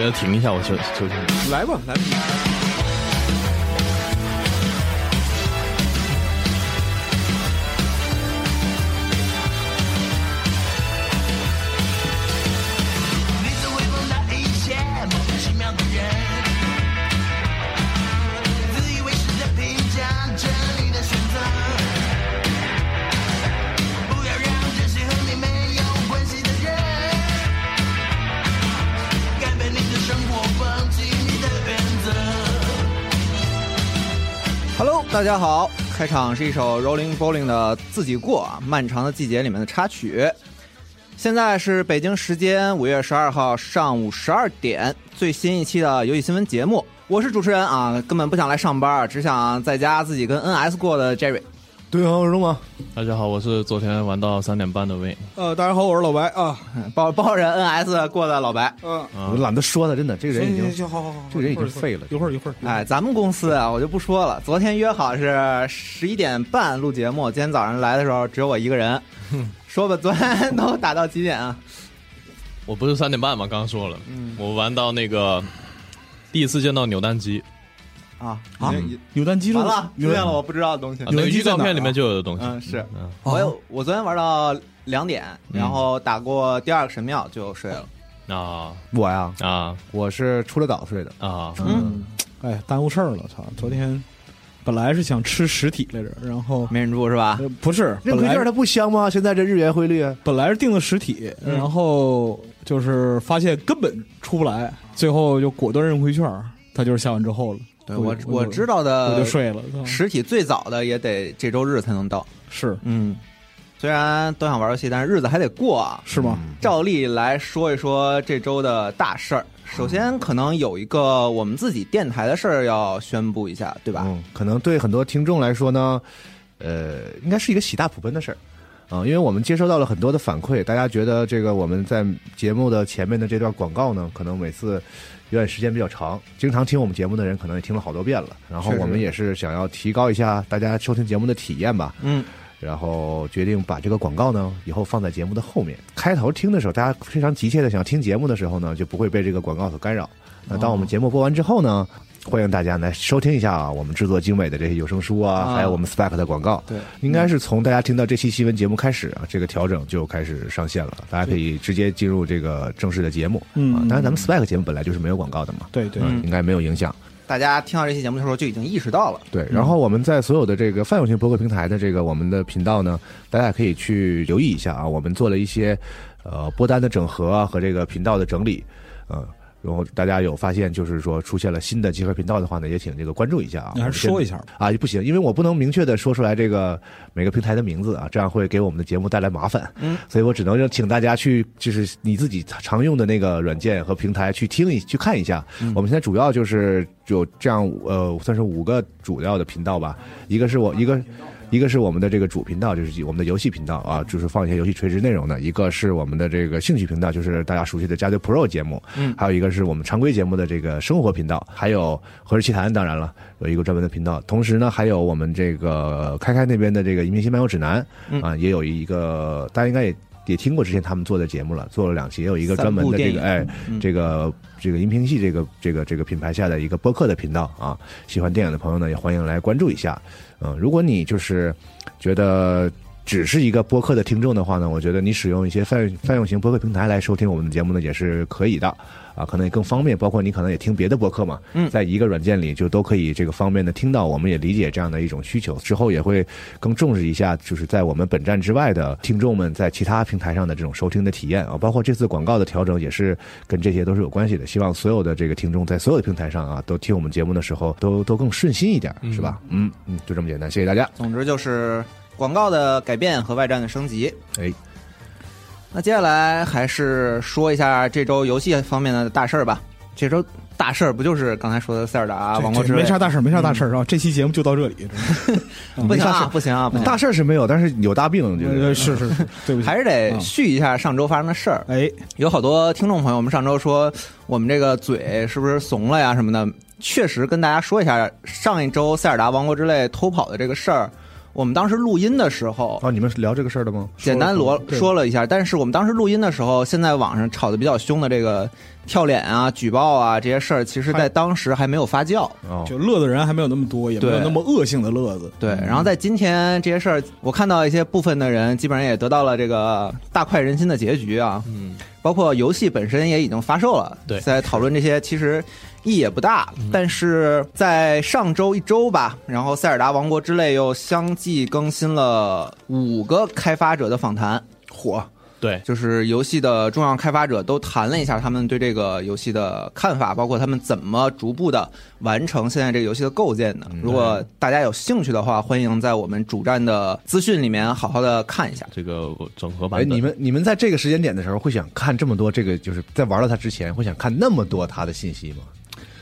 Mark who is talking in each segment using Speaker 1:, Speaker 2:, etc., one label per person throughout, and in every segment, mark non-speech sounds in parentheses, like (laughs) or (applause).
Speaker 1: 个停一下，我求求求你。
Speaker 2: 来吧，来吧。
Speaker 3: 你总会碰到一些莫名其妙的人，自以为是的评价着你的选择。不要让这些和你没有关系的人，改变你的生活，放弃你的原则。
Speaker 4: Hello，大家好，开场是一首 Rolling Bowling 的《自己过》啊，《漫长的季节》里面的插曲。现在是北京时间五月十二号上午十二点，最新一期的游戏新闻节目，我是主持人啊，根本不想来上班，只想在家自己跟 NS 过的 Jerry。
Speaker 2: 对啊，我是龙马。
Speaker 1: 大家好，我是昨天玩到三点半的 Win，
Speaker 2: 呃，大家好，我是老白啊。
Speaker 4: 抱抱着 NS 过的老白。
Speaker 2: 嗯，
Speaker 5: 我懒得说他，真的，这个人已
Speaker 2: 行行
Speaker 5: 经
Speaker 2: 行，好好好，
Speaker 5: 这个人已经废了
Speaker 2: 一会儿一会儿，一会儿
Speaker 4: 哎，咱们公司啊，我就不说了。昨天约好是十一点半录节目，今天早上来的时候只有我一个人。说吧，昨天都打到几点啊？
Speaker 1: 我不是三点半嘛，刚刚说了，我玩到那个第一次见到扭蛋机，
Speaker 4: 啊，
Speaker 5: 啊
Speaker 2: 已经，
Speaker 5: 扭蛋机
Speaker 4: 完了，出
Speaker 5: 扭
Speaker 4: 现
Speaker 5: 蛋
Speaker 4: 了我不知道的东西
Speaker 1: 啊。那
Speaker 5: 扭蛋
Speaker 1: 个
Speaker 5: 机
Speaker 1: 预告
Speaker 5: 在哪儿
Speaker 1: 片
Speaker 5: 啊
Speaker 1: 里面就有的东西。
Speaker 4: 嗯，是
Speaker 1: 嗯
Speaker 4: 我有，我昨天玩到两点，然后
Speaker 5: 嗯
Speaker 4: 打过第二个神庙就睡了。
Speaker 1: 啊
Speaker 5: 我呀，
Speaker 1: 啊
Speaker 5: 我是出了稿睡的，
Speaker 1: 啊！
Speaker 4: 嗯，
Speaker 2: 哎，耽误事儿了，操！昨天本来是想吃实体来着，然后
Speaker 4: 没忍住是吧？
Speaker 2: 呃不嗯是，
Speaker 5: 认
Speaker 2: 本
Speaker 5: 亏券
Speaker 2: 来
Speaker 5: 它不香吗？现在这日元汇率，
Speaker 2: 本来是订的实体，然后就是发现根本出不来，最后就果断认回券儿，他就是下完之后了。
Speaker 4: 对
Speaker 2: 我
Speaker 4: 我我知道呃
Speaker 2: 我就
Speaker 4: 的，
Speaker 2: 睡了，操
Speaker 4: 实体最早的也得这周日才能到。
Speaker 2: 是
Speaker 4: 嗯，虽然都想玩游戏，但是日子还得过啊。
Speaker 2: 是吗？
Speaker 4: 照例来说一说这周的大事儿。首先，可能有一个我们自己电台的事儿要宣布一下，对吧？
Speaker 5: 嗯，可能对很多听众来说呢，呃，应该是一个喜大普奔的事儿。啊、因为我们接收到了很多的反馈，大家觉得这个我们在节目的前面的这段广告呢，可能每次有点时间比较长，经常听我们节目的人可能也听了好多遍了。然后
Speaker 4: 确实
Speaker 5: 我们也是想要提高一下大家收听节目的体验吧，
Speaker 4: 嗯，
Speaker 5: 然后决定把这个广告呢以后放在节目的后面。开头听的时候，大家非常急切的想听节目的时候呢，就不会被这个广告所干扰。那当我们节目播完之后呢，
Speaker 2: 嗯
Speaker 5: 欢迎大家来收听一下啊，我们制作精美的这些有声书啊，
Speaker 4: 啊
Speaker 5: 还有我们 Spec 的广告。
Speaker 2: 对，
Speaker 5: 应该是从大家听到这期新闻节目开始啊，这个调整就开始上线了，大家可以直接进入这个正式的节目。
Speaker 2: 嗯
Speaker 5: 啊，当然咱们 Spec 节目本来就是没有广告的嘛，
Speaker 2: 对对，
Speaker 5: 嗯，应该没有影响。
Speaker 4: 大家听到这期节目的时候就已经意识到了。
Speaker 5: 对，然后我们在所有的这个泛用型博客平台的这个我们的频道呢，大家也可以去留意一下啊。我们做了一些呃播单的整合啊和这个频道的整理，呃，然后大家有发现就是说出现了新的集合频道的话呢，也请这个关注一下啊。
Speaker 2: 你
Speaker 4: 嗯
Speaker 2: 还是说一
Speaker 5: 下
Speaker 2: 下吧。
Speaker 5: 啊，不行，因为我不能明确的说出来这个每个平台的名字啊，这样会给我们的节目带来麻烦。
Speaker 4: 嗯，
Speaker 5: 所以我只能让请大家去就是你自己常用的那个软件和平台去听一去看一下。
Speaker 4: 嗯
Speaker 5: 我们现在主要就是有这样呃，算是五个主要的频道吧，一个是我一个。一个是我们的这个主频道，就是我们的游戏频道啊，就是放一些游戏垂直内容的；一个是我们的这个兴趣频道，就是大家熟悉的《家队 Pro》节目；
Speaker 4: 嗯
Speaker 5: 还有一个是我们常规节目的这个生活频道，还有《何氏奇谈》，当然了，有一个专门的频道。同时呢，还有我们这个开开那边的这个《移民新漫游指南》
Speaker 4: 嗯
Speaker 5: 啊，也有一个大家应该也也听过之前他们做的节目了，做了两期，也有一个专门的这个
Speaker 4: 散步电
Speaker 5: 哎
Speaker 4: 嗯
Speaker 5: 这个这个音频系这个这个这个品牌下的一个播客的频道啊，喜欢电影的朋友呢，也欢迎来关注一下。嗯，如果你就是觉得只是一个播客的听众的话呢，我觉得你使用一些泛泛用型播客平台来收听我们的节目呢，也是可以的啊，可能也更方便。包括你可能也听别的播客嘛，
Speaker 4: 嗯
Speaker 5: 在一个软件里就都可以这个方便的听到。我们也理解这样的一种需求，之后也会更重视一下，就是在我们本站之外的听众们在其他平台上的这种收听的体验啊，包括这次广告的调整也是跟这些都是有关系的。希望所有的这个听众在所有的平台上啊，都听我们节目的时候都都更顺心一点，是吧？嗯嗯，就这么简单，谢谢大家。
Speaker 4: 总之就是广告的改变和外站的升级。
Speaker 5: 哎，
Speaker 4: 那接下来还是说一下这周游戏方面的大事儿吧。这周大事儿不就是刚才说的塞尔达、
Speaker 2: 这
Speaker 4: 啊王国
Speaker 2: 这
Speaker 4: 之
Speaker 2: 没
Speaker 4: 泪？
Speaker 2: 啥大事儿，没啥大事儿。然后这期节目就到这 (laughs) 里，嗯
Speaker 4: 不
Speaker 2: 没
Speaker 4: 行
Speaker 2: 啥事
Speaker 4: 啊
Speaker 2: 儿，
Speaker 4: 不行啊，不行啊
Speaker 5: 大事儿是没有，但是有大病，就是
Speaker 2: 呃是是 (laughs) 是，对不起。
Speaker 4: 还是得
Speaker 2: 嗯
Speaker 4: 续一下上周发生的事儿。
Speaker 2: 哎，
Speaker 4: 有好多听众朋友们上周说我们这个嘴是不是怂了呀什么的，确实跟大家说一下，上一周塞尔达王国之泪偷跑的这个事儿，我们当时录音的时候，
Speaker 5: 哦，你们是聊这个事儿了吗？
Speaker 4: 简单罗
Speaker 2: 对
Speaker 4: 啊说了一下，但是我们当时录音的时候，现在网上吵得比较凶的这个跳脸啊、举报啊这些事儿，其实在当时还没有发酵。
Speaker 5: 哦，
Speaker 2: 就乐的人还没有那么多，也没有
Speaker 4: 对
Speaker 2: 那么恶性的乐子。
Speaker 4: 对，然后在今天这些事儿，我看到一些部分的人基本上也得到了这个大快人心的结局啊，
Speaker 1: 嗯，
Speaker 4: 包括游戏本身也已经发售了。
Speaker 1: 对
Speaker 4: 在讨论这些其实意义也不大，但是在上周一周吧，然后《塞尔达王国之泪》又相继更新了五个开发者的访谈，火。
Speaker 1: 对，
Speaker 4: 就是游戏的重要开发者都谈了一下他们对这个游戏的看法，包括他们怎么逐步的完成现在这个游戏的构建的。如果大家有兴趣的话，欢迎在我们主站的资讯里面好好的看一下。
Speaker 1: 这个整合版
Speaker 5: 哎，
Speaker 1: 本，
Speaker 5: 你们你们在这个时间点的时候会想看这么多这个，就是在玩到它之前会想看那么多它的信息吗？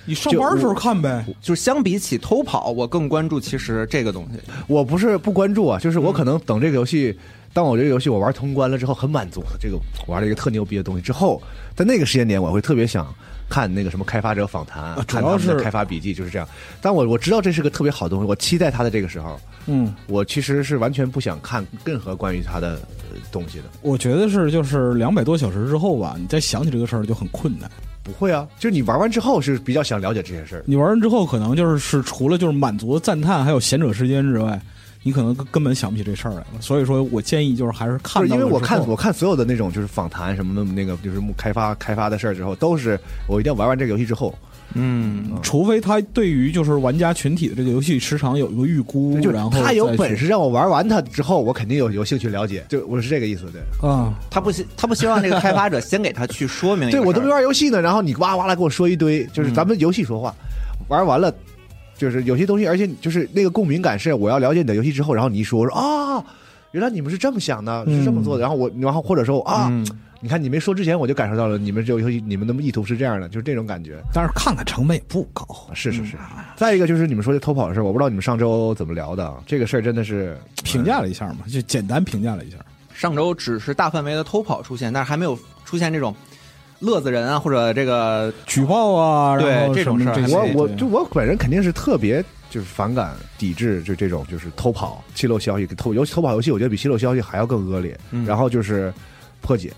Speaker 2: 你上班的时候看呗，
Speaker 4: 就是相比起偷跑，我更关注其实这个东西。
Speaker 5: 我不是不关注啊，就是我可能等这个游戏，当我这个游戏我玩通关了之后很满足，这个我玩了一个特牛逼的东西之后，在那个时间点我会特别想看那个什么开发者访谈，
Speaker 2: 主
Speaker 5: 看
Speaker 2: 要
Speaker 5: 他们的
Speaker 2: 是
Speaker 5: 开发笔记，就是这样。当我我知道这是个特别好的东西，我期待它的这个时候，
Speaker 2: 嗯，
Speaker 5: 我其实是完全不想看任何关于它的呃东西的。
Speaker 2: 我觉得是就是两百多小时之后吧，你再想起这个事儿就很困难。
Speaker 5: 不会啊，就是你玩完之后是比较想了解这些事儿。
Speaker 2: 你玩完之后，可能就是是除了就是满足赞叹还有贤者时间之外，你可能根根本想不起这事儿来了。所以说我建议就是还是看到
Speaker 5: 就是因
Speaker 2: 了
Speaker 5: 为我
Speaker 2: 之
Speaker 5: 看
Speaker 2: 后
Speaker 5: 我看所有的那种就是访谈什么的，那个就是开发开发的事儿之后，都是我一定要玩完这个游戏之后，
Speaker 4: 嗯，
Speaker 2: 除非他对于就是玩家群体的这个游戏时长有一个预估，
Speaker 5: 就
Speaker 2: 然后
Speaker 5: 他有
Speaker 2: 再去
Speaker 5: 本事让我玩完它之后，我肯定有有兴趣了解，就我是这个意思，对。
Speaker 2: 啊，
Speaker 4: 他不希他不希望这个开发者先给他去说明一个事
Speaker 5: 对
Speaker 4: 儿。嗯
Speaker 5: 我都没玩游戏呢，然后你哇哇来跟我说一堆，就是咱们游戏说话，玩完了。就是有些东西，而且就是那个共鸣感是我要了解你的游戏之后，然后你一说，我说啊，原来你们是这么想的，
Speaker 2: 嗯
Speaker 5: 是这么做的，然后我，然后或者说啊，
Speaker 4: 嗯
Speaker 5: 你看你没说之前我就感受到了你们这游戏你们的意图是这样的，就是这种感觉。
Speaker 2: 但是看看成本也不高。
Speaker 5: 是是是。
Speaker 4: 嗯
Speaker 5: 再一个就是你们说这偷跑的事儿，我不知道你们上周怎么聊的啊，这个事儿真的是
Speaker 2: 评价了一下嘛，就简单评价了一下。
Speaker 4: 上周只是大范围的偷跑出现，但是还没有出现这种乐子人啊或者这个
Speaker 2: 举报啊，
Speaker 4: 对
Speaker 2: 然后
Speaker 4: 这种
Speaker 2: 什么
Speaker 4: 事儿
Speaker 2: 这些
Speaker 5: 我我
Speaker 2: 对
Speaker 5: 就我本人肯定是特别就是反感抵制就这种就是偷跑泄露消息偷尤其偷跑游戏，我觉得比泄露消息还要更恶劣。
Speaker 4: 嗯
Speaker 5: 然后就是破解，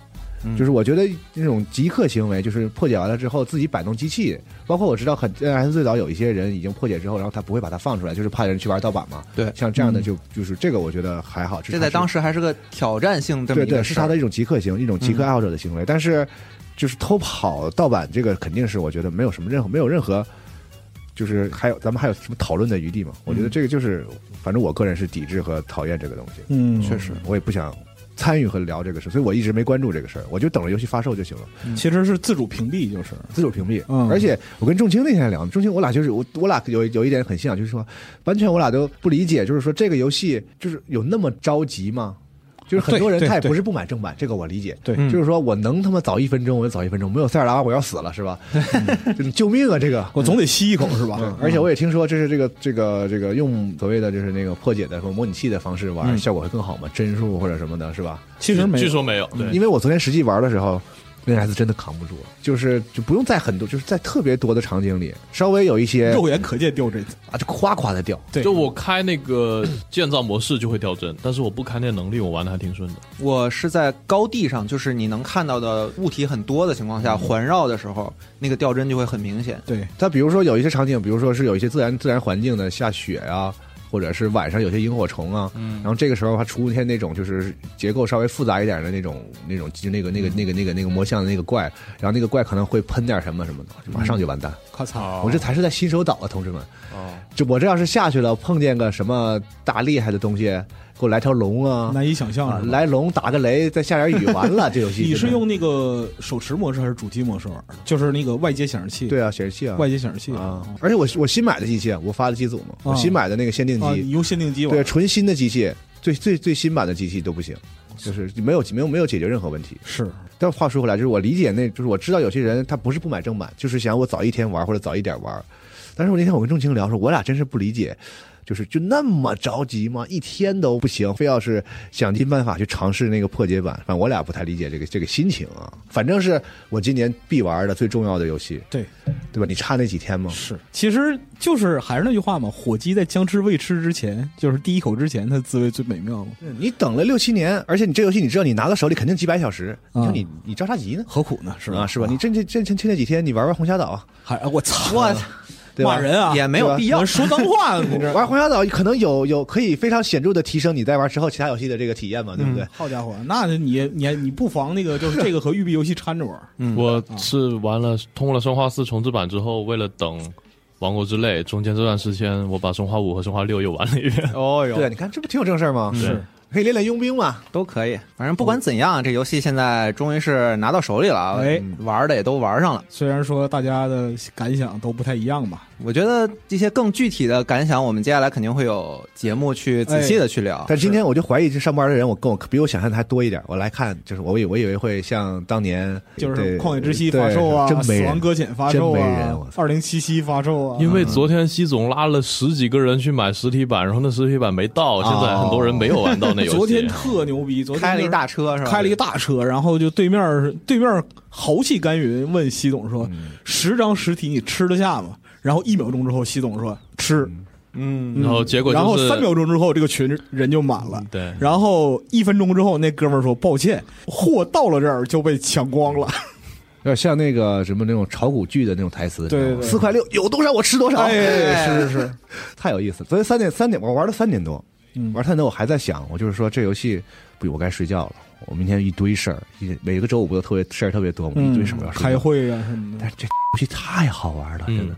Speaker 4: 嗯
Speaker 5: 就是我觉得那种极客行为，就是破解完了之后自己摆弄机器，包括我知道很 NS 最早有一些人已经破解之后，然后他不会把它放出来，就是怕人去玩盗版嘛。
Speaker 4: 对
Speaker 5: 像这样的
Speaker 2: 嗯
Speaker 5: 就就是这个我觉得还好，
Speaker 4: 这在当
Speaker 5: 时。
Speaker 4: 时还是个挑战性这么
Speaker 5: 对
Speaker 4: 一
Speaker 5: 对，
Speaker 4: 个事
Speaker 5: 是他
Speaker 4: 儿
Speaker 5: 的一种极客行，一种极
Speaker 4: 嗯
Speaker 5: 客爱好者的行为。但是，就是偷跑盗版这个，肯定是我觉得没有什么任何没有任何，就是还有咱们还有什么讨论的余地嘛？我觉得
Speaker 4: 嗯
Speaker 5: 这个就是，反正我个人是抵制和讨厌这个东西，
Speaker 2: 嗯，
Speaker 4: 确实，
Speaker 5: 我也不想参与和聊这个事，所以我一直没关注这个事儿，我就等着游戏发售就行了，
Speaker 2: 其实是自主屏蔽，就是
Speaker 5: 自主屏蔽。
Speaker 2: 嗯
Speaker 5: 而且我跟仲青那天聊，仲青我俩就是我我俩有有一点很像，就是说完全我俩都不理解，就是说这个游戏就是有那么着急吗？就是很多人
Speaker 2: 对对
Speaker 5: 他也
Speaker 2: 对
Speaker 5: 不是不买正版，这个我理解。
Speaker 2: 对
Speaker 5: 就是说我能他妈早一分钟我就早一分钟，没有塞尔达我要死了是吧？就是救命啊这个！
Speaker 2: (laughs) 我总嗯得吸一口是吧？
Speaker 5: 而且我也听说，这是这个这个这个用所谓的就是那个破解的和模拟器的方式玩，
Speaker 4: 嗯
Speaker 5: 效果会更好嘛？帧数或者什么的，是吧？
Speaker 2: 其实没有
Speaker 1: 据说没有，对，
Speaker 5: 因为我昨天实际玩的时候。那 S 真的扛不住，就是就不用在很多，就是在特别多的场景里，稍微有一些
Speaker 2: 肉眼可见掉帧，
Speaker 5: 啊，就夸夸的掉。
Speaker 2: 对，
Speaker 1: 就我开那个建造模式就会掉帧，但是我不开那能力，我玩的还挺顺的。
Speaker 4: 我是在高地上，就是你能看到的物体很多的情况下，环绕的时候，那个掉帧就会很明显。
Speaker 2: 对
Speaker 5: 它比如说有一些场景，比如说是有一些自然自然环境的下雪啊，或者是晚上有些萤火虫啊，然后这个时候它出现那种就是结构稍微复杂一点的那种那种就那个那个那个那个那个魔像的那个怪，然后那个怪可能会喷点什么什么的，就马上就完蛋。
Speaker 2: 咔嚓，
Speaker 5: 我这才是在新手岛啊，同志们。就我这要是下去了，碰见个什么大厉害的东西，给我来条龙啊，
Speaker 2: 难以想象
Speaker 5: 啊
Speaker 2: 是吧。
Speaker 5: 来龙打个雷，再下点雨，完了
Speaker 2: (laughs)
Speaker 5: 这游戏
Speaker 2: 你
Speaker 5: 真的
Speaker 2: 是用那个手持模式还是主机模式玩的？就是那个外接显示器，
Speaker 5: 对啊显示器啊
Speaker 2: 外接显示器
Speaker 5: 啊
Speaker 2: 啊，
Speaker 5: 而且我我新买的机器，啊我发的机组嘛，我
Speaker 2: 啊
Speaker 5: 新买的那个限定
Speaker 2: 啊
Speaker 5: 机
Speaker 2: 你，用限定机玩
Speaker 5: 对，，纯新的机器，最最最新版的机器都不行，就是没有没有没有解决任何问题。
Speaker 2: 是
Speaker 5: 但话说回来，就是我理解那，就是我知道有些人他不是不买正版，就是想我早一天玩或者早一点玩。但是我那天我跟仲青聊说，我俩真是不理解，就是就那么着急吗？一天都不行，非要是想尽办法去尝试那个破解版。反正我俩不太理解这个这个心情啊。反正是我今年必玩的最重要的游戏，
Speaker 2: 对，
Speaker 5: 对吧？你差那几天吗？
Speaker 2: 是，其实就是还是那句话嘛，火鸡在将吃未吃之前，就是第一口之前，它滋味最美妙嘛，
Speaker 5: 你等了六七年，而且你这游戏你知道你拿到手里肯定几百小时，你说
Speaker 2: 嗯
Speaker 5: 你你着啥急呢？
Speaker 2: 何苦呢？是吧？
Speaker 5: 啊，是吧？你这这这这这几天你玩玩红霞岛，
Speaker 2: 还哎我
Speaker 5: 嗯
Speaker 2: 操， (laughs)
Speaker 4: 我
Speaker 5: 对吧
Speaker 2: 骂人啊，
Speaker 4: 也没有必要
Speaker 2: 我说脏话，你知道
Speaker 5: 玩红霞岛可能有有可以非常显著的提升你在玩之后其他游戏的这个体验嘛，对不对？
Speaker 2: 好家伙，那你你你不妨那个就是这个和育碧游戏掺着玩，
Speaker 1: 我是玩了通了生化四重置版之后，为了等《王国之泪》，中间这段时间我把生化五和生化六又玩了一
Speaker 2: (laughs)
Speaker 1: 遍。
Speaker 4: 哦哟
Speaker 5: 对，啊你看这不挺有正事儿吗？嗯
Speaker 1: 是，
Speaker 5: 可以练练佣兵嘛。
Speaker 4: 都可以，反正不管怎样，这游戏现在终于是拿到手里了啊，
Speaker 2: 哎
Speaker 4: 玩的也都玩上了。
Speaker 2: 虽然说大家的感想都不太一样吧，
Speaker 4: 我觉得一些更具体的感想，我们接下来肯定会有节目去仔细的去聊。
Speaker 5: 但今天我就怀疑这上班的人，我跟我比我想象的还多一点。我来看，就是我以我以为会像当年
Speaker 2: 就是
Speaker 5: 对
Speaker 2: 《旷野之息》发售啊，
Speaker 5: 对真没
Speaker 2: 死
Speaker 5: 人
Speaker 2: 亡搁浅》发售
Speaker 5: 真没人
Speaker 2: 啊
Speaker 5: 我，
Speaker 2: 《二零七七》发售啊，
Speaker 1: 因为昨天西总拉了十几个人去买实体版，然后那实体版没到，现在很多人没有玩到那游戏。
Speaker 2: 昨天特牛逼，昨天
Speaker 4: 开了一
Speaker 2: 就是
Speaker 4: 大车是吧？
Speaker 2: 开了一大车，然后就对面儿对面儿豪气干云问西总说：“十张实体你吃得下吗？”然后一秒钟之后，西总说：“吃。
Speaker 1: (laughs)
Speaker 4: 嗯，
Speaker 1: 然后结果
Speaker 2: 然后
Speaker 1: 就是
Speaker 2: 三秒钟之后，这个群人就满了。
Speaker 1: 对
Speaker 2: 然后一分钟之后，那哥们儿说：“抱歉，货到了这儿就被抢光了。
Speaker 5: 有点像那个什么那种炒股剧的那种台词，
Speaker 2: 对
Speaker 5: 你知道吗
Speaker 2: 对
Speaker 5: 四块六有多少我吃多”少，
Speaker 2: 哎，是是是，
Speaker 5: (laughs) 太有意思了。昨天三点三点我玩了三点多，
Speaker 2: 嗯
Speaker 5: 玩三点多我还在想，我就是说这游戏不行，我该睡觉了。我明天一堆事儿，一每个周五不都特别事儿特别多吗？一堆事儿我要睡觉
Speaker 2: 嗯开会啊什么的
Speaker 5: 但。是这游戏太好玩了，
Speaker 1: 嗯
Speaker 5: 真的。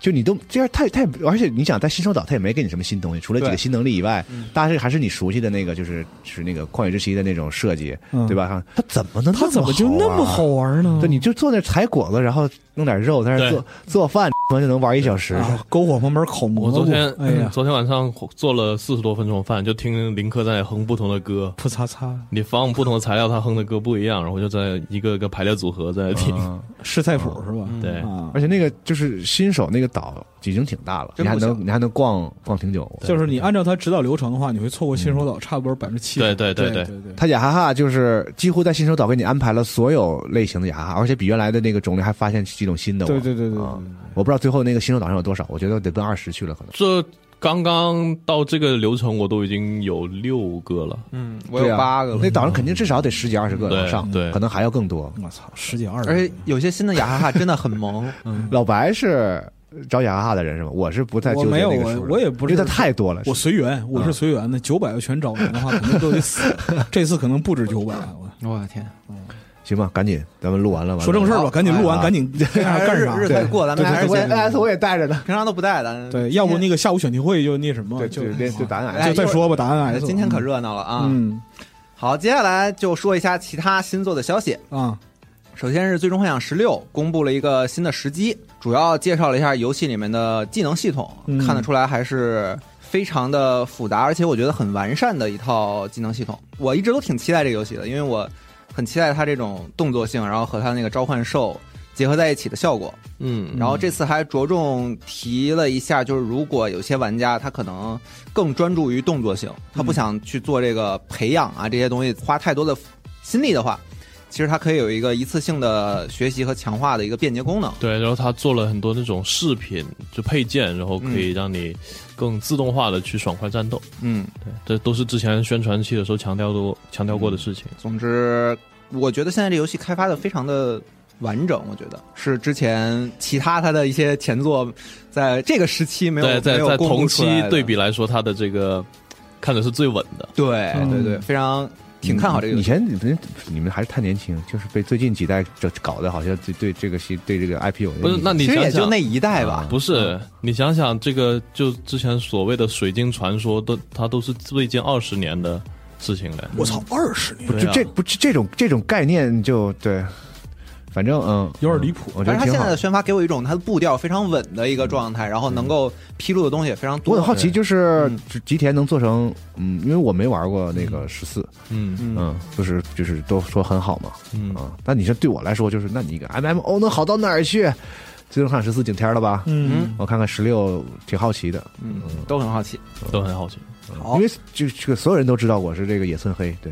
Speaker 5: 就你都这样太太，而且你想在新手岛，它也没给你什么新东西，除了几个
Speaker 4: 对
Speaker 5: 新能力以外，
Speaker 2: 嗯
Speaker 5: 大致还是你熟悉的那个，就是是那个旷野之息的那种设计，
Speaker 2: 嗯
Speaker 5: 对吧？它怎么能
Speaker 2: 他怎么就那么好
Speaker 5: 玩
Speaker 2: 玩呢
Speaker 5: 啊？？对，你就坐那采果子，然后弄点肉，在那
Speaker 1: 对
Speaker 5: 做做饭，完就能玩一小时。
Speaker 2: 啊，篝火旁边烤蘑
Speaker 1: 我
Speaker 2: 菇。
Speaker 1: 昨天、嗯
Speaker 2: 哎呀，
Speaker 1: 昨天晚上做了四十多分钟饭，就听林克在哼不同的歌，
Speaker 2: 噗擦擦，
Speaker 1: 你放不同的材料，他哼的歌不一样，然后就在一个一个排列组合在听。
Speaker 5: 嗯
Speaker 2: 是菜谱是吧？
Speaker 1: 哦嗯对，
Speaker 2: 啊，
Speaker 5: 而且那个就是新手那个岛已经挺大了，
Speaker 4: 真
Speaker 5: 你还
Speaker 4: 不小
Speaker 5: 能你还能逛逛挺久。
Speaker 2: 就是你按照他指导流程的话，你会错过新手岛差不多百分之七。
Speaker 1: 对对
Speaker 2: 对
Speaker 1: 对
Speaker 2: 对
Speaker 1: 嗯对
Speaker 2: 对，
Speaker 5: 他雅哈哈就是几乎在新手岛给你安排了所有类型的雅哈哈，而且比原来的那个种类还发现几种新的嘛。
Speaker 2: 对对对对
Speaker 1: 嗯
Speaker 5: 啊
Speaker 2: 对，
Speaker 5: 我不知道最后那个新手岛上有多少，我觉得得奔二十去了，可能。
Speaker 1: 这刚刚到这个流程，我都已经有六个了。
Speaker 4: 嗯，我有八个吧，
Speaker 5: 啊那岛上肯定至少得十几二十个
Speaker 1: 对
Speaker 5: 往上，
Speaker 1: 对
Speaker 5: 可能还要更多。
Speaker 2: 我操，十几二十，
Speaker 4: 而且有些新的雅哈哈真的很萌。嗯，
Speaker 5: 老白是找雅哈哈的人是吗？我是不太
Speaker 2: 我
Speaker 5: 纠结
Speaker 2: 没有
Speaker 5: 那个
Speaker 2: 我
Speaker 5: 数的
Speaker 2: 我也不是
Speaker 5: 因为它太多了。
Speaker 2: 我
Speaker 5: 是
Speaker 2: 随缘，我是随缘的，九百个全找人的话，可能都得 (laughs) 死。这次可能不止九百，我
Speaker 4: (laughs) 我的天，
Speaker 5: 行吧，赶紧咱们录完了吧。
Speaker 2: 说正事儿吧，赶紧录完，
Speaker 5: 哎
Speaker 2: 赶紧干啥干啥
Speaker 4: 日。子过，咱们俩还
Speaker 5: 对，
Speaker 4: 是哎
Speaker 5: 我也 NS 我
Speaker 4: 也
Speaker 5: 也带着呢。
Speaker 4: 平常都不带的。
Speaker 2: 对，要不那个下午选题会就那什么，
Speaker 4: 哦
Speaker 5: 对，
Speaker 2: 就啊
Speaker 5: 就连就答案
Speaker 4: 哎
Speaker 2: 就再说吧，答案
Speaker 4: 哎
Speaker 2: S。
Speaker 4: 今天可热闹了啊！
Speaker 2: 嗯
Speaker 4: 好，接下来就说一下其他新作的消息。
Speaker 2: 啊，
Speaker 4: 首先是《最终幻想十六》公布了一个新的时机，主要介绍了一下游戏里面的技能系统，
Speaker 2: 嗯
Speaker 4: 看得出来还是非常的复杂，而且我觉得很完善的一套技能系统。我一直都挺期待这个游戏的，因为我很期待它这种动作性，然后和它那个召唤兽结合在一起的效果。
Speaker 1: 嗯，
Speaker 4: 然后这次还着重提了一下，就是如果有些玩家他可能更专注于动作性，他
Speaker 1: 嗯
Speaker 4: 不想去做这个培养啊这些东西，花太多的心力的话，其实它可以有一个一次性的学习和强化的一个便捷功能。
Speaker 1: 对，然后他做了很多那种饰品，就配件，然后可以让你更自动化的去爽快战斗。
Speaker 4: 嗯，
Speaker 1: 对，这都是之前宣传期的时候强调过强调过的事情。
Speaker 4: 总之，我觉得现在这游戏开发的非常的。完整，我觉得是之前其他它的一些前作，在这个时期没有
Speaker 1: 在在
Speaker 4: 没有
Speaker 1: 在
Speaker 4: 公布
Speaker 1: 同
Speaker 4: 出
Speaker 1: 期
Speaker 4: 来的
Speaker 1: 对比，来说，它的这个看着是最稳的。
Speaker 4: 对
Speaker 2: 嗯
Speaker 4: 对对，非常挺看好这个游
Speaker 5: 以
Speaker 4: 戏。
Speaker 5: 前你们你们还是太年轻，就是被最近几代这搞得好像对对这个戏对这个 IP 有
Speaker 1: 不是，那你
Speaker 4: 其实
Speaker 1: 想
Speaker 4: 也
Speaker 1: 想，啊
Speaker 4: 就那嗯一代吧，
Speaker 1: 不是，你想想这个，就之前所谓的水晶传说，都它都是最近二十年的事情了。
Speaker 2: 我操，二十年
Speaker 5: 不
Speaker 1: 对
Speaker 5: 就
Speaker 1: 啊
Speaker 5: 这不这种这种概念就对，反正嗯
Speaker 2: 有点离谱
Speaker 5: 我觉
Speaker 4: 但是
Speaker 5: 得
Speaker 4: 他
Speaker 5: 挺
Speaker 4: 现
Speaker 5: 好嗯
Speaker 4: 在。的宣发给我一种他的步调非常稳的一个状态，然后能够披露的东西也非常
Speaker 5: 我
Speaker 4: 多。
Speaker 5: 很好奇，就是
Speaker 4: 嗯
Speaker 5: 吉田能做成，嗯，因为我没玩过那个十四，
Speaker 1: 嗯
Speaker 5: 嗯，就是就是都说很好嘛，
Speaker 1: 嗯
Speaker 5: 啊，但你说对我来说，就是那你一个 MMO 能好到哪儿去？最终幻想十四景天了吧？
Speaker 2: 嗯，
Speaker 5: 我看看十六，挺好奇的，
Speaker 4: 嗯，都很好 (laughs) 奇。
Speaker 1: 都很好奇，
Speaker 4: 好
Speaker 5: 因为这这个所有人都知道我是这个野村黑，对，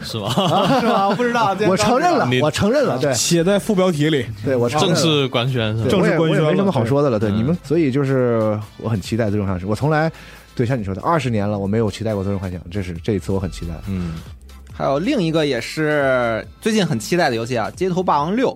Speaker 1: 是吗？
Speaker 4: 是啊吧？我不知道，这
Speaker 5: 我承认了
Speaker 1: 你，
Speaker 5: 我承认了，对
Speaker 2: 写在副标题里，
Speaker 5: 啊对，我承认
Speaker 1: 正
Speaker 5: 了
Speaker 1: 式官宣是吧？
Speaker 5: 对
Speaker 2: 正式
Speaker 5: 我也
Speaker 2: 官宣
Speaker 5: 我也没什么
Speaker 2: 了
Speaker 5: 好
Speaker 2: 对
Speaker 5: 说的了。对
Speaker 1: 嗯
Speaker 5: 你们，所以就是我很期待《最终幻想》，我从来对像你说的二十年了，我没有期待过《最终幻想》，这是这一次我很期待。
Speaker 1: 嗯，
Speaker 4: 还有另一个也是最近很期待的游戏啊，《街头霸王六》。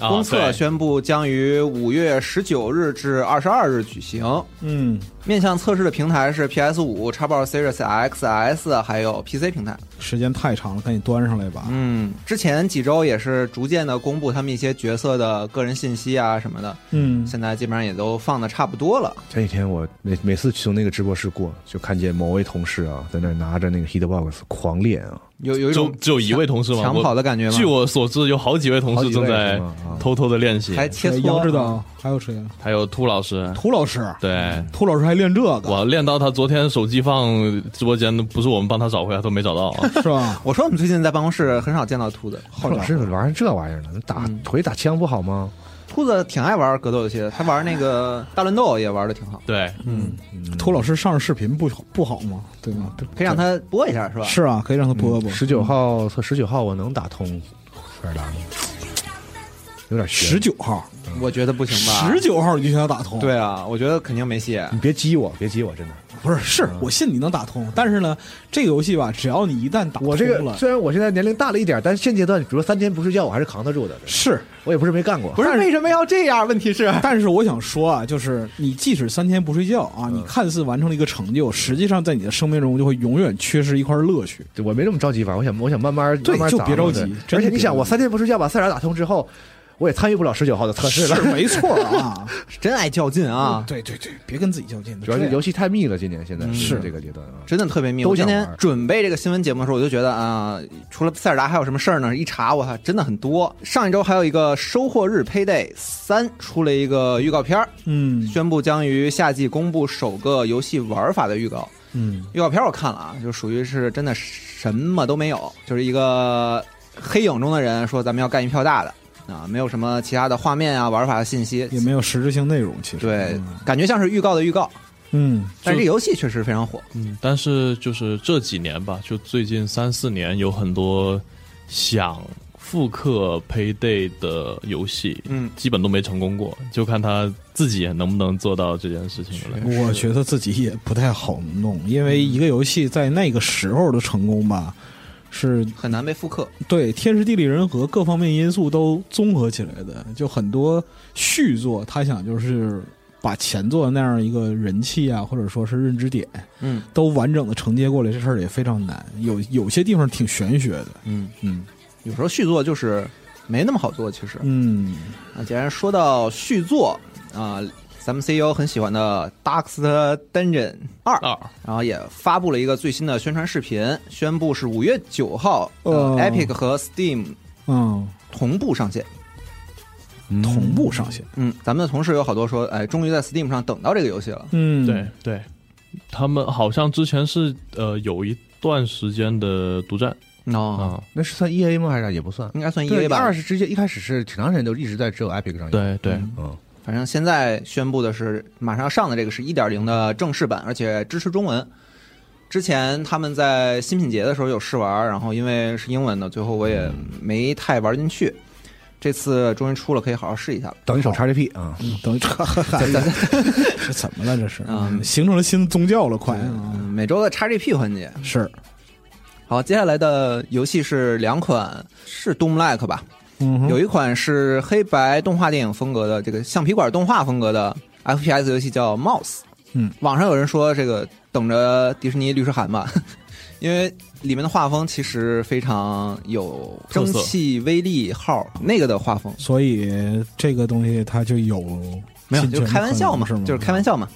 Speaker 1: 啊
Speaker 4: 公测
Speaker 1: 对
Speaker 4: 宣布将于五月十九日至二十二日举行，
Speaker 2: 嗯，
Speaker 4: 面向测试的平台是 PS 五、Xbox Series X、S 还有 PC 平台。
Speaker 2: 时间太长了，赶紧端上来吧。
Speaker 4: 嗯，之前几周也是逐渐的公布他们一些角色的个人信息啊什么的，
Speaker 2: 嗯，
Speaker 4: 现在基本上也都放的差不多了。
Speaker 5: 前几天我每每次从那个直播室过，就看见某位同事啊，在那儿拿着那个 Hitbox 狂练啊，
Speaker 4: 有有一
Speaker 1: 就
Speaker 4: 种
Speaker 1: 只有一位同事吗？
Speaker 4: 抢跑
Speaker 1: 我
Speaker 4: 的感觉吗？
Speaker 1: 据我所知，有好几位同
Speaker 5: 好
Speaker 1: 事
Speaker 5: 几位
Speaker 1: 正在
Speaker 5: 是吗啊
Speaker 1: 偷偷的练习，
Speaker 4: 还切磋，
Speaker 2: 杨指导还有谁啊？
Speaker 1: 还有兔老师，
Speaker 2: 涂老师，
Speaker 1: 对。
Speaker 2: 涂老师还练这个
Speaker 1: 我练到他昨天手机放直播间，不是我们帮他找回来，他都没找到啊。
Speaker 2: 是吧？
Speaker 4: 我说我们最近在办公室很少见到兔子，
Speaker 5: 后老师怎么玩这玩意儿呢？打
Speaker 4: 嗯
Speaker 5: 腿打枪不好吗？
Speaker 4: 兔子挺爱玩格斗游戏的，他玩那个大乱斗也玩的挺好，
Speaker 1: 对，
Speaker 2: 嗯，涂老师上着视频不好不好吗？对吗？
Speaker 4: 可以让他播一下是吧？
Speaker 2: 是啊，可以让他播播。
Speaker 5: 嗯十九号测十九号我能打通塞尔达吗？有点悬
Speaker 2: 十，九号，
Speaker 4: 我觉得不行吧？
Speaker 2: 十九号你就想要打通？，
Speaker 4: 对啊，我觉得肯定没戏。
Speaker 5: 你别激我，别激我，真的。
Speaker 2: 不是，是我信你能打通，但是呢，这个游戏吧，只要你一旦打通了，
Speaker 5: 我这个虽然我现在年龄大了一点，但是现阶段，比如三天不睡觉，我还是扛得住的。
Speaker 2: 是
Speaker 5: 我也不是没干过，
Speaker 4: 不是为什么要这样？问题是，
Speaker 2: (laughs) 但是我想说啊，就是你即使三天不睡觉
Speaker 5: 嗯
Speaker 2: 啊，你看似完成了一个成就，实际上在你的生命中就会永远缺失一块乐趣。
Speaker 5: 对我没这么着急玩，我想我想慢慢
Speaker 2: 对
Speaker 5: 慢慢
Speaker 2: 就
Speaker 5: 砸
Speaker 2: 别
Speaker 5: 嘛
Speaker 2: 着急
Speaker 5: 对
Speaker 2: 真
Speaker 5: 而且
Speaker 2: 别
Speaker 5: 你想，
Speaker 2: 着
Speaker 5: 我
Speaker 2: 急
Speaker 5: 三天不睡觉把塞尔达打通之后，我也参与不了十九号的测试了。
Speaker 2: 没错啊，
Speaker 4: 真爱较劲啊，
Speaker 2: 对对对，别跟自己较劲，
Speaker 5: (laughs) 主要是
Speaker 2: 游
Speaker 5: 游戏太密了，今年现在
Speaker 2: 嗯是
Speaker 5: 这个阶段啊。
Speaker 4: 真的特别密。
Speaker 5: 都
Speaker 4: 我今
Speaker 5: 想玩
Speaker 4: 天准备这个新闻节目的时候，我就觉得啊、除了塞尔达还有什么事儿呢？一查，我操，真的很多。上一周还有一个《收获日 Payday 三》出了一个预告片儿，
Speaker 2: 嗯
Speaker 4: 宣布将于夏季公布首个游戏玩法的预告。
Speaker 2: 嗯
Speaker 4: 预告片我看了啊，就属于是真的什么都没有，就是一个黑影中的人说咱们要干一票大的啊，没有什么其他的画面啊、玩法的信息，
Speaker 2: 也没有实质性内容，其实
Speaker 4: 对，感觉像是预告的预告。
Speaker 2: 嗯
Speaker 4: 但是这游戏确实非常火，
Speaker 1: 嗯，但是就是这几年吧，就最近三四年有很多想复刻 Payday 的游戏，
Speaker 4: 嗯，
Speaker 1: 基本都没成功过，就看他自己能不能做到这件事情了。
Speaker 5: 嗯
Speaker 2: 我觉得自己也不太好弄，因为一个游戏在那个时候的成功吧，是
Speaker 4: 很难被复刻。
Speaker 2: 对天时地利人和各方面因素都综合起来的，就很多续作，他想就是把前作那样一个人气啊，或者说是认知点，
Speaker 4: 嗯
Speaker 2: 都完整的承接过来，这事儿也非常难。有 (laughs) 有些地方挺玄学的，
Speaker 4: 嗯，
Speaker 2: 嗯
Speaker 4: 有时候续作就是没那么好做，其实。
Speaker 2: 嗯，
Speaker 4: 啊，既然说到续作啊、咱们 CEO 很喜欢的《Darkest Dungeon 二》
Speaker 1: 二
Speaker 4: 然后也发布了一个最新的宣传视频，宣布是五月九号、呃
Speaker 2: 哦
Speaker 4: Epic 和 Steam
Speaker 2: 嗯，
Speaker 4: 同步上线。
Speaker 2: 同步上线，
Speaker 4: 嗯，咱们的同事有好多说，哎，终于在 Steam 上等到这个游戏了。
Speaker 2: 嗯，
Speaker 1: 对，对，他们好像之前是呃有一段时间的独占
Speaker 4: 哦，
Speaker 1: 啊，
Speaker 5: 那是算 E A 吗？还是啥也不算？
Speaker 4: 应该算
Speaker 5: 对
Speaker 4: EA E 吧
Speaker 5: 二。是直接一开始是挺长时间都一直在只有 Epic 上有。
Speaker 1: 对对，
Speaker 5: 嗯，
Speaker 4: 反正现在宣布的是，马上上的这个是一点零的正式版，而且支持中文。之前他们在新品节的时候有试玩，然后因为是英文的，最后我也没太玩进去。这次终于出了，可以好好试一下了。
Speaker 5: 等一手 XGP 啊，
Speaker 2: 嗯 (laughs) 等于这这怎么了？这是
Speaker 4: 嗯
Speaker 2: 形成了新宗教了，快啊！
Speaker 4: 嗯，每周的 XGP 环节，
Speaker 2: 是，
Speaker 4: 好，接下来的游戏是两款，是 Doom Like 吧？
Speaker 2: 嗯哼
Speaker 4: 有一款是黑白动画电影风格的，这个橡皮管动画风格的 FPS 游戏叫 Mouse。
Speaker 2: 嗯，
Speaker 4: 网上有人说这个等着迪士尼律师函吧， (laughs) 因为里面的画风其实非常有
Speaker 1: 特
Speaker 4: 蒸
Speaker 1: 色
Speaker 4: 汽威力号那个的画风，
Speaker 2: 所以这个东西它就有
Speaker 4: 没有
Speaker 2: 侵权
Speaker 4: 就是开玩笑嘛
Speaker 2: 可能是吗，
Speaker 4: 就是开玩笑嘛，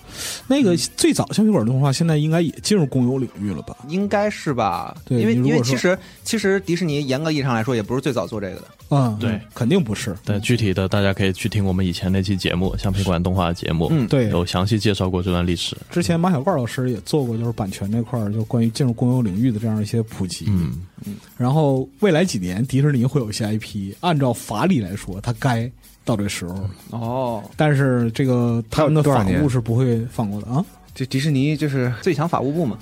Speaker 2: 那个最早橡皮管动画，现在应该也进入公有领域了吧？
Speaker 4: 应该是吧？
Speaker 2: 嗯对
Speaker 4: 因为
Speaker 2: 你如果
Speaker 4: 因为
Speaker 2: 说
Speaker 4: 其实其实迪士尼严格意义上来说也不是最早做这个的，
Speaker 2: 啊，
Speaker 1: 对，
Speaker 2: 肯定不是。
Speaker 1: 但具体的大家可以去听我们以前那期节目《橡皮管动画》节目，
Speaker 4: 嗯
Speaker 2: 对，
Speaker 1: 有详细介绍过这段历史。
Speaker 2: 之前马小怪老师也做过，就是版权这块儿，就关于进入公有领域的这样一些普及。
Speaker 1: 嗯，
Speaker 2: 然后未来几年，迪士尼会有一些 IP，按照法理来说，它该到这时候
Speaker 5: 嗯
Speaker 2: 了，
Speaker 4: 哦，
Speaker 2: 但是这个他们的
Speaker 5: 多少
Speaker 2: 法务
Speaker 5: 年
Speaker 2: 是不会放过的啊，
Speaker 5: 这迪士尼就是
Speaker 4: 最强法务部嘛，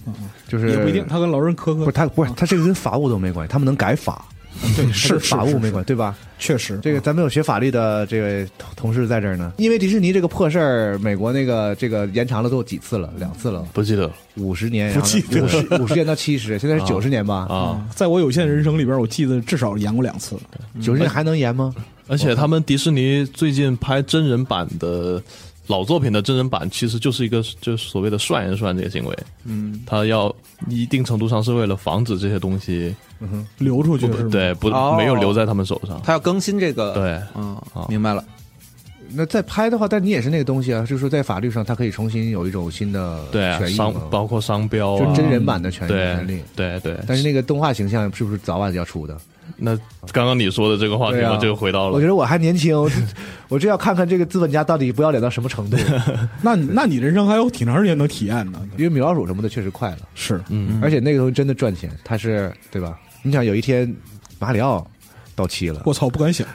Speaker 5: 就是
Speaker 2: 也不一定。他跟劳伦科
Speaker 5: 不
Speaker 2: 克
Speaker 5: 是他不是他这个跟法务都没关系，他们能改法，
Speaker 2: (laughs) 对
Speaker 5: 它跟
Speaker 2: 是嗯
Speaker 5: 法务没
Speaker 2: 系，
Speaker 5: 关系，对吧？
Speaker 2: 确实
Speaker 5: 这个咱们有学法律的这位同同事在这儿呢，因为迪士尼这个破事儿，美国那个这个延长了都有几次了，两次了，
Speaker 1: 不记得了
Speaker 5: 五十年，
Speaker 2: 不记得
Speaker 5: 五十五十年到七十，现在是
Speaker 1: 啊
Speaker 5: 九十年吧？
Speaker 1: 啊。
Speaker 2: 在我有限人生里边，我记得至少演过两次。
Speaker 5: 九
Speaker 2: 嗯
Speaker 5: 十年还能延吗？
Speaker 1: 而且他们迪士尼最近拍真人版的老作品的真人版，其实就是一个就是所谓的“涮人涮”这个行为。嗯，他要一定程度上是为了防止这些东西
Speaker 2: 流出去
Speaker 1: 不
Speaker 2: 是吗？，
Speaker 1: 对不、
Speaker 4: 哦
Speaker 1: 没有留在他们手上。
Speaker 4: 他要更新这个，，
Speaker 1: 对，
Speaker 4: 嗯
Speaker 1: 啊，
Speaker 4: 明白了，
Speaker 5: 那再拍的话，但你也是那个东西啊，就是说在法律上，它可以重新有一种新的
Speaker 1: 对啊，
Speaker 5: 权益
Speaker 1: 商
Speaker 5: 嘛，
Speaker 1: 包括商标
Speaker 5: 就
Speaker 1: 啊，
Speaker 5: 真人版
Speaker 2: 嗯
Speaker 5: 的权益权利
Speaker 1: 对。对对。
Speaker 5: 但是那个动画形象是不是早晚要出的？
Speaker 1: 那刚刚你说的这个话题，
Speaker 5: 对啊
Speaker 1: 我就回到
Speaker 5: 我
Speaker 1: 了
Speaker 5: 觉得我还年轻，我 (laughs) 我这要看看这个资本家到底不要脸到什么程度。
Speaker 2: 那你那你人生还有挺长时间能体验呢。
Speaker 5: 因为米老鼠什么的确实快了，
Speaker 2: 是，
Speaker 1: 嗯
Speaker 5: 而且那个时候真的赚钱，它是对吧？你想有一天马里奥到期了，
Speaker 2: 我操，不敢想。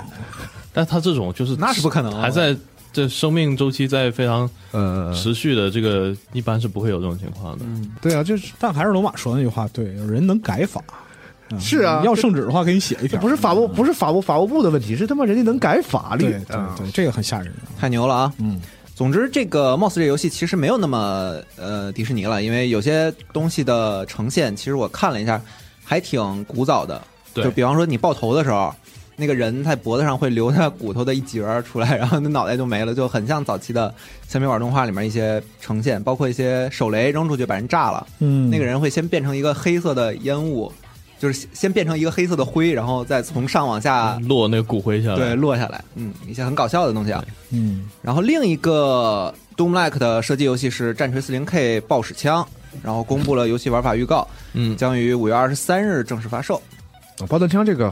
Speaker 1: 但他这种就是
Speaker 4: 那是不可能啊
Speaker 1: 还在这生命周期在非常
Speaker 5: 呃，
Speaker 1: 持续的这个，一般是不会有这种情况的。
Speaker 5: 对啊，就是
Speaker 2: 但还是罗马说的那句话，对，有人能改法。嗯
Speaker 5: 是啊
Speaker 2: 要
Speaker 5: 这
Speaker 2: 圣旨的话，给你写一条。嗯
Speaker 5: 不是法务，不是法务法务部的问题，是他妈人家能改法律
Speaker 2: 对对
Speaker 5: 啊
Speaker 2: 对，这个很吓人啊。
Speaker 4: 太牛了啊！
Speaker 2: 嗯，
Speaker 4: 总之，这个貌似这游戏其实没有那么呃迪士尼了，因为有些东西的呈现，其实我看了一下，还挺古早的。
Speaker 1: 对
Speaker 4: 就比方说你爆头的时候，那个人在脖子上会留下骨头的一截儿出来，然后那脑袋就没了，就很像早期的《橡皮管动画》里面一些呈现，包括一些手雷扔出去把人炸了，
Speaker 2: 嗯，
Speaker 4: 那个人会先变成一个黑色的烟雾，就是先先变成一个黑色的灰，然后再从上往下
Speaker 1: 啊落那个骨灰下来，
Speaker 4: 对落下来。嗯，一些很搞笑的东西啊。
Speaker 2: 嗯，
Speaker 4: 然后另一个 Doomlike 的射击游戏是《战锤 40K 爆屎枪》，然后公布了游戏玩法预告，
Speaker 1: 嗯，
Speaker 4: 将于五月二十三日正式发售。
Speaker 5: 爆弹哦枪这个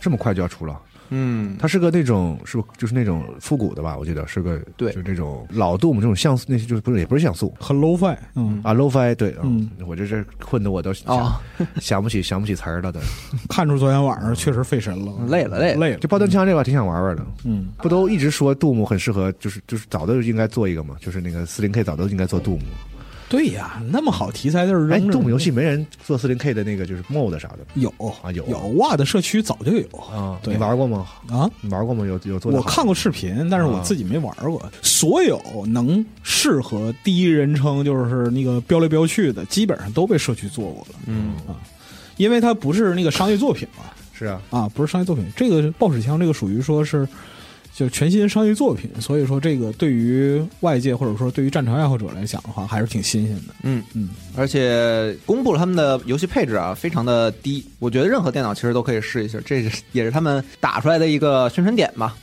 Speaker 5: 这么快就要出了，
Speaker 4: 嗯，
Speaker 5: 它是个那种是不就是那种复古的吧？我记得是个
Speaker 4: 对
Speaker 5: 就是那种老杜姆这种像素，那些就是不是也不是像素
Speaker 2: 很 low fi。嗯，
Speaker 5: 啊，lofi 对，
Speaker 2: 嗯
Speaker 5: 我这这混的我都想、
Speaker 4: 哦
Speaker 5: 想不起想不起词儿了都。
Speaker 2: 看出昨天晚上确实费神了，
Speaker 4: 累了累了
Speaker 2: 累了
Speaker 5: 这。爆弹枪这把挺想玩玩的，
Speaker 2: 嗯，
Speaker 5: 不都一直说杜姆很适合，就是就是早都应该做一个嘛，就是那个四零 K 早都应该做杜姆。
Speaker 2: 对呀，那么好题材就是
Speaker 5: 哎，
Speaker 2: 扔着
Speaker 5: 杜姆游戏没人做四零 K 的那个就是 mod 啥的
Speaker 2: 有
Speaker 5: 啊有
Speaker 2: 有哇的社区早就有
Speaker 5: 啊，
Speaker 2: 对
Speaker 5: 你玩过吗？
Speaker 2: 啊。
Speaker 5: 你玩过吗？有有做的
Speaker 2: 我
Speaker 5: 好
Speaker 2: 看过视频，但是我
Speaker 5: 啊
Speaker 2: 自己没玩过。所有能适合第一人称就是那个飙来飙去的，基本上都被社区做过了。嗯啊，因为它不是那个商业作品嘛，
Speaker 5: 是啊，
Speaker 2: 啊，不是商业作品。这个爆屎枪，这个属于说是就全新商业作品，所以说这个对于外界或者说对于战场爱好者来讲的话，还是挺新鲜的。
Speaker 4: 而且公布了他们的游戏配置啊，非常的低，我觉得任何电脑其实都可以试一试，这是也是他们打出来的一个宣传点吧。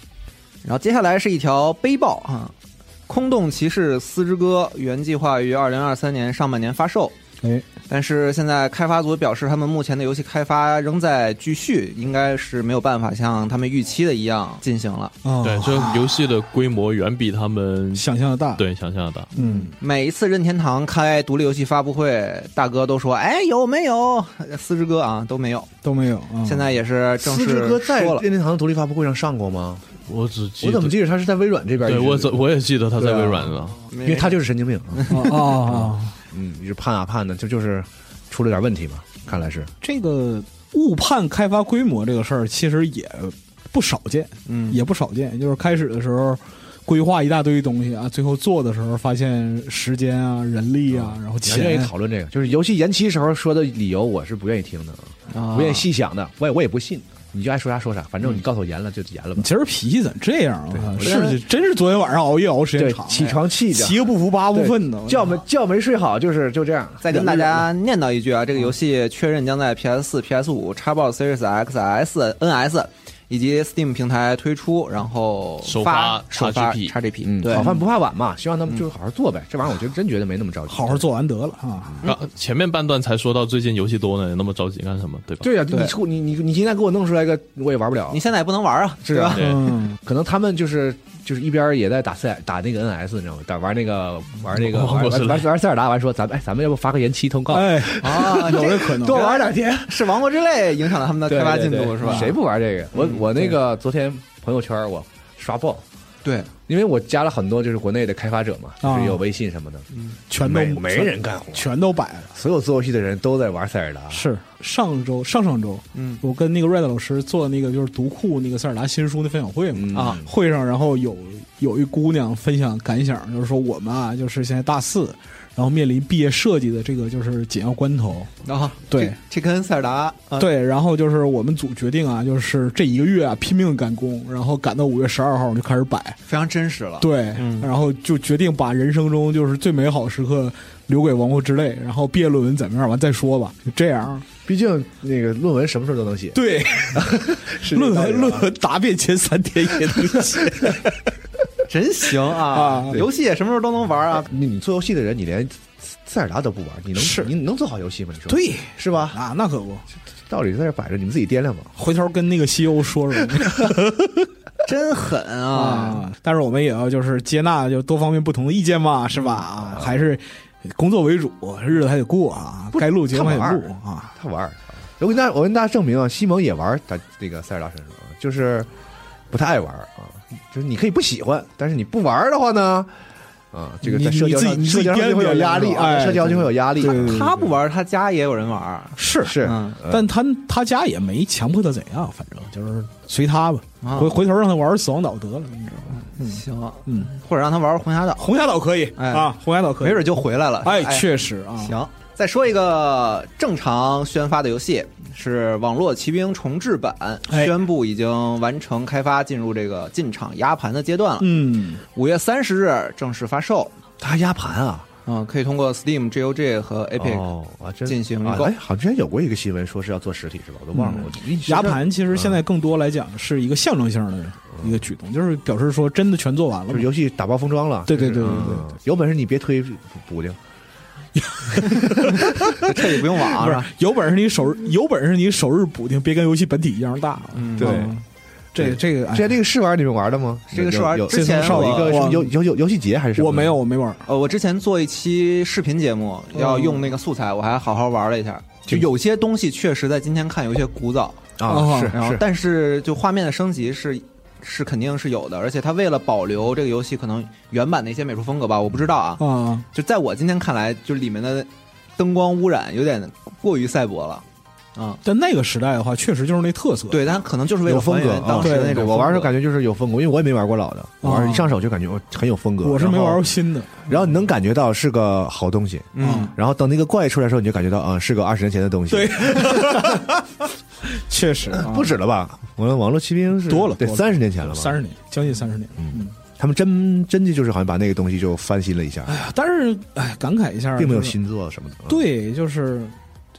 Speaker 4: 然后接下来是一条背报啊，《空洞骑士：丝之歌》原计划于二零二三年上半年发售，
Speaker 2: 哎，
Speaker 4: 但是现在开发组表示，他们目前的游戏开发仍在继续，应该是没有办法像他们预期的一样进行了。
Speaker 2: 啊，
Speaker 1: 对，这游戏的规模远比他们
Speaker 2: 想象的大，，
Speaker 1: 对想象的大。
Speaker 2: 嗯，
Speaker 4: 每一次任天堂开独立游戏发布会，大哥都说：“哎，有没有？”四之哥啊，都没有。
Speaker 2: 都没有。啊、
Speaker 4: 现在也是正
Speaker 5: 四
Speaker 4: 式
Speaker 5: 之歌在
Speaker 4: 说了
Speaker 5: 任，天嗯堂的独立发布会上上过吗？
Speaker 1: 我只记
Speaker 5: 我怎么
Speaker 1: 记？
Speaker 5: 记得他是在微软这边一直？
Speaker 1: 对我怎我也记得他在
Speaker 5: 对啊
Speaker 1: 微软呢。
Speaker 5: 因为他就是神经病，
Speaker 2: 啊啊啊！
Speaker 5: 嗯，一直盼啊盼的，就就是出了点问题嘛，看来是。
Speaker 2: 这个误判开发规模这个事儿，其实也不少见，
Speaker 4: 嗯
Speaker 2: 也不少见。就是开始的时候规划一大堆东西啊，最后做的时候发现时间啊、人力啊，然后
Speaker 5: 你还愿
Speaker 2: 钱
Speaker 5: 意
Speaker 2: 啊，
Speaker 5: 讨论这个，就是游戏延期时候说的理由，我是不愿意听的，
Speaker 4: 啊嗯
Speaker 5: 不愿意细想的，我也我也不信，你就爱说啥说啥，反正你告诉我延了就延了吧
Speaker 2: 你。今儿脾气怎么这样啊？我操
Speaker 5: 对
Speaker 2: 是真是昨天晚上熬夜熬时间
Speaker 5: 对
Speaker 2: 长，，
Speaker 5: 起床气的，
Speaker 2: 七个不服八不
Speaker 5: 对
Speaker 2: 忿的，我操
Speaker 5: 觉没觉没睡好，就是就这样。
Speaker 4: 嗯再跟大家念叨一句啊，这个游戏确认将在 PS 4 PS 5 Xbox Series X、S、NS、以及 Steam 平台推出，然后
Speaker 1: 首
Speaker 4: 发
Speaker 1: 发
Speaker 4: 首发
Speaker 1: XGP
Speaker 4: XGP，、
Speaker 5: 嗯，
Speaker 4: 对嗯
Speaker 5: 好，饭不怕晚嘛，希望他们就是好好做呗。这玩意儿我觉得真觉得没那么着急，
Speaker 2: 好好做完得了啊！
Speaker 1: 然后前面半段才说到最近游戏多呢，那么着急干什么？对吧？
Speaker 5: 对呀、
Speaker 4: 对
Speaker 5: 你出你你你现在给我弄出来一个，我也玩不了。
Speaker 4: 你现在也不能玩啊，
Speaker 5: 是
Speaker 4: 对
Speaker 5: 啊
Speaker 4: 吧？
Speaker 1: 对
Speaker 2: 嗯，
Speaker 5: 可能他们就是就是一边也在打赛打那个 NS，你知道吗？打玩那个玩那个
Speaker 1: 王
Speaker 5: 玩
Speaker 1: 国之
Speaker 5: 玩
Speaker 1: 泪
Speaker 5: 玩玩塞尔达，完说咱们哎咱们要不发个延期通告， (laughs)
Speaker 2: 哎，
Speaker 4: 啊，
Speaker 2: 有
Speaker 4: 这
Speaker 2: 这可能。
Speaker 5: 多玩两天，
Speaker 4: 是《王国之泪》影响了他们的
Speaker 5: 对
Speaker 4: 开发进
Speaker 5: 对
Speaker 4: 度
Speaker 5: 对
Speaker 4: 是吧？嗯
Speaker 5: 谁不玩这个？我我那
Speaker 4: 对
Speaker 5: 个昨天朋友圈我刷爆，
Speaker 4: 对，
Speaker 5: 因为我加了很多就是国内的开发者嘛，就
Speaker 2: 啊嗯
Speaker 5: 是有微信什么的，
Speaker 2: 全都
Speaker 5: 没没人干活，
Speaker 2: 全都摆了。
Speaker 5: 所有做游戏的人都在玩塞尔达。
Speaker 2: 是上周上上周，
Speaker 4: 嗯
Speaker 2: 我跟那个 Red 老师做那个就是读库那个塞尔达新书那分享会嘛，
Speaker 5: 嗯
Speaker 4: 啊
Speaker 2: 会上然后有有一姑娘分享感想，就是说我们啊，就是现在大四，然后面临毕业设计的这个就是紧要关头，
Speaker 4: 然后
Speaker 2: 对
Speaker 4: 这这跟塞尔达啊，
Speaker 2: 对，然后就是我们组决定啊，就是这一个月啊拼命赶工，然后赶到五月十二号我们就开始摆，
Speaker 4: 非常真实了。
Speaker 2: 对，
Speaker 4: 嗯
Speaker 2: 然后就决定把人生中就是最美好时刻留给王国之泪，然后毕业论文怎么样完再说吧，就这样。
Speaker 5: 毕竟那个论文什么时候都能写，
Speaker 2: 对，
Speaker 5: 是这
Speaker 2: 论
Speaker 5: 道理
Speaker 2: 文
Speaker 5: 吧
Speaker 2: 论文答辩前三天也能写。
Speaker 4: 真行啊
Speaker 2: 啊！
Speaker 4: 游戏也什么时候都能玩啊！
Speaker 5: 你你做游戏的人，你连塞尔达都不玩，你能
Speaker 2: 是
Speaker 5: 你能做好游戏吗？你说
Speaker 2: 对
Speaker 5: 是吧？
Speaker 2: 啊，那可不，
Speaker 5: 道理在这摆着，你们自己掂量吧。
Speaker 2: 回头跟那个西欧说说
Speaker 4: 真狠啊！
Speaker 2: 啊。但是我们也要就是接纳就多方面不同的意见嘛，是吧？啊，还是工作为主，日子还得过啊，该录节目还
Speaker 5: 他
Speaker 2: 得
Speaker 5: 玩
Speaker 2: 录啊。
Speaker 5: 他玩儿，我跟大家我跟大家证明啊，西蒙也玩儿打那个塞尔达神手啊，就是不太爱玩儿啊，就是你可以不喜欢，但是你不玩儿的话呢，啊，这个
Speaker 2: 你
Speaker 5: 在社交上
Speaker 2: 你自己你自
Speaker 5: 社
Speaker 2: 己
Speaker 5: 交上就会有压力
Speaker 2: 掂量
Speaker 5: 啊，
Speaker 2: 掂量
Speaker 5: 社交就会有压力，
Speaker 2: 对对对
Speaker 4: 他不玩，他家也有人玩。
Speaker 2: 是
Speaker 5: 是
Speaker 4: 嗯，
Speaker 2: 但他他家也没强迫他怎样，反正就是随他吧。
Speaker 4: 啊
Speaker 2: 回回头让他玩死亡岛得了，你知道吗？
Speaker 4: 行，
Speaker 2: 嗯，
Speaker 4: 或者让他玩红霞岛，
Speaker 2: 红霞岛可以
Speaker 4: 哎
Speaker 2: 啊，红霞岛可以，
Speaker 4: 没准就回来了。
Speaker 2: 哎，确实啊，
Speaker 4: 行，再说一个正常宣发的游戏，是《网络骑兵重置版》，
Speaker 2: 哎
Speaker 4: 宣布已经完成开发，进入这个进场压盘的阶段了。
Speaker 2: 嗯，
Speaker 4: 五月三十日正式发售，
Speaker 5: 他压盘啊，
Speaker 4: 嗯，可以通过 Steam、GOG 和 Epic、
Speaker 5: 哦啊，真
Speaker 4: 进行
Speaker 5: 啊
Speaker 4: 预，购
Speaker 5: 哎，好像之前有过一个新闻说是要做实体是吧？我都忘了，
Speaker 2: 嗯
Speaker 5: 我一时
Speaker 2: 牙盘其实现
Speaker 5: 嗯
Speaker 2: 在更多来讲是一个象征性的一个举动，就是表示说真的全做完了
Speaker 5: 就是
Speaker 2: 嘛。
Speaker 5: 游戏打包封装了，
Speaker 2: 对对对
Speaker 5: 就是
Speaker 2: 对对
Speaker 5: 嗯有本事你别推补补去，
Speaker 4: (laughs) 这也不用网啊
Speaker 2: 不
Speaker 4: 是
Speaker 2: 是
Speaker 4: 吧？
Speaker 2: 有本事你首日有本事你首日补丁，别跟游戏本体一样大。
Speaker 4: 嗯
Speaker 5: 对
Speaker 2: 嗯这这个哎
Speaker 5: 之前那个试玩你们玩的吗？
Speaker 4: 这个试玩
Speaker 5: 有
Speaker 4: 之前
Speaker 2: 先从
Speaker 5: 有
Speaker 4: 我
Speaker 5: 有一个什么
Speaker 2: 我
Speaker 5: 游游游游戏节还是什么？
Speaker 2: 我没有，我没玩儿，
Speaker 4: 呃，我之前做一期视频节目，要用那个素材，我还好好玩了一下。就有些东西确实在今天看有些古早，
Speaker 5: 啊，是
Speaker 4: 然后
Speaker 5: 是，
Speaker 4: 但是就画面的升级是是肯定是有的，而且它为了保留这个游戏可能原版的一些美术风格吧，我不知道啊。
Speaker 2: 啊，
Speaker 4: 就在我今天看来，就里面的灯光污染有点过于赛博了，啊、
Speaker 2: 但那个时代的话，确实就是那特色。，
Speaker 4: 对，它可能就是为
Speaker 5: 有
Speaker 4: 了
Speaker 5: 风
Speaker 4: 还
Speaker 5: 格
Speaker 4: 原
Speaker 5: 啊，
Speaker 4: 当时
Speaker 5: 对
Speaker 4: 的
Speaker 5: 对
Speaker 4: 那
Speaker 5: 对，
Speaker 4: 种。
Speaker 5: 我玩的时候感觉就是有风格，因为我也没玩过老的，我玩一上手就感觉哦很有风格。
Speaker 2: 我是没
Speaker 5: 然后
Speaker 2: 玩过，新的。啊
Speaker 5: 然后你能感觉到是个好东西，
Speaker 4: 嗯，
Speaker 5: 然后等那个怪出来的时候，你就感觉到啊是个二十年前的东西。
Speaker 2: 对，确实啊
Speaker 5: 不止了吧？网络网络骑兵是
Speaker 2: 多了
Speaker 5: 对，
Speaker 2: 多了
Speaker 5: 三十年前了吧？
Speaker 2: 三十，年，将近三十年。
Speaker 5: 他们真真的就是好像把那个东西就翻新了一下，
Speaker 2: 但是哎，感慨一下，
Speaker 5: 并没有
Speaker 2: 就是
Speaker 5: 新作什么的。啊，
Speaker 2: 哎对，就是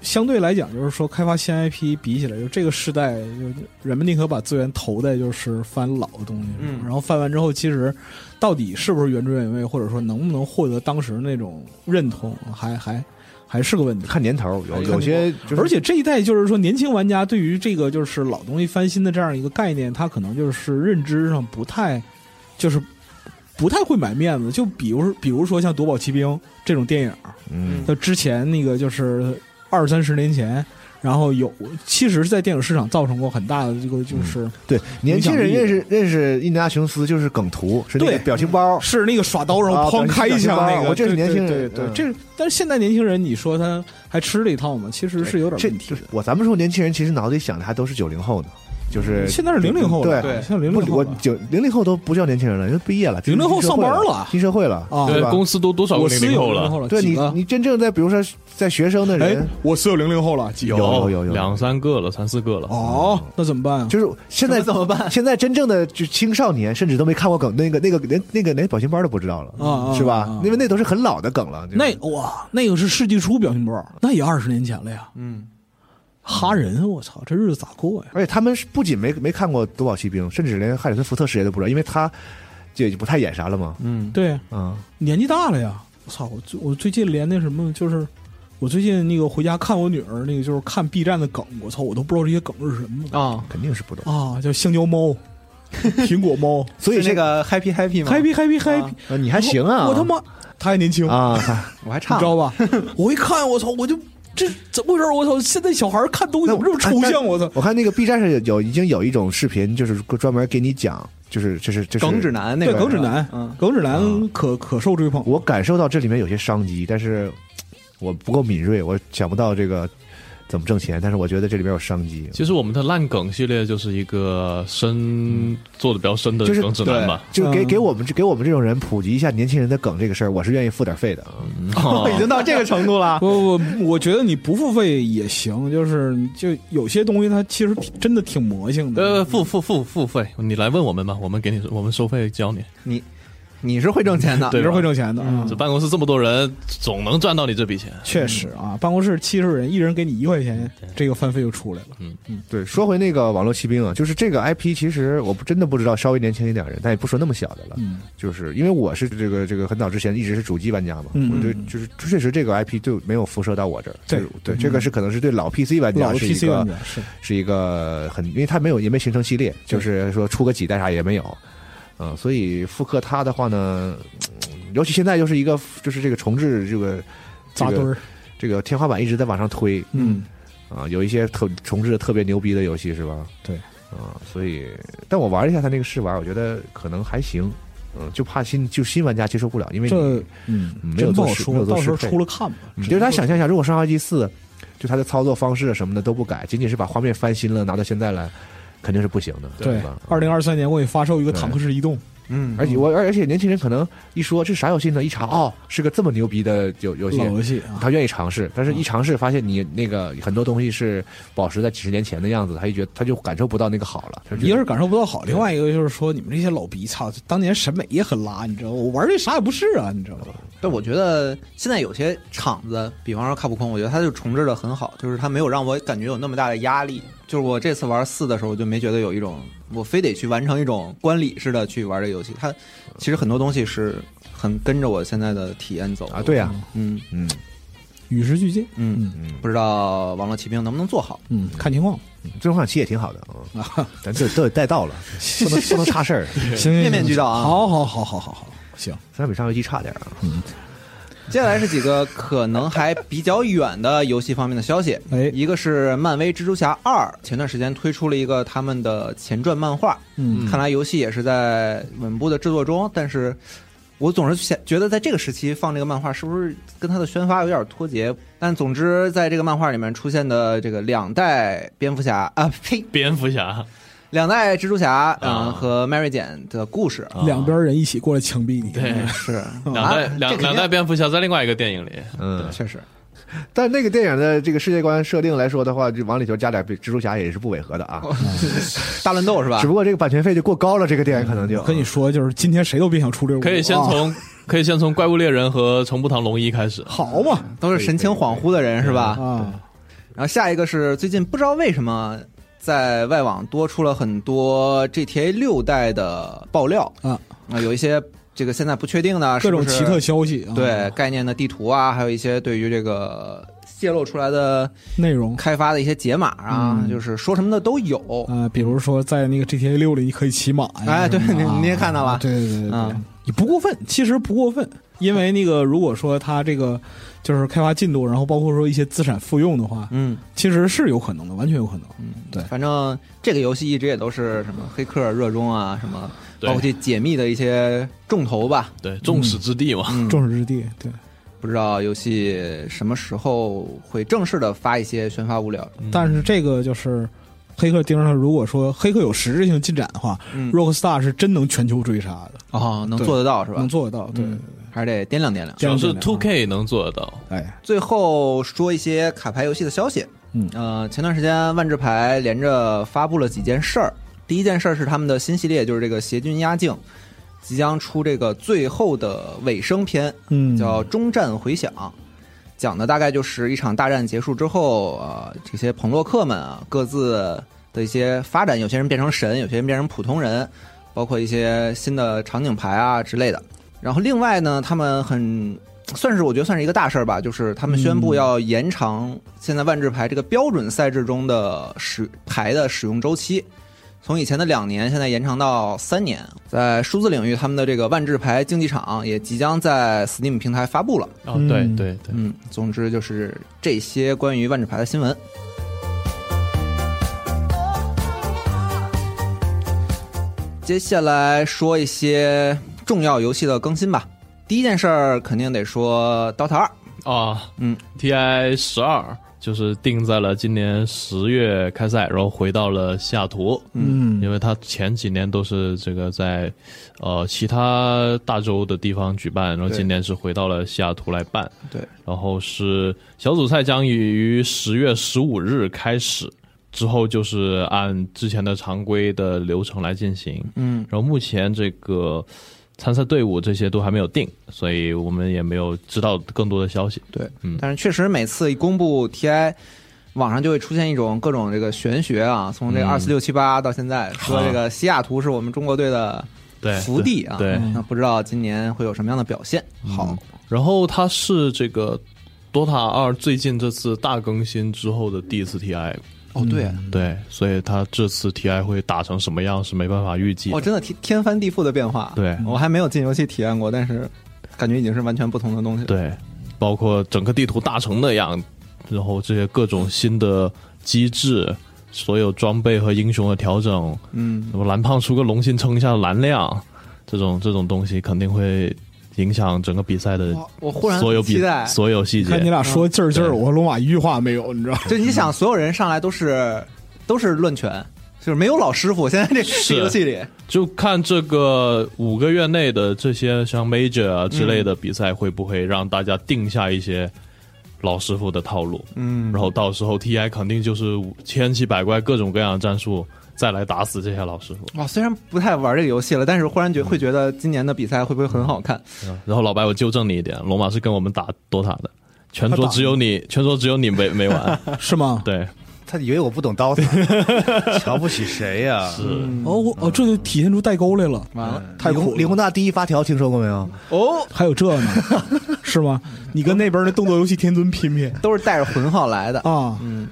Speaker 2: 相对来讲，就是说开发新 IP 比起来，就这个时代，就人们宁可把资源投在就是翻老的东西上，
Speaker 4: 嗯
Speaker 2: 然后翻完之后，其实到底是不是原汁原味，或者说能不能获得当时那种认同，还还还是个问题。
Speaker 5: 看年头，有
Speaker 4: 看
Speaker 5: 有些就是
Speaker 2: 而且这一代就是说，年轻玩家对于这个就是老东西翻新的这样一个概念，他可能就是认知上不太，就是不太会买面子。就比如比如说像《夺宝奇兵》这种电影，
Speaker 5: 嗯
Speaker 2: 就之前那个就是二三十年前，然后有其实是在电影市场造成过很大的这个就是、
Speaker 5: 对年轻人
Speaker 2: 影响
Speaker 5: 认
Speaker 2: 力
Speaker 5: 识认识印第安琼斯就是梗图，是那个
Speaker 2: 对
Speaker 5: 表情包，
Speaker 2: 是那个耍刀然后
Speaker 5: 啊
Speaker 2: 哐开一枪那个，
Speaker 5: 我这
Speaker 2: 对
Speaker 5: 是年轻人
Speaker 2: 对对
Speaker 5: 嗯
Speaker 2: 对，这但是现在年轻人你说他还吃这一套吗？其实是有点
Speaker 5: 这
Speaker 2: 问题的。
Speaker 5: 我咱们说年轻人，其实脑子里想的还都是九零后呢，就是
Speaker 2: 现在是零零后了，啊
Speaker 5: 对，
Speaker 4: 对
Speaker 2: 现在零
Speaker 5: 不
Speaker 2: 零后
Speaker 5: 我
Speaker 2: 了。
Speaker 5: 九零零后都不叫年轻人了，人毕业了，
Speaker 2: 零零后上班了
Speaker 5: 新社会了，
Speaker 2: 啊
Speaker 5: 对
Speaker 1: 对
Speaker 5: 吧？
Speaker 1: 公司都多少
Speaker 2: 我
Speaker 1: 个
Speaker 2: 是
Speaker 1: 零零
Speaker 2: 有
Speaker 1: 后
Speaker 2: 零零
Speaker 1: 了？
Speaker 2: 后了，
Speaker 5: 对
Speaker 2: 几
Speaker 5: 你
Speaker 2: 个，
Speaker 5: 你真正在比如说在学生的
Speaker 2: 哎
Speaker 5: 人，，
Speaker 2: 我是有零零后了，几个
Speaker 5: 有有有有
Speaker 1: 哦两三个了，三四个了。
Speaker 2: 哦，那怎么办啊？
Speaker 5: 嗯 (laughs) 就是现在怎么办？ (laughs) 现在真正的就青少年，甚至都没看过梗，那个那个连那个连表情包都不知道
Speaker 2: 啊
Speaker 5: 了，
Speaker 2: 啊
Speaker 5: 是
Speaker 2: 啊
Speaker 5: 吧
Speaker 2: 啊？
Speaker 5: 因为那都是很老的梗了。就是
Speaker 2: 那哇，那个是世纪初表情包，那也二十年前了呀。
Speaker 4: 嗯，
Speaker 2: 哈人，我操，这日子咋过呀？
Speaker 5: 而且他们是不仅没没看过《夺宝奇兵》，甚至连汉里森福特是谁都不知道，因为他也就不太演啥了嘛。
Speaker 4: 嗯，
Speaker 2: 对，
Speaker 5: 啊，
Speaker 2: 年纪大了呀，我操！我最我最近连那什么，就是我最近那个回家看我女儿那个，就是看 B 站的梗，我操，我都不知道这些梗是什么
Speaker 4: 啊，
Speaker 5: 肯定是不懂。
Speaker 2: 啊，叫香蕉猫、苹果猫
Speaker 5: 所以
Speaker 4: 是那
Speaker 5: 这个
Speaker 4: 个 Happy Happy 吗
Speaker 2: ，happy happy happy，
Speaker 4: 啊
Speaker 5: 呃你还行啊，
Speaker 2: 我他妈他还年轻，
Speaker 5: 啊，
Speaker 4: 我还
Speaker 2: 你
Speaker 4: 唱
Speaker 2: 知道吧？我一看，我操，我就这怎么回事儿？我操，现在小孩儿看东西
Speaker 5: 那
Speaker 2: 怎么这么抽象？我操！
Speaker 5: 我看那个 B 站上有有已经有一种视频，就是专门给你讲，就是就是就是
Speaker 4: 耿指。南那
Speaker 2: 对，
Speaker 4: 个
Speaker 2: 耿指
Speaker 4: 是吧
Speaker 2: 南
Speaker 4: 嗯，
Speaker 2: 耿指南
Speaker 5: 啊
Speaker 2: 可可受追捧。
Speaker 5: 我感受到这里面有些商机，但是我不够敏锐，我想不到这个怎么挣钱，但是我觉得这里面有商机。
Speaker 1: 其实我们的烂梗系列就是一个深做的比较深的
Speaker 5: 就是
Speaker 1: 梗指南吧。
Speaker 5: 就给
Speaker 2: 嗯
Speaker 5: 给我们给我们这种人普及一下年轻人的梗这个事儿，我是愿意付点费的啊。
Speaker 1: 哦
Speaker 4: (laughs) 已经到这个程度
Speaker 2: (laughs)
Speaker 4: 了，
Speaker 2: 我我我觉得你不付费也行，就是就有些东西它其实挺真的挺魔性的。
Speaker 1: 呃，付付付付费，你来问我们吧，我们给你我们收费教你。
Speaker 4: 你你是会挣钱的，
Speaker 1: 对
Speaker 2: 也是
Speaker 1: 吧
Speaker 2: 会挣钱的啊，
Speaker 4: 嗯
Speaker 1: 这办公室这么多人，总能赚到你这笔钱。
Speaker 2: 确实啊，办公室七十人，一人给你一块钱，这个翻费就出来了。
Speaker 5: 对，说回那个网络骑兵啊，就是这个 IP，其实我不真的不知道，稍微年轻一点的人，但也不说那么小的了，
Speaker 2: 嗯
Speaker 5: 就是因为我是这个这个很早之前一直是主机玩家嘛，
Speaker 2: 嗯
Speaker 5: 我对就是确实这个 IP 就没有辐射到我这儿，
Speaker 2: 对
Speaker 5: 就是对，这个是可能是对老 PC 玩家
Speaker 2: 老
Speaker 5: 嗯是一
Speaker 2: PC
Speaker 5: 个
Speaker 2: 玩家是
Speaker 5: 是一个很，因为它没有也没形成系列，就是说出个几代啥也没有，嗯，所以复刻它的话呢，嗯尤其现在又是一个就是这个重置这个
Speaker 2: 扎堆儿，
Speaker 5: 这个天花板一直在往上推，
Speaker 2: 嗯，
Speaker 5: 啊，有一些特重置的特别牛逼的游戏是吧？
Speaker 2: 对，
Speaker 5: 啊，所以，但我玩了一下他那个试玩，我觉得可能还行，嗯，就怕新就新玩家接受不了，因为
Speaker 2: 这
Speaker 5: 你
Speaker 2: 嗯
Speaker 5: 没有
Speaker 2: 真不
Speaker 5: 做
Speaker 2: 好
Speaker 5: 适没有
Speaker 2: 说，
Speaker 5: 做嗯
Speaker 2: 到时候
Speaker 5: 适配
Speaker 2: 出了看吧。
Speaker 5: 你就是大家想象一下，如果《生化危机四》就它的操作方式什么的都不改，仅仅是把画面翻新了，拿到现在来，肯定是不行的，
Speaker 2: 对
Speaker 5: 吧？，
Speaker 2: 二零二三年我也发售一个
Speaker 5: 对
Speaker 2: 坦克式移动，
Speaker 4: 嗯，
Speaker 5: 而且我而而且年轻人可能一说这啥游戏呢，一查哦是个这么牛逼的游游戏
Speaker 2: 老，游戏啊，
Speaker 5: 他愿意尝试，但是一尝试发现你那个很多东西是保持在几十年前的样子，他就觉得他就感受不到那个好了。他就觉
Speaker 2: 一
Speaker 5: 得
Speaker 2: 个是感受不到好，另外一个就是说你们这些老逼，操，当年审美也很拉，你知道吗？我玩这啥也不是啊，你知
Speaker 5: 哦
Speaker 2: 道吗？
Speaker 4: 但我觉得现在有些厂子，比方说卡普空，我觉得它就重置的很好，就是它没有让我感觉有那么大的压力。就是我这次玩四的时候，我就没觉得有一种我非得去完成一种观礼似的去玩这游戏。它其实很多东西是很跟着我现在的体验走
Speaker 5: 啊，对呀、
Speaker 4: 嗯
Speaker 5: 嗯，
Speaker 2: 与时俱进，
Speaker 4: 嗯，
Speaker 5: 嗯，
Speaker 4: 不知道《网络骑兵》能不能做好？
Speaker 2: 嗯，看情况，
Speaker 5: 最终幻想七也挺好的
Speaker 2: (laughs)
Speaker 5: 啊，咱这都有带到了，不能不能差事儿，
Speaker 2: 行，
Speaker 4: 面面俱到啊
Speaker 2: 好好好好好好，行，
Speaker 5: 咱俩比上游戏差点儿啊。
Speaker 4: 接下来是几个可能还比较远的游戏方面的消息，
Speaker 2: 哎
Speaker 4: 一个是漫威蜘蛛侠二，前段时间推出了一个他们的前传漫画，
Speaker 2: 嗯
Speaker 4: 看来游戏也是在稳步的制作中，但是我总是想觉得在这个时期放这个漫画是不是跟它的宣发有点脱节？但总之，在这个漫画里面出现的这个两代蝙蝠侠 (laughs) 啊，呸，
Speaker 1: 蝙蝠侠，
Speaker 4: 两代蜘蛛侠，嗯、
Speaker 1: 啊
Speaker 4: 和 Mary 简的故事。
Speaker 1: 啊
Speaker 2: 两边人一起过来枪毙你，
Speaker 1: 对
Speaker 4: 是
Speaker 1: 两代
Speaker 4: 嗯 (laughs) 啊
Speaker 1: 两
Speaker 4: 这肯定
Speaker 1: 两代蝙蝠侠在另外一个电影里，
Speaker 5: 嗯，
Speaker 4: 确实，
Speaker 5: 但那个电影的这个世界观设定来说的话，就往里头加点蜘蛛侠也是不违和的啊，
Speaker 4: 大乱斗是吧
Speaker 5: 只？不过这个版权费就过高了，这个电影可能就
Speaker 2: 我跟你说，就是今天谁都别想出六五，
Speaker 1: 可以先
Speaker 2: 啊
Speaker 1: 从可以先从怪物猎人和程步堂龙一开始。
Speaker 2: 好嘛
Speaker 4: 都是神情恍惚的人是吧？
Speaker 2: 啊，
Speaker 4: 然后下一个是最近不知道为什么在外网多出了很多 GTA 六代的爆料
Speaker 2: 啊
Speaker 4: 啊，有一些这个现在不确定的
Speaker 2: 各种
Speaker 4: 啊是不是
Speaker 2: 奇特消息，啊
Speaker 4: 对概念的地图啊，还有一些对于这个泄露出来的
Speaker 2: 内容
Speaker 4: 开发的一些解码啊，
Speaker 2: 嗯
Speaker 4: 就是说什么的都有。
Speaker 2: 啊，比如说在那个 GTA 六里，你可以骑马呀，
Speaker 4: 哎对
Speaker 2: 什么的啊
Speaker 4: 你你也看到了
Speaker 2: 对对对对对
Speaker 4: 嗯，
Speaker 2: 你不过分，其实不过分，因为那个如果说它这个就是开发进度，然后包括说一些资产复用的话，
Speaker 4: 嗯，
Speaker 2: 其实是有可能的，完全有可能，对
Speaker 4: 反正这个游戏一直也都是什么黑客热衷啊，什么
Speaker 1: 对
Speaker 4: 包括去解密的一些重头吧。
Speaker 1: 对，众矢之的嘛。
Speaker 4: 嗯，
Speaker 2: 众矢之的，对，
Speaker 4: 不知道游戏什么时候会正式的发一些宣发物料。
Speaker 2: 但是这个就是黑客盯上他，如果说黑客有实质性进展的话、
Speaker 4: 嗯
Speaker 2: r o c k s t a r 是真能全球追杀的，
Speaker 4: 哦，能
Speaker 2: 对
Speaker 4: 做得到是吧？
Speaker 2: 能做得到。对，
Speaker 4: 嗯还是得掂量掂量。
Speaker 1: 主要是
Speaker 2: 这样
Speaker 1: Two K 能做得到，
Speaker 2: 哎，
Speaker 4: 最后说一些卡牌游戏的消息。
Speaker 2: 嗯
Speaker 4: 呃，前段时间万智牌连着发布了几件事儿。第一件事儿是他们的新系列，就是这个邪君压境，即将出这个最后的尾声篇，
Speaker 2: 嗯，
Speaker 4: 叫《终战回响》。讲的大概就是一场大战结束之后，呃，这些朋洛克们啊，各自的一些发展，有些人变成神，有些人变成普通人，包括一些新的场景牌啊之类的。然后另外呢，他们很算是我觉得算是一个大事儿吧，就是他们宣布要延长现在万智牌这个标准赛制中的使牌的使用周期。从以前的两年，现在延长到三年。在数字领域，他们的这个万智牌竞技场也即将在 Steam 平台发布了。
Speaker 1: 啊，
Speaker 2: 嗯
Speaker 1: 对对对，
Speaker 4: 嗯，总之就是这些关于万智牌的新闻。接下来说一些重要游戏的更新吧。第一件事儿肯定得说《DOTA 二》，
Speaker 1: 啊，
Speaker 4: 嗯
Speaker 1: ，TI 十二就是定在了今年十月开赛，然后回到了西雅图，
Speaker 2: 嗯
Speaker 1: 因为它前几年都是这个在呃其他大洲的地方举办，然后
Speaker 4: 对
Speaker 1: 今年是回到了西雅图来办，
Speaker 4: 对，
Speaker 1: 然后是小组赛将于十月十五日开始。之后就是按之前的常规的流程来进行，
Speaker 4: 嗯，
Speaker 1: 然后目前这个参赛队伍这些都还没有定，所以我们也没有知道更多的消息。
Speaker 4: 对，
Speaker 1: 嗯
Speaker 4: 但是确实每次一公布 TI，网上就会出现一种各种这个玄学啊，从这
Speaker 1: 嗯
Speaker 4: 二四六七八到现在，说这个西雅图是我们中国队的
Speaker 1: 对，
Speaker 4: 福地啊，
Speaker 1: 对，嗯
Speaker 4: 那不知道今年会有什么样的表现。好，
Speaker 1: 然后它是这个 DOTA 二最近这次大更新之后的第一次 TI，
Speaker 4: 哦对啊，
Speaker 1: 对，所以它这次 TI 会打成什么样是没办法预计的。
Speaker 4: 哦真的天天翻地覆的变化，
Speaker 1: 对
Speaker 4: 我还没有进游戏体验过，但是感觉已经是完全不同的东西了。
Speaker 1: 对，包括整个地图大成那样，然后这些各种新的机制。所有装备和英雄的调整，
Speaker 4: 嗯，
Speaker 1: 什么蓝胖出个龙心撑一下蓝量，这种这种东西肯定会影响整个比赛的
Speaker 4: 哇我忽然
Speaker 1: 所有
Speaker 4: 期
Speaker 1: 比
Speaker 4: 待，
Speaker 1: 所有细
Speaker 2: 看你
Speaker 1: 节。
Speaker 2: 俩说劲儿劲儿，
Speaker 4: 嗯
Speaker 2: 我罗马一句话没有，你知道吗？
Speaker 4: 就你想，所有人上来都是都是论拳，就是没有老师傅。现在这
Speaker 1: 是
Speaker 4: 这游戏里，
Speaker 1: 就看这个五个月内的这些像 Major
Speaker 5: 嗯
Speaker 1: 啊之类的比赛，会不会让大家定下一些老师傅的套路？
Speaker 4: 嗯
Speaker 1: 然后到时候 TI 肯定就是千奇百怪、各种各样的战术，再来打死这些老师傅。
Speaker 5: 嗯
Speaker 4: 哇，哦虽然不太玩这个游戏了，但是忽
Speaker 1: 嗯
Speaker 4: 然觉会觉得今年的比赛会不会很好看？
Speaker 1: 然后老白，我纠正你一点，罗马是跟我们打 DOTA 的，全桌只有你，全桌只有你没没
Speaker 5: (laughs)
Speaker 1: 玩。
Speaker 2: (laughs) 是吗？
Speaker 1: 对，
Speaker 5: 他以为我不懂 (laughs) 刀子，瞧不起谁呀、
Speaker 1: 是
Speaker 5: 嗯
Speaker 2: 哦，我哦，这就体现出代沟来
Speaker 1: 嗯
Speaker 2: 了，
Speaker 4: 完了，
Speaker 2: 太
Speaker 5: 李
Speaker 2: 苦
Speaker 5: 红李
Speaker 2: 了。
Speaker 5: 宏大第一发条听说过没有？
Speaker 4: 哦，
Speaker 2: 还有这
Speaker 4: (laughs)
Speaker 2: 呢，是吗？你跟那边那动作游戏天尊
Speaker 4: (laughs)
Speaker 2: 拼拼
Speaker 4: 都是带着魂号来的。
Speaker 2: 啊！
Speaker 4: 嗯，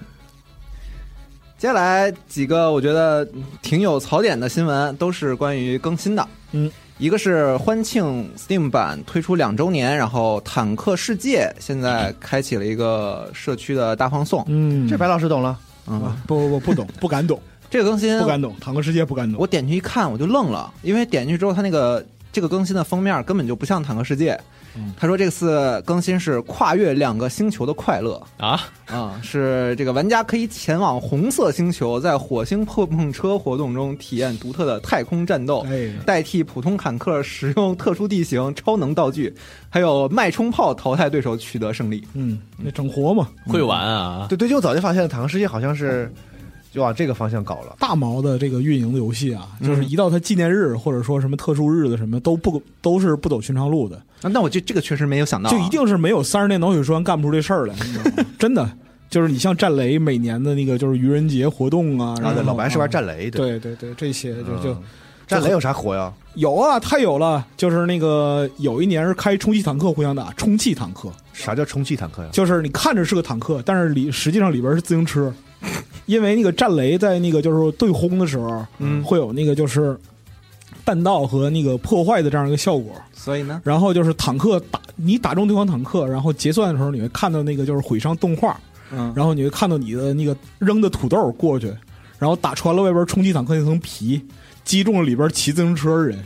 Speaker 4: 接下来几个我觉得挺有槽点的新闻，都是关于更新的。
Speaker 2: 嗯，
Speaker 4: 一个是欢庆 Steam 版推出两周年，然后《坦克世界》现在开启了一个社区的大放送。
Speaker 2: 嗯
Speaker 5: 这白老师懂了，
Speaker 4: 嗯，
Speaker 2: 啊，不不不，不懂，
Speaker 4: (laughs)
Speaker 2: 不敢懂，
Speaker 4: 这个更新
Speaker 2: 不敢懂，坦克世界不敢懂。
Speaker 4: 呃我点进去一看，我就愣了，因为点进去之后，它那个这个更新的封面根本就不像《坦克世界》
Speaker 2: 嗯。
Speaker 4: 他说这次更新是跨越两个星球的快乐
Speaker 1: 啊，
Speaker 4: 啊、是这个玩家可以前往红色星球，在火星碰碰车活动中体验独特的太空战斗。
Speaker 2: 哎，
Speaker 4: 代替普通坦克使用特殊地形、超能道具，还有脉冲炮淘汰对手，取得胜利。
Speaker 2: 嗯，那整活嘛，
Speaker 1: 会玩啊。
Speaker 5: 对对，就我早就发现了，坦克世界好像是就往这个方向搞了。
Speaker 2: 大毛的这个运营的游戏啊，
Speaker 4: 嗯
Speaker 2: 就是一到他纪念日或者说什么特殊日子什么，都不都是不走寻常路的，
Speaker 4: 啊那我就这个确实没有想到啊、
Speaker 2: 就一定是没有三十年脑血栓干不出这事儿
Speaker 5: (laughs)
Speaker 2: 来，你知道吗真的。就是你像战雷每年的那个就是愚人节活动啊，然
Speaker 5: 啊，
Speaker 2: 后
Speaker 5: 对，老白是玩
Speaker 2: 啊
Speaker 5: 战雷，
Speaker 2: 对对对，这些就就
Speaker 5: 嗯战雷有啥活呀？
Speaker 2: 有啊，太有了。就是那个有一年是开充气坦克互相打，充气坦克
Speaker 5: 啥叫充气坦克呀？
Speaker 2: 就是你看着是个坦克，但是里实际上里边是自行
Speaker 5: (laughs)
Speaker 2: 车，因为那个战雷在那个就是对轰的时候，
Speaker 4: 嗯
Speaker 2: 会有那个就是弹道和那个破坏的这样一个效果。
Speaker 4: 所以呢，
Speaker 2: 然后就是坦克打你打中对方坦克，然后结算的时候你会看到那个就是毁伤动画，
Speaker 4: 嗯，
Speaker 2: 然后你会看到你的那个扔的土豆过去，然后打穿了外边冲击坦克那层皮，击中了里边骑自行车的人，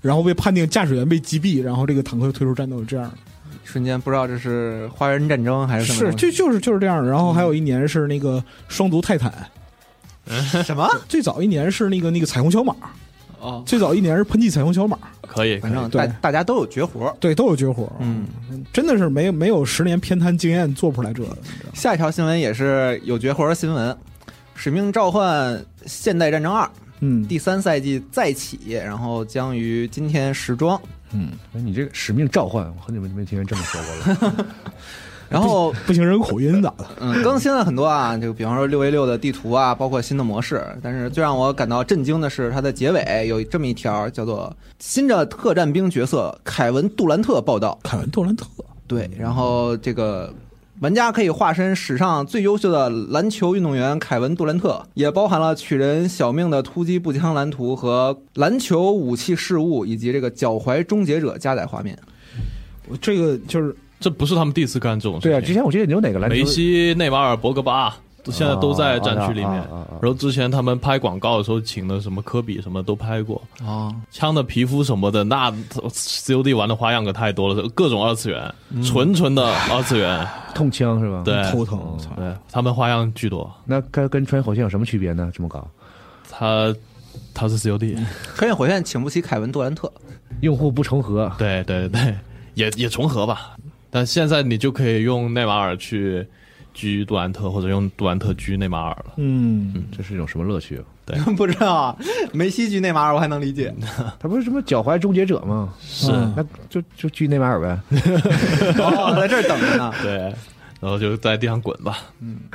Speaker 2: 然后被判定驾驶员被击毙，然后这个坦克就退出战斗，这样的
Speaker 4: 瞬间不知道这是花园战争还是什么
Speaker 2: 是
Speaker 4: 东西？
Speaker 2: 就就是就是这样的。然后还有一年是那个双足泰坦，
Speaker 4: 什么？
Speaker 2: 最早一年是那个那个彩虹小马，
Speaker 4: 哦，
Speaker 2: 最早一年是喷气彩虹小马，
Speaker 1: 可以，可
Speaker 4: 反
Speaker 1: 以
Speaker 4: 正
Speaker 2: 哎对
Speaker 4: 大大家都有绝活。
Speaker 2: 对，都有绝活，
Speaker 4: 嗯，
Speaker 2: 真的是没有没有十年偏瘫经验做不出来这个，你知道吗
Speaker 4: 下一条新闻也是有绝活的新闻，《使命召唤：现代战争二》
Speaker 2: 嗯，
Speaker 4: 第三赛季再起，然后将于今天时装。
Speaker 5: 嗯，哎，你这个使命召唤，我很久没没听人这么说过了。
Speaker 4: 然后
Speaker 2: 不行，人有口音咋的？
Speaker 4: 嗯，更新了很多啊， (laughs) 就比方说六 A 六的地图啊，包括新的模式。但是最让我感到震惊的是，它的结尾有这么一条，叫做“新的特战兵角色凯文·杜兰特报道
Speaker 2: 凯文·杜兰特，”。
Speaker 4: 对，然后这个玩家可以化身史上最优秀的篮球运动员凯文·杜兰特，也包含了取人小命的突击步枪蓝图和篮球武器事物，以及这个脚踝终结者加载画面。
Speaker 2: 我这个就是
Speaker 1: 这不是他们第一次干这种事情。
Speaker 5: (laughs) 对啊，之前我记得有哪个篮球
Speaker 1: 梅西、内马尔、博格巴都现在都在
Speaker 5: 啊
Speaker 1: 战区里面。
Speaker 5: 啊啊啊啊
Speaker 1: 然后之前他们拍广告的时候，请的什么科比什么都拍过，
Speaker 4: 哦，
Speaker 1: 枪的皮肤什么的，那 COD 玩的花样可太多了，各种二次元，纯纯的二次元。
Speaker 5: 痛枪是吧？
Speaker 1: 对
Speaker 2: 头疼，我操！
Speaker 1: 对他们花样巨多，
Speaker 5: 那该跟穿越火线有什么区别呢？这么搞，
Speaker 1: 他他是 COD，
Speaker 4: 穿越火线请不起凯文·杜兰特。 (laughs)
Speaker 5: 用户不重合，
Speaker 1: 对对对，也也重合吧。但现在你就可以用内马尔去狙杜兰特，或者用杜兰特狙内马尔了。
Speaker 2: 嗯，
Speaker 5: 这是一种什么乐趣？
Speaker 4: 不知道啊，梅西去内马尔我还能理解。 (laughs)
Speaker 5: 他不是什么脚踝终结者吗？
Speaker 1: 是，
Speaker 2: 嗯
Speaker 5: 那就就狙内马尔呗。
Speaker 4: 哦，在这儿等着呢。
Speaker 1: 对，然后就在地上滚吧。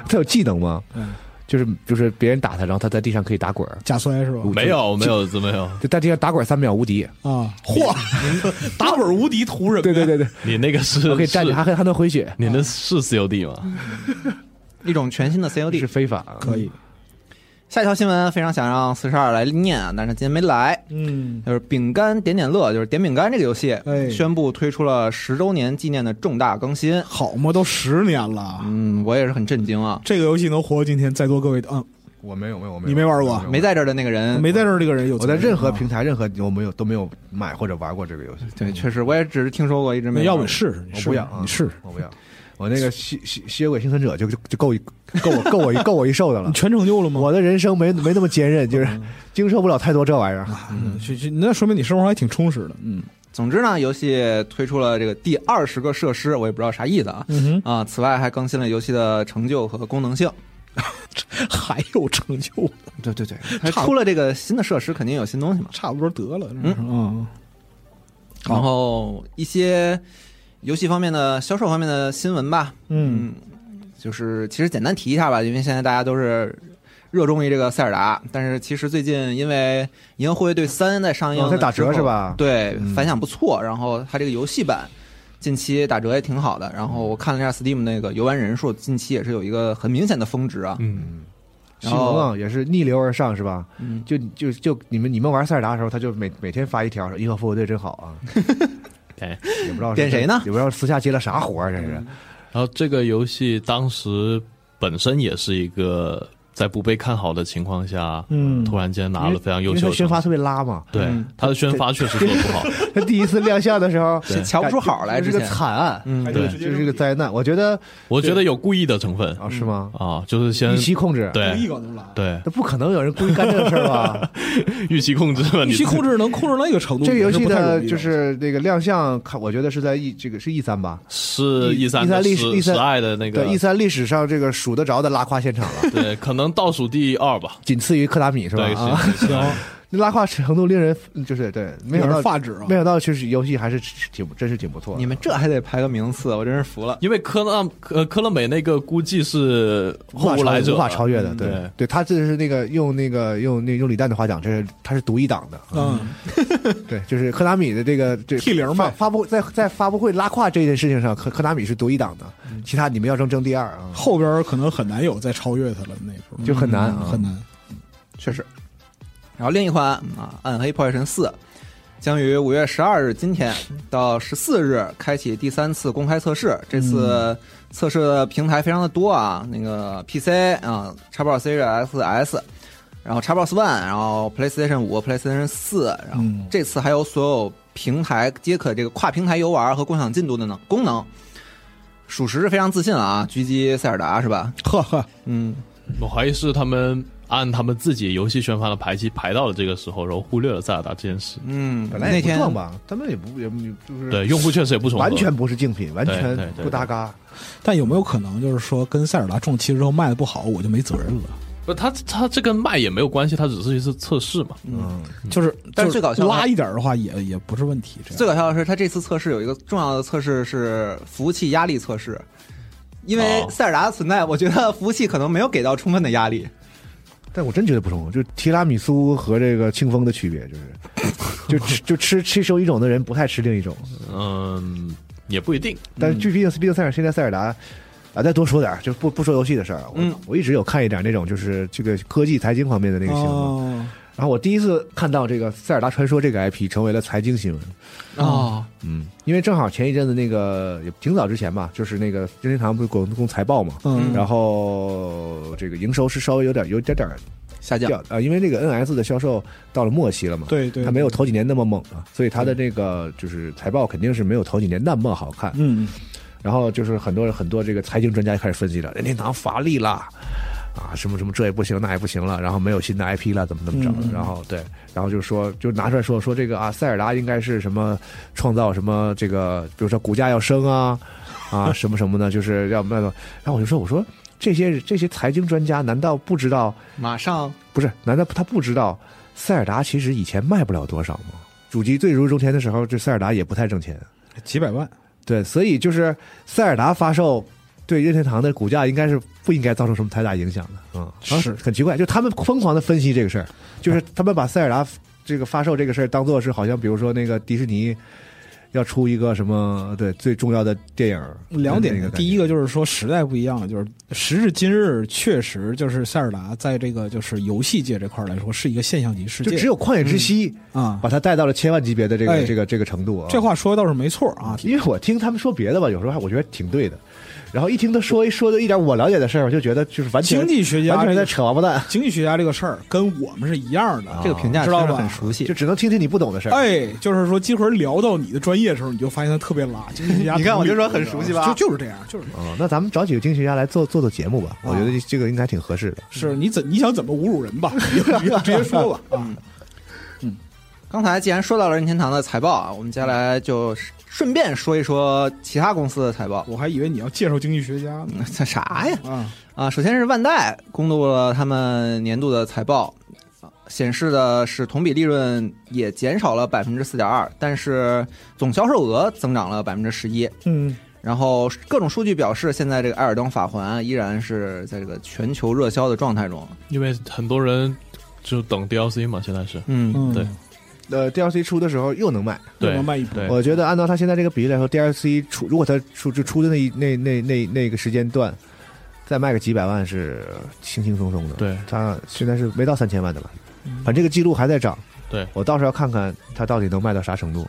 Speaker 5: 他有技能吗？
Speaker 2: 嗯，
Speaker 5: 就是就是别人打他，然后他在地上可以打滚儿，
Speaker 2: 假摔是吧？
Speaker 1: 没有没有，真没有。
Speaker 5: 就在地上打滚儿三秒无敌。
Speaker 2: 啊，嚯，打滚无敌图什么？
Speaker 5: 对对，对对，
Speaker 1: 你那个是
Speaker 5: (laughs) 我可以站着，还
Speaker 1: 是
Speaker 5: 可以还能回血，
Speaker 1: 你那是 COD
Speaker 5: 嗯
Speaker 1: 吗？
Speaker 4: 一种全新的
Speaker 5: 是
Speaker 4: COD。
Speaker 5: 非法。
Speaker 2: 可以，
Speaker 4: 下一条新闻非常想让四十二来念啊，但是今天没来。
Speaker 2: 嗯，
Speaker 4: 就是饼干点点乐，就是点饼干这个游戏，
Speaker 2: 哎
Speaker 4: 宣布推出了十周年纪念的重大更新。
Speaker 2: 好嘛，都十年了，
Speaker 4: 嗯，我也是很震惊啊，
Speaker 2: 这个游戏能活到今天，在座各位，嗯，
Speaker 5: 我没有没有我
Speaker 2: 有你没玩过
Speaker 4: 没在这儿的那个人，
Speaker 2: 没在这儿这个人有
Speaker 5: 我
Speaker 2: 责
Speaker 5: 在
Speaker 2: 任啊，
Speaker 5: 任何平台、任何我没有都没有买或者玩过这个游戏，
Speaker 4: 对，确实我也只是听说过，一直
Speaker 2: 那
Speaker 4: 没玩。
Speaker 2: 要不你试试，你
Speaker 5: 我
Speaker 2: 试
Speaker 5: 不
Speaker 2: 试
Speaker 5: 想啊，
Speaker 2: 你试试，
Speaker 5: 我不想。我那个吸吸吸血鬼幸存者就就就够一够我够我一够我一受的了嗯
Speaker 2: 你。嗯全成就了吗？
Speaker 5: (laughs) 我的人生没没那么坚韧，就是经受不了太多这玩意儿。
Speaker 2: 嗯去去，那说明你生活还挺充实的，
Speaker 4: 总之呢，游戏推出了这个第二十个设施，我也不知道啥意思啊。
Speaker 2: 嗯
Speaker 4: 啊，此外还更新了游戏的成就和功能性。
Speaker 2: 哼， (laughs) 还有成就，
Speaker 4: 对对
Speaker 5: (laughs)
Speaker 4: 对，还
Speaker 2: 差不多
Speaker 4: 出了这个新的设施，肯定有新东西嘛。
Speaker 2: 差不多得了，嗯，
Speaker 4: 然后一些游戏方面的销售方面的新闻吧，
Speaker 2: 嗯
Speaker 4: 嗯，就是其实简单提一下吧，因为现在大家都是热衷于这个塞尔达，但是其实最近因为《银河护卫队三》在上映
Speaker 5: 哦
Speaker 4: 了之后、
Speaker 5: 在打折是吧
Speaker 4: 对
Speaker 5: 嗯，
Speaker 4: 反响不错，然后它这个游戏版。近期打折也挺好的，然后我看了一下 Steam 那个游玩人数，近期也是有一个很明显的峰值啊。
Speaker 1: 嗯，
Speaker 5: 西
Speaker 4: 然后
Speaker 5: 蒙啊也是逆流而上是吧？
Speaker 4: 哦嗯
Speaker 5: 就就就你们你们玩塞尔达的时候，他就每每天发一条说银河护卫队真好啊，
Speaker 1: 对。
Speaker 5: 也不知道是
Speaker 4: 点谁呢嗯
Speaker 5: 也不知道私下接了啥活儿，这是。
Speaker 1: 然后这个游戏当时本身也是一个在不被看好的情况下，
Speaker 2: 嗯
Speaker 1: 突然间拿了非常优
Speaker 5: 因为
Speaker 1: 秀
Speaker 5: 他
Speaker 1: 的
Speaker 5: 宣发
Speaker 1: 成绩。
Speaker 5: 特别拉嘛，
Speaker 1: 对
Speaker 4: 嗯，
Speaker 1: 他的宣发确实做得不好。
Speaker 5: 他第一次亮相的
Speaker 1: (laughs)
Speaker 5: 时候，
Speaker 4: 是瞧不出好来，
Speaker 5: 这
Speaker 4: 之
Speaker 5: 是
Speaker 4: 前
Speaker 5: 个惨案， (laughs)
Speaker 4: 嗯
Speaker 1: 对
Speaker 5: 这是个灾难。我觉得
Speaker 1: (laughs) 我觉得有故意的成分
Speaker 5: 啊，是吗？
Speaker 1: 啊，就是先
Speaker 5: 预期控制，，
Speaker 2: 故意
Speaker 1: 嗯对
Speaker 2: 搞那么拉，
Speaker 1: 对
Speaker 5: 那不可能有人故意干这个事
Speaker 4: (laughs)
Speaker 5: 儿吧？
Speaker 1: 预期控制嘛，
Speaker 2: (laughs)
Speaker 1: 你
Speaker 2: 预期控制能控制到一个程度，
Speaker 5: 这个游戏
Speaker 2: 不太容
Speaker 5: 的
Speaker 2: 易
Speaker 5: 就是那个亮相，看我觉得是在 E 这个是 E 三吧？
Speaker 1: 是
Speaker 5: 一
Speaker 1: 一三
Speaker 5: 一三
Speaker 1: 的
Speaker 5: 历
Speaker 1: 十
Speaker 5: 史一
Speaker 1: 十
Speaker 5: 三
Speaker 1: 爱的那个
Speaker 5: 对，E 三历史上这个数得着的拉胯现场了，
Speaker 1: 对，可能倒数第二吧。
Speaker 5: 仅次于克达米是吧？
Speaker 1: 对，
Speaker 5: 啊，
Speaker 1: 是行，
Speaker 5: 那拉胯程度令人就是对，没想
Speaker 2: 有点
Speaker 5: 到
Speaker 2: 发指啊
Speaker 5: 没，想到就是游戏还是挺真是挺不错的。
Speaker 4: 你们这还得排个名次，我真是服了。
Speaker 1: 因为科纳呃科勒美那个估计是
Speaker 5: 无
Speaker 1: 后
Speaker 5: 法
Speaker 1: 无
Speaker 5: 超
Speaker 1: 来者
Speaker 5: 无法超越的，
Speaker 1: 嗯
Speaker 5: 对
Speaker 1: 对
Speaker 5: 对，他这是那个用那个用那用李诞的话讲，这是他是独一档的，
Speaker 2: 嗯，
Speaker 5: 对，就是科达米的这个这
Speaker 2: T 零嘛
Speaker 5: 发发布在在发布会拉胯这件事情上，科科达米是独一档的，其他你们要争争第二啊。
Speaker 2: 后边可能很难有再超越它了，那时候
Speaker 5: 就很难啊
Speaker 2: 嗯很难，
Speaker 4: 确实。然后另一款啊，《暗黑破坏神四》将于五月十二日今天到十四日开启第三次公开测试。这次
Speaker 5: 嗯
Speaker 4: 测试的平台非常的多啊，那个 PC 啊、Xbox Series S、然后 Xbox One，然后 PlayStation 五、PlayStation 四，然后
Speaker 2: 嗯
Speaker 4: 这次还有所有平台皆可这个跨平台游玩和共享进度的呢功能。属实是非常自信了啊，狙击塞尔达是吧？
Speaker 2: 呵呵，
Speaker 4: 嗯，
Speaker 1: 我怀疑是他们按他们自己游戏宣发的排期排到了这个时候，然后忽略了塞尔达这件事。
Speaker 4: 嗯，
Speaker 5: 本来
Speaker 4: 那
Speaker 5: 也不
Speaker 4: 天
Speaker 5: 撞吧，他们也不也也就是
Speaker 1: 对，用户确实也不重合，
Speaker 5: 完全不是竞品，完全
Speaker 1: 对对对
Speaker 5: 不搭嘎。
Speaker 2: 但有没有可能就是说跟塞尔达撞期之后卖的不好，我就没责任了？
Speaker 1: 不，他他这跟卖也没有关系，他只是一次测试嘛。
Speaker 5: 嗯，
Speaker 2: 就是，
Speaker 4: 但
Speaker 2: 就是
Speaker 4: 最搞笑的
Speaker 2: 拉一点的话也也不是问题。这
Speaker 4: 最
Speaker 2: 样
Speaker 4: 搞笑的是，它这次测试有一个重要的测试是服务器压力测试，因为
Speaker 1: 哦
Speaker 4: 塞尔达的存在，我觉得服务器可能没有给到充分的压力。
Speaker 5: 但我真觉得不同，就提拉米苏和这个庆丰的区别 (coughs) 就是，就吃就吃吃受一种的人不太吃另一种。
Speaker 1: 嗯，也不一定。
Speaker 5: 但是，毕竟
Speaker 2: 嗯
Speaker 5: 毕竟塞尔现在塞尔达啊，再多说点儿，就不不说游戏的事儿。我、
Speaker 4: 嗯
Speaker 5: 我一直有看一点那种就是这个科技财经方面的那个新闻，
Speaker 2: 哦
Speaker 5: 然后我第一次看到这个塞尔达传说这个 IP 成为了财经新闻。
Speaker 4: 哦，
Speaker 5: 嗯，因为正好前一阵子那个也挺早之前吧，就是那个任天堂不是公公财报嘛，
Speaker 2: 嗯，
Speaker 5: 然后这个营收是稍微有点有点点儿
Speaker 4: 下降
Speaker 5: 掉啊、因为这个 NS 的销售到了末期了嘛，
Speaker 2: 对对，
Speaker 5: 它没有头几年那么猛啊，所以它的这个就是财报肯定是没有头几年那么好看。
Speaker 2: 嗯，
Speaker 5: 然后就是很多很多这个财经专家开始分析了，任天堂乏力了。啊，什么什么这也不行，那也不行了，然后没有新的 IP 了，怎么怎么着的？
Speaker 2: 嗯
Speaker 5: 然后对，然后就说就拿出来说说这个啊，塞尔达应该是什么创造什么这个，比如说股价要升啊，啊什么什么的，就是要卖到。然后我就说我说这些这些财经专家难道不知道
Speaker 4: 马上
Speaker 5: 不是？难道他不知道塞尔达其实以前卖不了多少吗？主机最如中天的时候，这塞尔达也不太挣钱。
Speaker 2: 几百万，
Speaker 5: 对，所以就是塞尔达发售对任天堂的股价应该是不应该造成什么太大影响的啊、嗯
Speaker 2: 是嗯
Speaker 5: 很奇怪，就他们疯狂的分析这个事儿，就是他们把塞尔达这个发售这个事儿当做是好像比如说那个迪士尼要出一个什么对最重要的电影儿，
Speaker 2: 两
Speaker 5: 那个
Speaker 2: 点，
Speaker 5: 感觉
Speaker 2: 第一个就是说时代不一样了，就是时至今日，确实就是塞尔达在这个就是游戏界这块儿来说是一个现象级事
Speaker 5: 就
Speaker 2: 件，
Speaker 5: 只有旷野之息、
Speaker 2: 啊，
Speaker 5: 把它带到了千万级别的这个、
Speaker 2: 哎
Speaker 5: 这个这个程度啊，
Speaker 2: 这话说倒是没错啊，
Speaker 5: 因为我听他们说别的吧，有时候还我觉得挺对的。然后一听他说一说的一点我了解的事儿，我就觉得就是完全
Speaker 2: 经济学家
Speaker 5: 完
Speaker 2: 这
Speaker 5: 全是在
Speaker 2: 个
Speaker 5: 扯王八蛋，
Speaker 2: 经济学家这个事儿跟我们是一样的，
Speaker 4: 这个评价
Speaker 2: 哦知道
Speaker 4: 听着
Speaker 2: 吧
Speaker 4: 很熟悉
Speaker 5: 就。只能听听你不懂的事儿。
Speaker 2: 哎，就是说，金魂聊到你的专业的时候，你就发现他特别
Speaker 4: (laughs)
Speaker 2: 拉。经济学家
Speaker 4: 你看我就说
Speaker 2: 同理
Speaker 4: 很熟悉吧嗯
Speaker 2: 就就是这样，就是这样
Speaker 5: 哦，那咱们找几个经济学家来做做做节目吧，我觉得这个应该挺合适的。
Speaker 2: 是你怎你想怎么侮辱人吧， (laughs) 你就你就直接
Speaker 4: (laughs)
Speaker 2: 说吧啊。
Speaker 4: 嗯刚才既然说到了任天堂的财报啊，我们接下来就顺便说一说其他公司的财报。嗯
Speaker 2: 我还以为你要介绍经济学家呢
Speaker 4: 这啥呀？
Speaker 2: 啊，
Speaker 4: (laughs) 啊，首先是万代公布了他们年度的财报，啊显示的是同比利润也减少了百分之四点二，但是总销售额增长了百分之十一。
Speaker 2: 嗯，
Speaker 4: 然后各种数据表示，现在这个《艾尔登法环》依然是在这个全球热销的状态中。
Speaker 1: 因为很多人就等 DLC 嘛，现在是
Speaker 4: 嗯，
Speaker 1: 对
Speaker 5: 呃，DLC 出的时候又能卖，
Speaker 2: 又
Speaker 1: 对
Speaker 2: 能卖一波
Speaker 1: 对
Speaker 5: 我觉得按照他现在这个比例来说，DLC 出如果他出就出的那一那那那那个时间段，再卖个几百万是轻轻松松的。，
Speaker 1: 对，
Speaker 5: 他现在是没到三千万的吧？反正这个记录还在涨。
Speaker 1: 对
Speaker 5: 我到时候要看看他到底能卖到啥程度。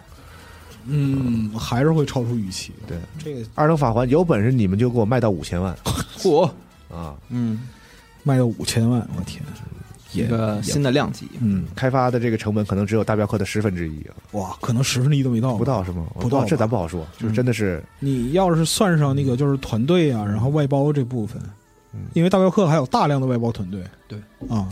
Speaker 2: 嗯，还是会超出预期。
Speaker 5: 对，
Speaker 2: 这个
Speaker 5: 二等法环有本事你们就给我卖到五千万
Speaker 4: 嚯，
Speaker 5: 啊！
Speaker 4: 嗯，
Speaker 2: 卖到五千万，我天，
Speaker 4: 一
Speaker 2: 也
Speaker 4: 个新的量级。
Speaker 2: 嗯，
Speaker 5: 开发的这个成本可能只有大镖客的十分之一啊，
Speaker 2: 哇，可能十分之一都没到吧，
Speaker 5: 不到嗯是吗？
Speaker 2: 不到吧
Speaker 5: 这咱不好说，就是真的是
Speaker 2: 你要是算上那个就是团队啊，然后外包这部分，
Speaker 5: 嗯
Speaker 2: 因为大镖客还有大量的外包团队，
Speaker 4: 对
Speaker 2: 啊，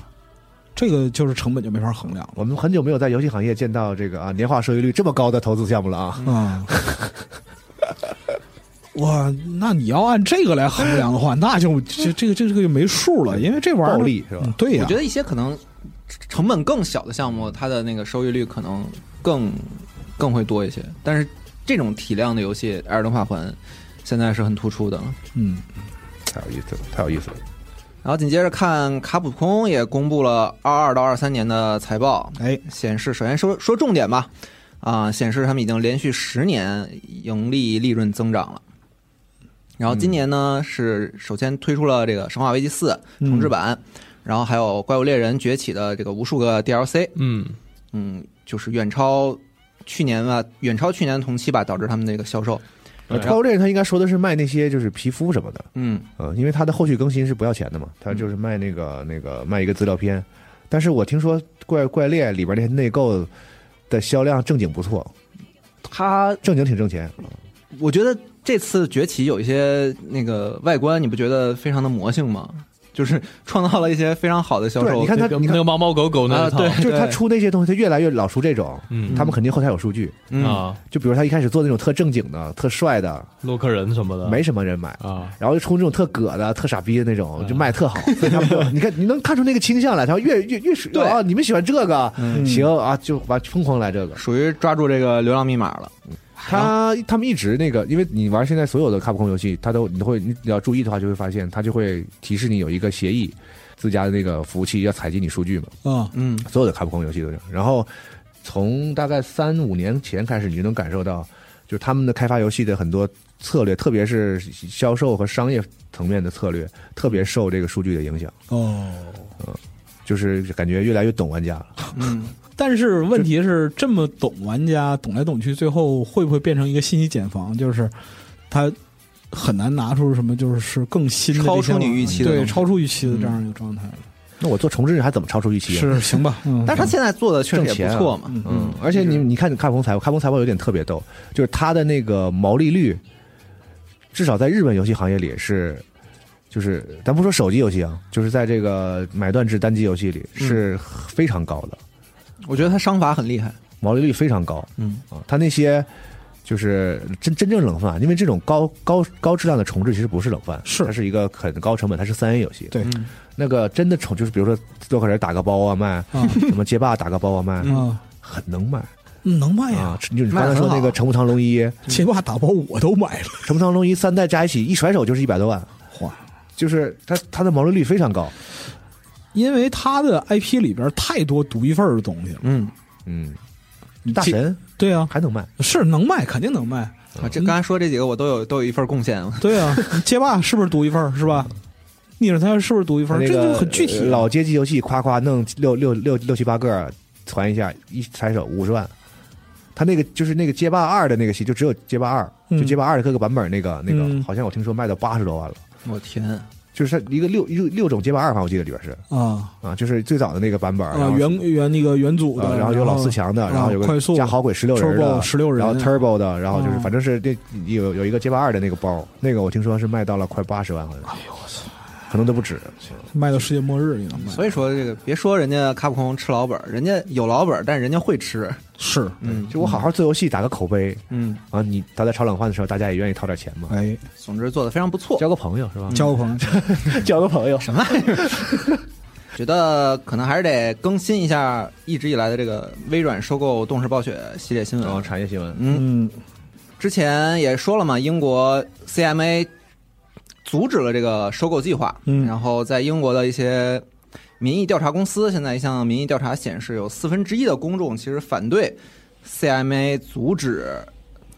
Speaker 2: 这个就是成本就没法衡量了。
Speaker 5: 我们很久没有在游戏行业见到这个啊年化收益率这么高的投资项目了啊！
Speaker 2: 啊， (laughs) 哇，那你要按这个来衡量的
Speaker 5: (laughs)
Speaker 2: 话，那就这这个这个就没数了，因为这玩意儿
Speaker 5: 暴利是吧
Speaker 2: 嗯对呀、
Speaker 4: 我觉得一些可能成本更小的项目，它的那个收益率可能更更会多一些。但是这种体量的游戏，《艾尔登法环》现在是很突出的。
Speaker 2: 嗯，
Speaker 5: 太有意思了，太有意思了。
Speaker 4: 然后紧接着看卡普空也公布了二二到二三年的财报，
Speaker 2: 哎，
Speaker 4: 显示首先说说重点吧，啊、显示他们已经连续十年盈利利润增长了。然后今年呢、是首先推出了这个《生化危机四》重置版，然后还有《怪物猎人崛起》的这个无数个 DLC，
Speaker 1: 嗯，
Speaker 4: 嗯，就是远超去年吧，远超去年同期吧，导致他们那个销售，
Speaker 5: 呃，
Speaker 1: 对
Speaker 5: 怪物猎人他应该说的是卖那些就是皮肤什么的，
Speaker 4: 嗯，
Speaker 5: 呃，因为他的后续更新是不要钱的嘛，他就是卖那个那个卖一个资料片。但是我听说怪怪猎里边那些内购的销量正经不错，
Speaker 4: 它
Speaker 5: 正经挺挣钱。
Speaker 4: 我觉得这次崛起有一些那个外观，你不觉得非常的魔性吗？就是创造了一些非常好的销
Speaker 5: 对，
Speaker 4: 售。
Speaker 5: 你看他
Speaker 1: 那，个
Speaker 5: 你
Speaker 1: 那
Speaker 5: 看
Speaker 1: 个，猫猫狗狗那
Speaker 4: 啊
Speaker 1: 一套，
Speaker 4: 对
Speaker 5: (laughs) 就是他出那些东西，他越来越老出这种，
Speaker 1: 嗯
Speaker 5: 他们肯定后台有数据。
Speaker 4: 嗯，
Speaker 1: 啊，
Speaker 5: 就比如他一开始做那种特正经的、特帅的，
Speaker 1: 洛克人什么
Speaker 4: 嗯
Speaker 1: 的，
Speaker 5: 没什么人买。
Speaker 1: 啊，
Speaker 5: 然后就出那种特葛的、特傻逼的那
Speaker 4: 嗯
Speaker 5: 种，就卖
Speaker 4: (laughs)
Speaker 5: 特好，所以他们就你看你能看出那个倾向来，他说越越越是
Speaker 4: 对
Speaker 5: 啊，你们喜欢这个，
Speaker 4: 嗯
Speaker 5: 行啊，就把疯狂来这个，
Speaker 4: 属于抓住这个流量密码了。
Speaker 5: 他他们一直那个，因为你玩现在所有的卡普空游戏，它都你都会你只要注意的话，就会发现它就会提示你有一个协议，自家的那个服务器要采集你数据嘛。
Speaker 2: 啊，
Speaker 4: 嗯，
Speaker 5: 所有的卡普空游戏都这样。然后从大概三五年前开始，你就能感受到，就是他们的开发游戏的很多策略，特别是销售和商业层面的策略，特别受这个数据的影响，
Speaker 2: 哦。
Speaker 5: 就是感觉越来越懂玩家了。
Speaker 2: 但是问题是，这么懂玩家懂来懂去，最后会不会变成一个信息茧房？就是他很难拿出什么，就是更新的这些
Speaker 4: 超出你预期的
Speaker 2: 对，
Speaker 4: 东西嗯
Speaker 2: 超出预期的这样一个状态。
Speaker 5: 那我做重置还怎么超出预期啊？
Speaker 2: 是行吧？嗯，
Speaker 4: 但是他现在做的确实也不错嘛，
Speaker 2: 挣钱
Speaker 5: 嗯，而且你你看卡普空财报，卡普空财报有点特别逗，就是它的那个毛利率，至少在日本游戏行业里是，就是咱不说手机游戏啊，就是在这个买断制单机游戏里是非常高的，
Speaker 4: 我觉得他商法很厉害，
Speaker 5: 毛利率非常高。
Speaker 4: 嗯
Speaker 5: 啊，它那些就是真真正冷饭，因为这种高高高质量的重置其实不是冷饭，
Speaker 2: 是
Speaker 5: 它是一个很高成本，它是三 A 游戏。
Speaker 2: 对
Speaker 4: 嗯
Speaker 5: 那个真的重就是比如说洛克人打个包啊卖，
Speaker 2: 啊
Speaker 5: 什么街霸打个包啊卖，
Speaker 4: 嗯
Speaker 2: 啊，
Speaker 5: 很能卖。
Speaker 2: 嗯能卖呀！
Speaker 5: 啊，就是你刚才说那个成步堂龙一，
Speaker 2: 街霸打包我都买了，
Speaker 5: 成步堂龙一三代加一起一甩手就是一百多万，
Speaker 2: 哇！
Speaker 5: 就是它它的毛利率非常高。
Speaker 2: 因为他的 IP 里边太多独一份儿的东西了。
Speaker 4: 嗯，
Speaker 5: 嗯，大神
Speaker 2: 对啊，
Speaker 5: 还能卖，
Speaker 2: 是能卖，肯定能卖。
Speaker 5: 嗯
Speaker 4: 啊，这刚才说这几个我都有都有一份贡献，
Speaker 2: 对啊， (laughs) 街霸是不是独一份儿是吧？逆着它是不是独一份儿？
Speaker 5: 那
Speaker 2: 这
Speaker 5: 个
Speaker 2: 就很具体。
Speaker 5: 呃老街机游戏夸夸弄六六六六七八个儿传一下，一甩手五十万。他那个就是那个街霸二的那个戏，就只有街霸二，
Speaker 2: 嗯
Speaker 5: 就街霸二的各个版本那个那
Speaker 2: 嗯
Speaker 5: 个，好像我听说卖到八十多万了。
Speaker 4: 我天，
Speaker 5: 就是它一个六六六种街霸二吧，我记得里边是
Speaker 2: 啊
Speaker 5: 啊，就是最早的那个版本，
Speaker 2: 啊
Speaker 5: 然后，
Speaker 2: 原原那个原组
Speaker 5: 啊
Speaker 2: 的，
Speaker 5: 然后有老四强的，然后有
Speaker 2: 啊快
Speaker 5: 个
Speaker 2: 速
Speaker 5: 加好鬼十六人
Speaker 2: Turbo
Speaker 5: 的，
Speaker 2: 16人
Speaker 5: 然后 Turbo 的，然后就是
Speaker 2: 嗯
Speaker 5: 反正是这有有一个街霸二的那个包，那个我听说是卖到了快八十万，好像
Speaker 2: 哎
Speaker 5: 是，可能都不止。
Speaker 2: 卖到世界末日也能卖，
Speaker 4: 所以说这个别说人家卡普空吃老本儿，人家有老本儿，但人家会吃，
Speaker 2: 是
Speaker 4: 嗯
Speaker 5: 就我好好做游戏，打个口碑
Speaker 4: 嗯，
Speaker 5: 啊，你他在炒冷饭的时候，大家也愿意掏点钱嘛，
Speaker 2: 哎，
Speaker 4: 总之做的非常不错。
Speaker 5: 交个朋友是吧？
Speaker 2: 交个朋友，
Speaker 5: (laughs) 交个朋友什么？
Speaker 4: (laughs) 觉得可能还是得更新一下一直以来的这个微软收购动视暴雪系列新闻。
Speaker 5: 然
Speaker 2: 哦
Speaker 5: 后产业新闻，
Speaker 4: 嗯，
Speaker 2: 嗯，
Speaker 4: 之前也说了嘛，英国 CMA 阻止了这个收购计划，
Speaker 2: 嗯
Speaker 4: 然后在英国的一些民意调查公司，现在一项民意调查显示，有四分之一的公众其实反对 CMA 阻止，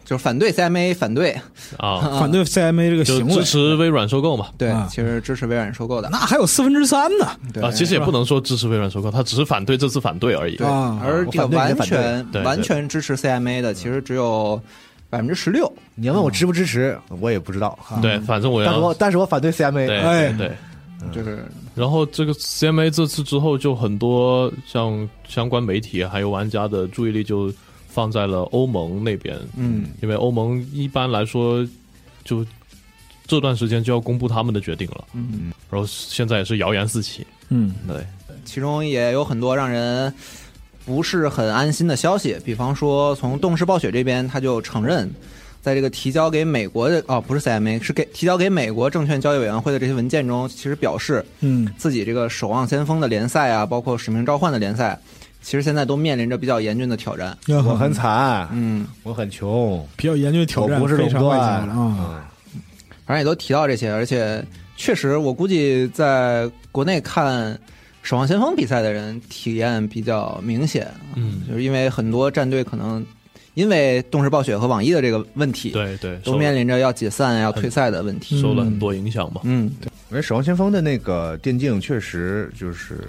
Speaker 4: 就是反对 CMA 反对，
Speaker 1: 啊，
Speaker 5: 嗯
Speaker 2: 反对 CMA (laughs) 这个
Speaker 1: 就
Speaker 2: 行为
Speaker 1: 支，持微软收购嘛。
Speaker 4: 对，
Speaker 2: 啊
Speaker 4: 其实支持微软收购的，
Speaker 2: 那还有四分之三呢，
Speaker 4: 对
Speaker 1: 啊，其实也不能说支持微软收购，他只是反对这次反对而已。
Speaker 4: 对，
Speaker 2: 啊
Speaker 4: 而这个
Speaker 5: 我反对
Speaker 4: 完
Speaker 5: 你反
Speaker 1: 对
Speaker 5: 对
Speaker 4: 全
Speaker 1: 对
Speaker 4: 完全支持 CMA 的，其实只有百分之十六。
Speaker 5: 你要问我支不支持，我也不知道，
Speaker 1: 对，反正我
Speaker 5: 但是
Speaker 1: 要
Speaker 5: 我但是我反啊对
Speaker 1: 对
Speaker 5: CMA，
Speaker 2: 哎
Speaker 1: 对对。
Speaker 5: 嗯
Speaker 4: 就是
Speaker 1: 然后这个 CMA 这次之后，就很多像相关媒体还有玩家的注意力就放在了欧盟那边，
Speaker 4: 嗯，
Speaker 1: 因为欧盟一般来说就这段时间就要公布他们的决定了，
Speaker 4: 嗯，
Speaker 1: 然后现在也是谣言四起，
Speaker 2: 嗯，
Speaker 1: 对，
Speaker 4: 其中也有很多让人不是很安心的消息，比方说从动视暴雪这边，他就承认。在这个提交给美国的哦，不是 CMA，是给提交给美国证券交易委员会的这些文件中，其实表示
Speaker 2: 嗯，
Speaker 4: 自己这个《守望先锋》的联赛啊，包括《使命召唤》的联赛，其实现在都面临着比较严峻的挑战。
Speaker 2: 要
Speaker 5: 我很惨，
Speaker 4: 嗯，
Speaker 5: 我很穷，嗯
Speaker 2: 比较严峻的挑战，
Speaker 5: 我不是
Speaker 2: 非常
Speaker 5: 垄
Speaker 2: 外
Speaker 5: 断
Speaker 2: 加的啊，
Speaker 4: 反正也都提到这些，而且确实，我估计在国内看《守望先锋》比赛的人体验比较明显，啊
Speaker 1: 嗯，
Speaker 4: 就是因为很多战队可能因为动视暴雪和网易的这个问题，
Speaker 1: 对对，
Speaker 4: 都
Speaker 1: 受嗯
Speaker 4: 面临着要解散、要退赛的问题。
Speaker 1: 受了很多影响嘛，
Speaker 4: 嗯，
Speaker 5: 而《守望先锋》的那个电竞确实就是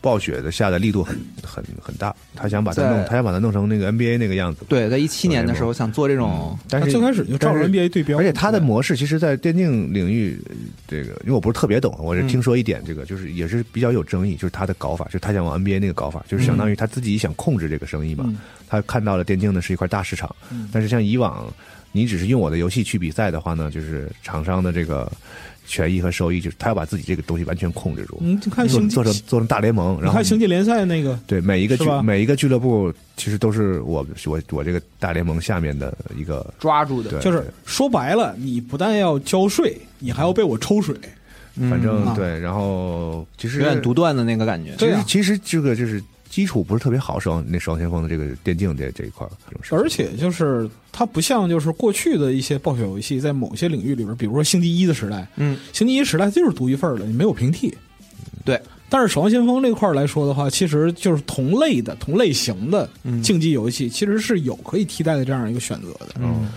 Speaker 5: 暴雪的下的力度很很很大，他想把它弄，
Speaker 4: 在
Speaker 5: 他想把它弄成那个 NBA 那个样子。
Speaker 4: 对，在一七年的时候想做这
Speaker 1: 嗯
Speaker 4: 种，
Speaker 5: 但
Speaker 2: 他
Speaker 5: 是
Speaker 2: 最开始就照
Speaker 5: 但
Speaker 2: 着
Speaker 5: 是
Speaker 2: NBA 对标，
Speaker 5: 而且它的模式，其实，在电竞领域，呃这个因为我不是特别懂，我
Speaker 2: 嗯
Speaker 5: 是听说一点，这个就是也是比较有争议，就是它的搞法，就是他想往 NBA 那个搞法，就是相当于他自己想控制这个生意嘛
Speaker 2: 嗯。
Speaker 5: 他看到了电竞呢是一块大市场，但是像以往你只是用我的游戏去比赛的话呢，就是厂商的这个权益和收益，就是他要把自己这个东西完全控制住。
Speaker 2: 嗯，你看
Speaker 5: 做
Speaker 2: 星际
Speaker 5: 做，成做成大联盟，
Speaker 2: 你
Speaker 5: 然后
Speaker 2: 看星际联赛那个，
Speaker 5: 对每一个
Speaker 2: 是
Speaker 5: 俱
Speaker 2: 吧
Speaker 5: 每一个俱乐部，其实都是我我我这个大联盟下面的一个
Speaker 4: 抓住的
Speaker 5: 对，
Speaker 2: 就是说白了，你不但要交税，你还要被我抽水，
Speaker 5: 反正
Speaker 2: 嗯
Speaker 5: 对，然后其实
Speaker 4: 有点独断的那个感觉。
Speaker 5: 其
Speaker 2: 对
Speaker 5: 实
Speaker 2: 啊
Speaker 5: 其实这个就是基础不是特别好，双那双先锋的这个电竞这这一块儿，这种事情
Speaker 2: 而且就是它不像就是过去的一些暴雪游戏，在某些领域里边，比如说星期一的时代，
Speaker 4: 嗯，
Speaker 2: 星期一时代就是独一份儿的，你没有平替。
Speaker 4: 对，
Speaker 2: 但是《守望先锋》这块儿来说的话，其实就是同类的、同类型的
Speaker 4: 嗯
Speaker 2: 竞技游戏，其实是有可以替代的这样一个选择的。
Speaker 4: 嗯，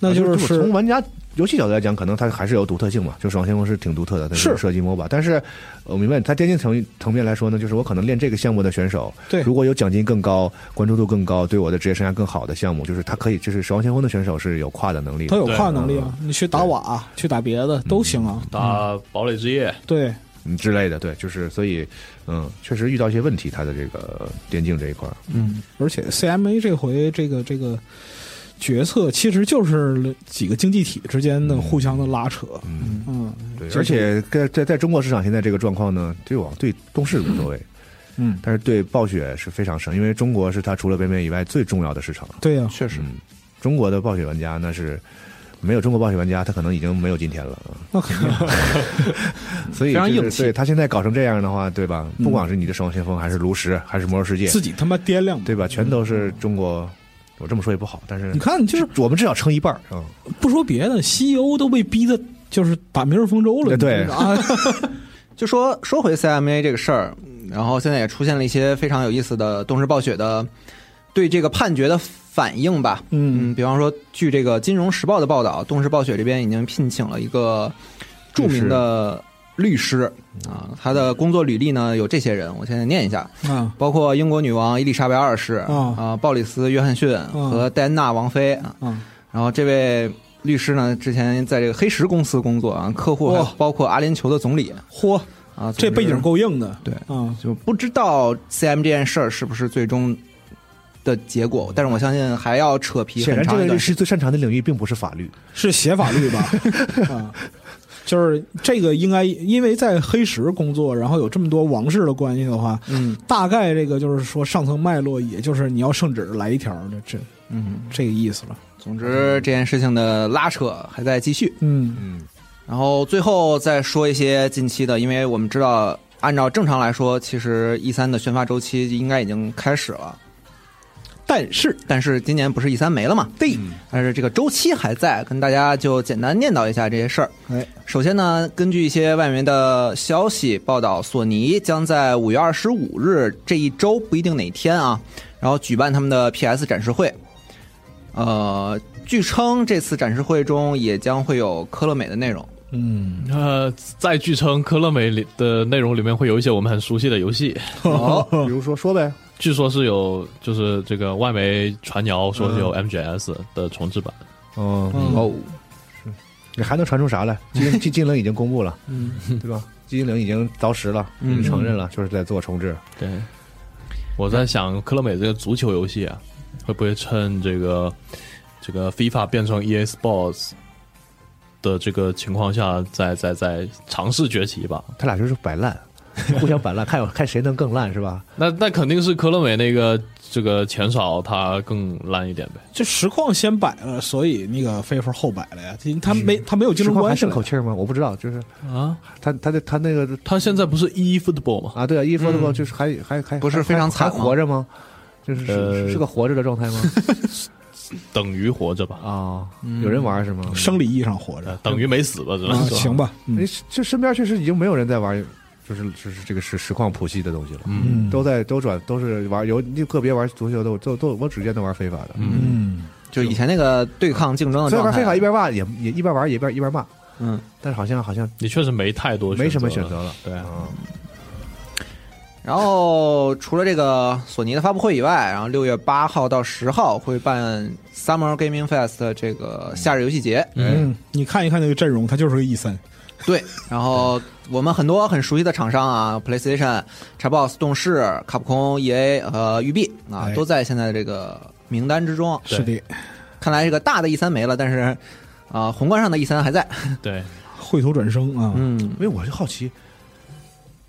Speaker 2: 那
Speaker 5: 啊就
Speaker 2: 就是
Speaker 5: 从
Speaker 2: 是
Speaker 5: 玩家游戏角度来讲，可能它还是有独特性嘛，就《守望先锋》是挺独特的，它
Speaker 2: 是
Speaker 5: 射击 MOBA。但是我明白，在电竞层层面来说呢，就是我可能练这个项目的选手，
Speaker 2: 对
Speaker 5: 如果有奖金更高、关注度更高，对我的职业生涯更好的项目，就是他可以，就是《守望先锋》的选手是有跨的能力的，嗯
Speaker 2: 它有跨
Speaker 5: 对
Speaker 2: 能力啊，你去打瓦、去打别的都行啊。
Speaker 1: 打堡垒之夜，
Speaker 2: 对，
Speaker 5: 嗯之类的，对，就是所以，嗯，确实遇到一些问题，他的这个电竞这一块儿，
Speaker 2: 而且 CMA 这回这个这个决策其实就是几个经济体之间的互相的拉扯。
Speaker 5: 嗯
Speaker 2: 嗯
Speaker 5: 对，
Speaker 2: 这
Speaker 5: 而且在在在中国市场现在这个状况呢，对我对东视无所谓，
Speaker 2: 嗯，
Speaker 5: 但是对暴雪是非常深，因为中国是它除了北美以外最重要的市场。
Speaker 2: 对啊呀、
Speaker 4: 确实，
Speaker 5: 嗯，中国的暴雪玩家那是没有中国暴雪玩家，他可能已经没有今天了。啊
Speaker 2: 那肯定。
Speaker 5: (laughs) 所以
Speaker 4: 非常
Speaker 5: 就是
Speaker 4: 硬气
Speaker 5: 对他现在搞成这样的话，对吧？
Speaker 2: 嗯
Speaker 5: 不管是你的《守望先锋》，还是《炉石》，还是《魔兽世界
Speaker 2: 自》，己他妈掂量。
Speaker 5: 对吧？全都是中国。我这么说也不好，但是
Speaker 2: 你看，就是
Speaker 5: 我们至少撑一半儿啊。
Speaker 2: 不说别的，西欧都被逼的，就是打明日方舟了。
Speaker 5: 对
Speaker 2: 你知
Speaker 5: (laughs)
Speaker 2: 道啊，
Speaker 4: 就说说回 CMA 这个事儿，嗯然后现在也出现了一些非常有意思的东视暴雪的对这个判决的反应吧。
Speaker 2: 嗯
Speaker 4: 比方说，据这个《金融时报》的报道，东视暴雪这边已经聘请了一个著名的律师
Speaker 2: 嗯
Speaker 4: 啊，他的工作履历呢有这些人，我现在念一下，
Speaker 2: 啊，
Speaker 4: 包括英国女王伊丽莎白二世
Speaker 2: 啊
Speaker 4: 啊，鲍里斯·约翰逊和戴安娜王妃啊。
Speaker 2: 嗯，
Speaker 4: 然后这位律师呢，之前在这个黑石公司工作啊，客户还
Speaker 2: 哇
Speaker 4: 包括阿联酋的总理
Speaker 2: 嚯，
Speaker 4: 啊，总之
Speaker 2: 这背景够硬的。
Speaker 4: 对
Speaker 2: 啊，
Speaker 4: 就不知道 CM 这件事儿是不是最终的结果，但是我相信还要扯皮很
Speaker 5: 显然，这
Speaker 4: 长一
Speaker 5: 个律
Speaker 4: 段。
Speaker 5: 师最擅长的领域并不是法律，
Speaker 2: 是写法律
Speaker 5: (laughs)
Speaker 2: 吧？啊。就是这个应该，因为在黑石工作，然后有这么多王室的关系的话，
Speaker 4: 嗯
Speaker 2: 大概这个就是说上层脉络，也就是你要圣旨来一条的这
Speaker 4: 嗯，
Speaker 2: 这个意思了。
Speaker 4: 总之这件事情的拉扯还在继续。
Speaker 2: 嗯
Speaker 5: 嗯，
Speaker 4: 然后最后再说一些近期的，因为我们知道，按照正常来说，其实 E 三的宣发周期应该已经开始了，但是但是今年不是 E 三没了嘛？对，但是这个周期还在，跟大家就简单念叨一下这些事儿。
Speaker 2: 哎，
Speaker 4: 首先呢，根据一些外媒的消息报道，索尼将在五月二十五日这一周不一定哪天啊，然后举办他们的 PS 展示会。呃，据称这次展示会中也将会有科乐美的内容。
Speaker 2: 嗯，
Speaker 1: 呃，在据称科乐美里的内容里面会有一些我们很熟悉的游戏，
Speaker 4: 哦，
Speaker 5: (laughs) 比如说说呗，
Speaker 1: 据说是有就是这个外媒传谣说是
Speaker 4: 嗯
Speaker 1: 有 MGS 的重置版，
Speaker 5: 嗯，
Speaker 2: 嗯
Speaker 5: 哦，是你还能传
Speaker 4: (laughs)
Speaker 5: 出啥来？金金金陵已经公布了，
Speaker 2: 嗯，
Speaker 5: 对吧？金陵已经凿实了，
Speaker 4: 嗯
Speaker 5: 已经承认了，就是在做重置。
Speaker 1: 对，我在想科乐美这个足球游戏啊，会不会趁这个这个 FIFA 变成 EA Sports 的这个情况下，再再再尝试崛起一把？
Speaker 5: 他俩就是
Speaker 4: (laughs)
Speaker 5: 摆烂，互相摆烂，看有看谁能更烂，是吧？
Speaker 1: 那那肯定是科乐美那个这个钱少，它更烂一点呗。
Speaker 2: 这实况先摆了，所以那个飞佛后摆了呀。他没他没有竞
Speaker 5: 嗯实
Speaker 2: 争
Speaker 5: 况还
Speaker 2: 关系
Speaker 5: 剩
Speaker 2: 了
Speaker 5: 口气儿吗？我不知道，就是
Speaker 1: 啊，
Speaker 5: 他他的他那个
Speaker 1: 它现在不是 E Football 吗？
Speaker 5: 啊，对啊，伊夫的话就是还还还
Speaker 4: 嗯不是
Speaker 5: 还
Speaker 4: 非常
Speaker 5: 还还
Speaker 4: 惨吗
Speaker 5: 活着吗？就是
Speaker 1: 呃
Speaker 5: 是是个活着的状态吗？
Speaker 1: 等于活着吧，
Speaker 5: 啊，
Speaker 4: 嗯
Speaker 5: 有人玩是吗？
Speaker 2: 生理意义上活着
Speaker 1: 呃，等于没死吧，只能
Speaker 2: 啊，
Speaker 1: 说。
Speaker 2: 行吧，嗯
Speaker 5: 哎，这身边确实已经没有人在玩，就是就是这个实实况谱系的东西了。
Speaker 1: 嗯
Speaker 5: 都在都转都是玩有你个别玩足球的，我都都我只见都玩非法的，
Speaker 1: 嗯，
Speaker 2: 嗯，
Speaker 4: 就以前那个对抗竞争的
Speaker 5: 所以
Speaker 4: 状
Speaker 5: 玩
Speaker 4: 态，啊
Speaker 5: 非法一边骂也也一边玩也一边一边骂，
Speaker 4: 嗯，
Speaker 5: 但是好像好像
Speaker 1: 你确实没太多，
Speaker 5: 没什么选。择了。
Speaker 1: 对啊，
Speaker 5: 啊，
Speaker 4: 然后除了这个索尼的发布会以外，然后六月八号到十号会办 Summer Gaming Fest 这个夏日游戏节。
Speaker 5: 哎
Speaker 2: 嗯，你看一看那个阵容，他就是个 E 三， (laughs)
Speaker 4: 对，然后我们很多很熟悉的厂商啊，PlayStation、Xbox、动视、卡普空、EA 和育碧啊
Speaker 2: 哎，
Speaker 4: 都在现在的这个名单之中。
Speaker 1: 对
Speaker 2: 是的，
Speaker 4: 看来这个大的 E 三没了，但是啊、宏观上的 E 三还在。
Speaker 1: 对，
Speaker 2: 绘图转生啊，
Speaker 4: 嗯
Speaker 5: 因，为我就好奇，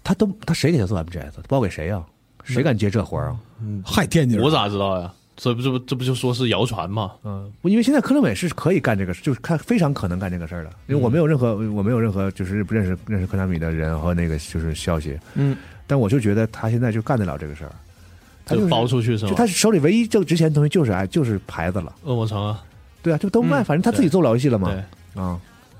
Speaker 5: 他都他谁给他做 MGS，包给谁呀？谁敢接这活儿啊？
Speaker 2: 还惦记着
Speaker 1: 我咋知道呀？这不这不这不就说是谣传吗？
Speaker 5: 嗯，我因为现在科乐美是可以干这个事，就是看非常可能干这个事儿的，因为我没有任何我没有任何就是不认识认识科纳米的人和那个就是消息，
Speaker 4: 嗯，
Speaker 5: 但我就觉得他现在就干得了这个事儿。他就是
Speaker 1: 包出去是
Speaker 5: 就
Speaker 1: 吗？
Speaker 5: 他手里唯一挣值钱的东西就是哎就是牌子了，
Speaker 1: 恶魔城啊，
Speaker 5: 对啊，就都卖，
Speaker 4: 嗯
Speaker 5: 反正他自己做不了游戏了嘛，
Speaker 1: 对
Speaker 5: 啊，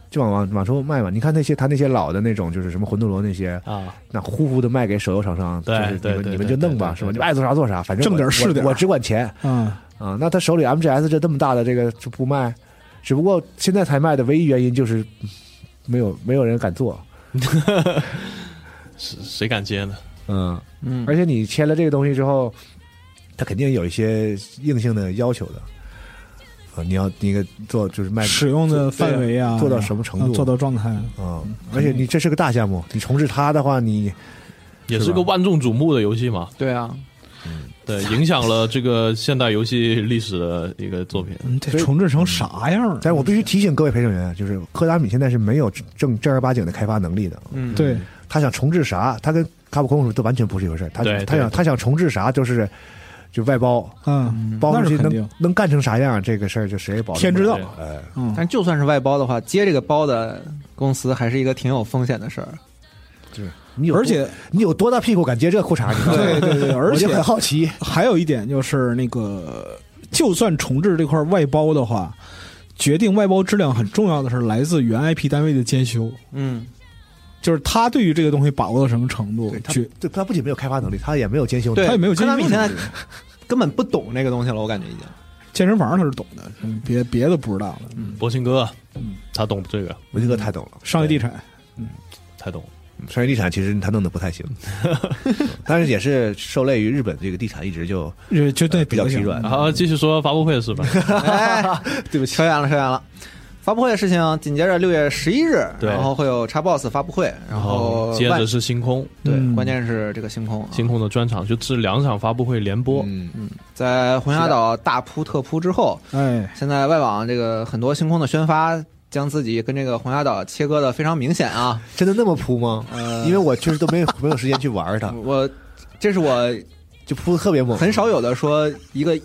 Speaker 5: 就往往往出卖嘛。你看那些他那些老的那种，就是什么魂斗罗那些，
Speaker 1: 啊，
Speaker 5: 那呼呼的卖给手游厂商，
Speaker 1: 对
Speaker 5: 就是
Speaker 1: 对
Speaker 5: 你们
Speaker 1: 对
Speaker 5: 你们就弄吧，
Speaker 1: 对对
Speaker 5: 是吧？
Speaker 1: 对
Speaker 5: 你们爱做啥做啥，反正
Speaker 2: 挣
Speaker 5: 我
Speaker 2: 点儿是点儿
Speaker 5: 我我只管钱
Speaker 2: 嗯，
Speaker 5: 啊。那他手里 MGS 这这么大的这个就不卖，只不过现在才卖的唯一原因就是嗯没有没有人敢做，
Speaker 1: 是谁敢接呢？
Speaker 5: 嗯，
Speaker 4: 嗯
Speaker 5: 而且你签了这个东西之后，他肯定有一些硬性的要求的。啊，你要你一个做就是卖
Speaker 2: 使用的范围啊，
Speaker 5: 做到什么程度
Speaker 2: 嗯做到状态，
Speaker 5: 啊、而且你这是个大项目，你重置它的话，你
Speaker 1: 也
Speaker 5: 是
Speaker 1: 是
Speaker 5: 吧
Speaker 1: 个万众瞩目的游戏嘛，
Speaker 4: 对啊，
Speaker 1: 对，影响了这个现代游戏历史的一个作品。
Speaker 2: 嗯，这
Speaker 5: 所以
Speaker 2: 重置成啥样儿？啊
Speaker 5: 但是我必须提醒各位陪审员，就是科达米现在是没有正正儿八经的开发能力的，
Speaker 4: 嗯，
Speaker 2: 对，
Speaker 5: 他想重置啥，他跟卡普空都完全不是一回事儿他
Speaker 1: 对对
Speaker 5: 他想
Speaker 1: 对
Speaker 5: 他想重置啥，就是就外包
Speaker 2: 嗯，
Speaker 5: 包
Speaker 2: 那是
Speaker 5: 出去
Speaker 2: 肯定
Speaker 5: 能，能干成啥样，这个事儿就谁也保证
Speaker 2: 天知道
Speaker 5: 不了。哎，
Speaker 2: 嗯，
Speaker 4: 但就算是外包的话，接这个包的公司还是一个挺有风险的事儿。
Speaker 5: 就是你有多
Speaker 2: 而且
Speaker 5: 你有多大屁股敢接这裤衩？你知道吗 (laughs)
Speaker 2: 对对对，而
Speaker 5: 我就
Speaker 2: 且
Speaker 5: 很好奇，
Speaker 2: 还有一点就是那个，就算重置这块外包的话，决定外包质量很重要的是来自原 IP 单位的监修，
Speaker 4: 嗯，
Speaker 2: 就是他对于这个东西把握到什么程度
Speaker 5: 对，他
Speaker 2: 决
Speaker 5: 对他不仅没有开发能力，他也没有监修能力，
Speaker 4: 对，
Speaker 2: 他也没有
Speaker 4: 科达米
Speaker 2: 经
Speaker 4: 现
Speaker 2: 济
Speaker 4: 在根本不懂这个东西了，我感觉已经。
Speaker 2: 健身房他是懂的，嗯别别的不知道的。
Speaker 5: 嗯
Speaker 1: 博兴哥，啊他懂这个，
Speaker 5: 文金哥太懂了。
Speaker 2: 商业地产，
Speaker 1: 太懂了。
Speaker 5: 商业地产其实他弄得不
Speaker 2: (laughs)
Speaker 5: 太行，但是也是受累于日本这个地产一直就呃
Speaker 2: 就就对
Speaker 5: 比较
Speaker 2: 德行
Speaker 5: 疲软
Speaker 1: 然后继续说发布会是吧？
Speaker 5: 嗯
Speaker 4: (laughs) 哎，对不起，扯远了，扯远了。发布会的事情，紧接着六月十一日，
Speaker 1: 对哦
Speaker 4: 然后会有 Xbox 发布会，然
Speaker 5: 哦
Speaker 4: 后
Speaker 1: 接
Speaker 4: 万
Speaker 1: 着是星空，
Speaker 4: 对，
Speaker 2: 嗯
Speaker 4: 关键是这个星空啊，
Speaker 1: 星空的专场，就这两场发布会联播，
Speaker 5: 嗯
Speaker 4: 在红霞岛大铺特铺之后，
Speaker 2: 哎，
Speaker 4: 现在外网这个很多星空的宣发，将自己跟这个红霞岛切割的非常明显啊。
Speaker 5: 真的那么铺吗？
Speaker 4: 呃
Speaker 5: 因为我确实都没有没有时间去玩它，
Speaker 4: 我这是我
Speaker 5: 就铺的特别猛，
Speaker 4: 很少有的说一个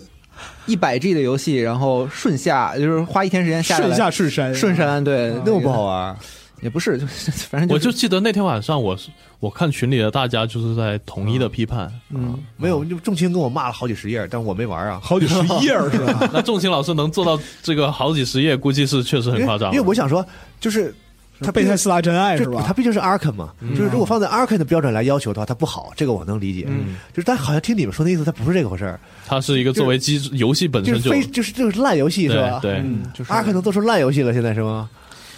Speaker 4: 一百 G 的游戏，然后顺下，就是花一天时间下
Speaker 2: 顺
Speaker 4: 来
Speaker 2: 下顺山，
Speaker 4: 顺山，对，
Speaker 5: 那么不好玩。
Speaker 4: 也不是，就是 (laughs) 反正
Speaker 1: 我
Speaker 4: 就
Speaker 1: 就是记得那天晚上我是我看群里的大家就是在统一的批判，
Speaker 4: 嗯，
Speaker 5: 没有，就仲卿跟我骂了好几十页，但我没玩啊。
Speaker 2: 好几十页儿是
Speaker 5: (laughs)
Speaker 2: 吧？
Speaker 1: 啊那仲卿老师能做到这个好几十页，估计是确实很夸张
Speaker 5: 因为因为我想说，就是它
Speaker 2: 他贝
Speaker 5: 毕
Speaker 2: 泰
Speaker 5: 竟
Speaker 2: 斯拉真爱
Speaker 5: 这
Speaker 2: 是吧
Speaker 5: 它？毕竟是 Arkham 嘛，就是如果放在 Arkham 的标准来要求的话，它不好，这个我能理解。
Speaker 4: 嗯
Speaker 5: 就是但好像听你们说的意思，它不是这个回事儿，
Speaker 1: 它是一个作为机制游戏本
Speaker 5: 就
Speaker 1: 身
Speaker 5: 是
Speaker 1: 就
Speaker 5: 非就是就是烂游戏是吧
Speaker 1: 对？对，
Speaker 4: 嗯，就是
Speaker 5: Arkham 都做出烂游戏了，现在是吗？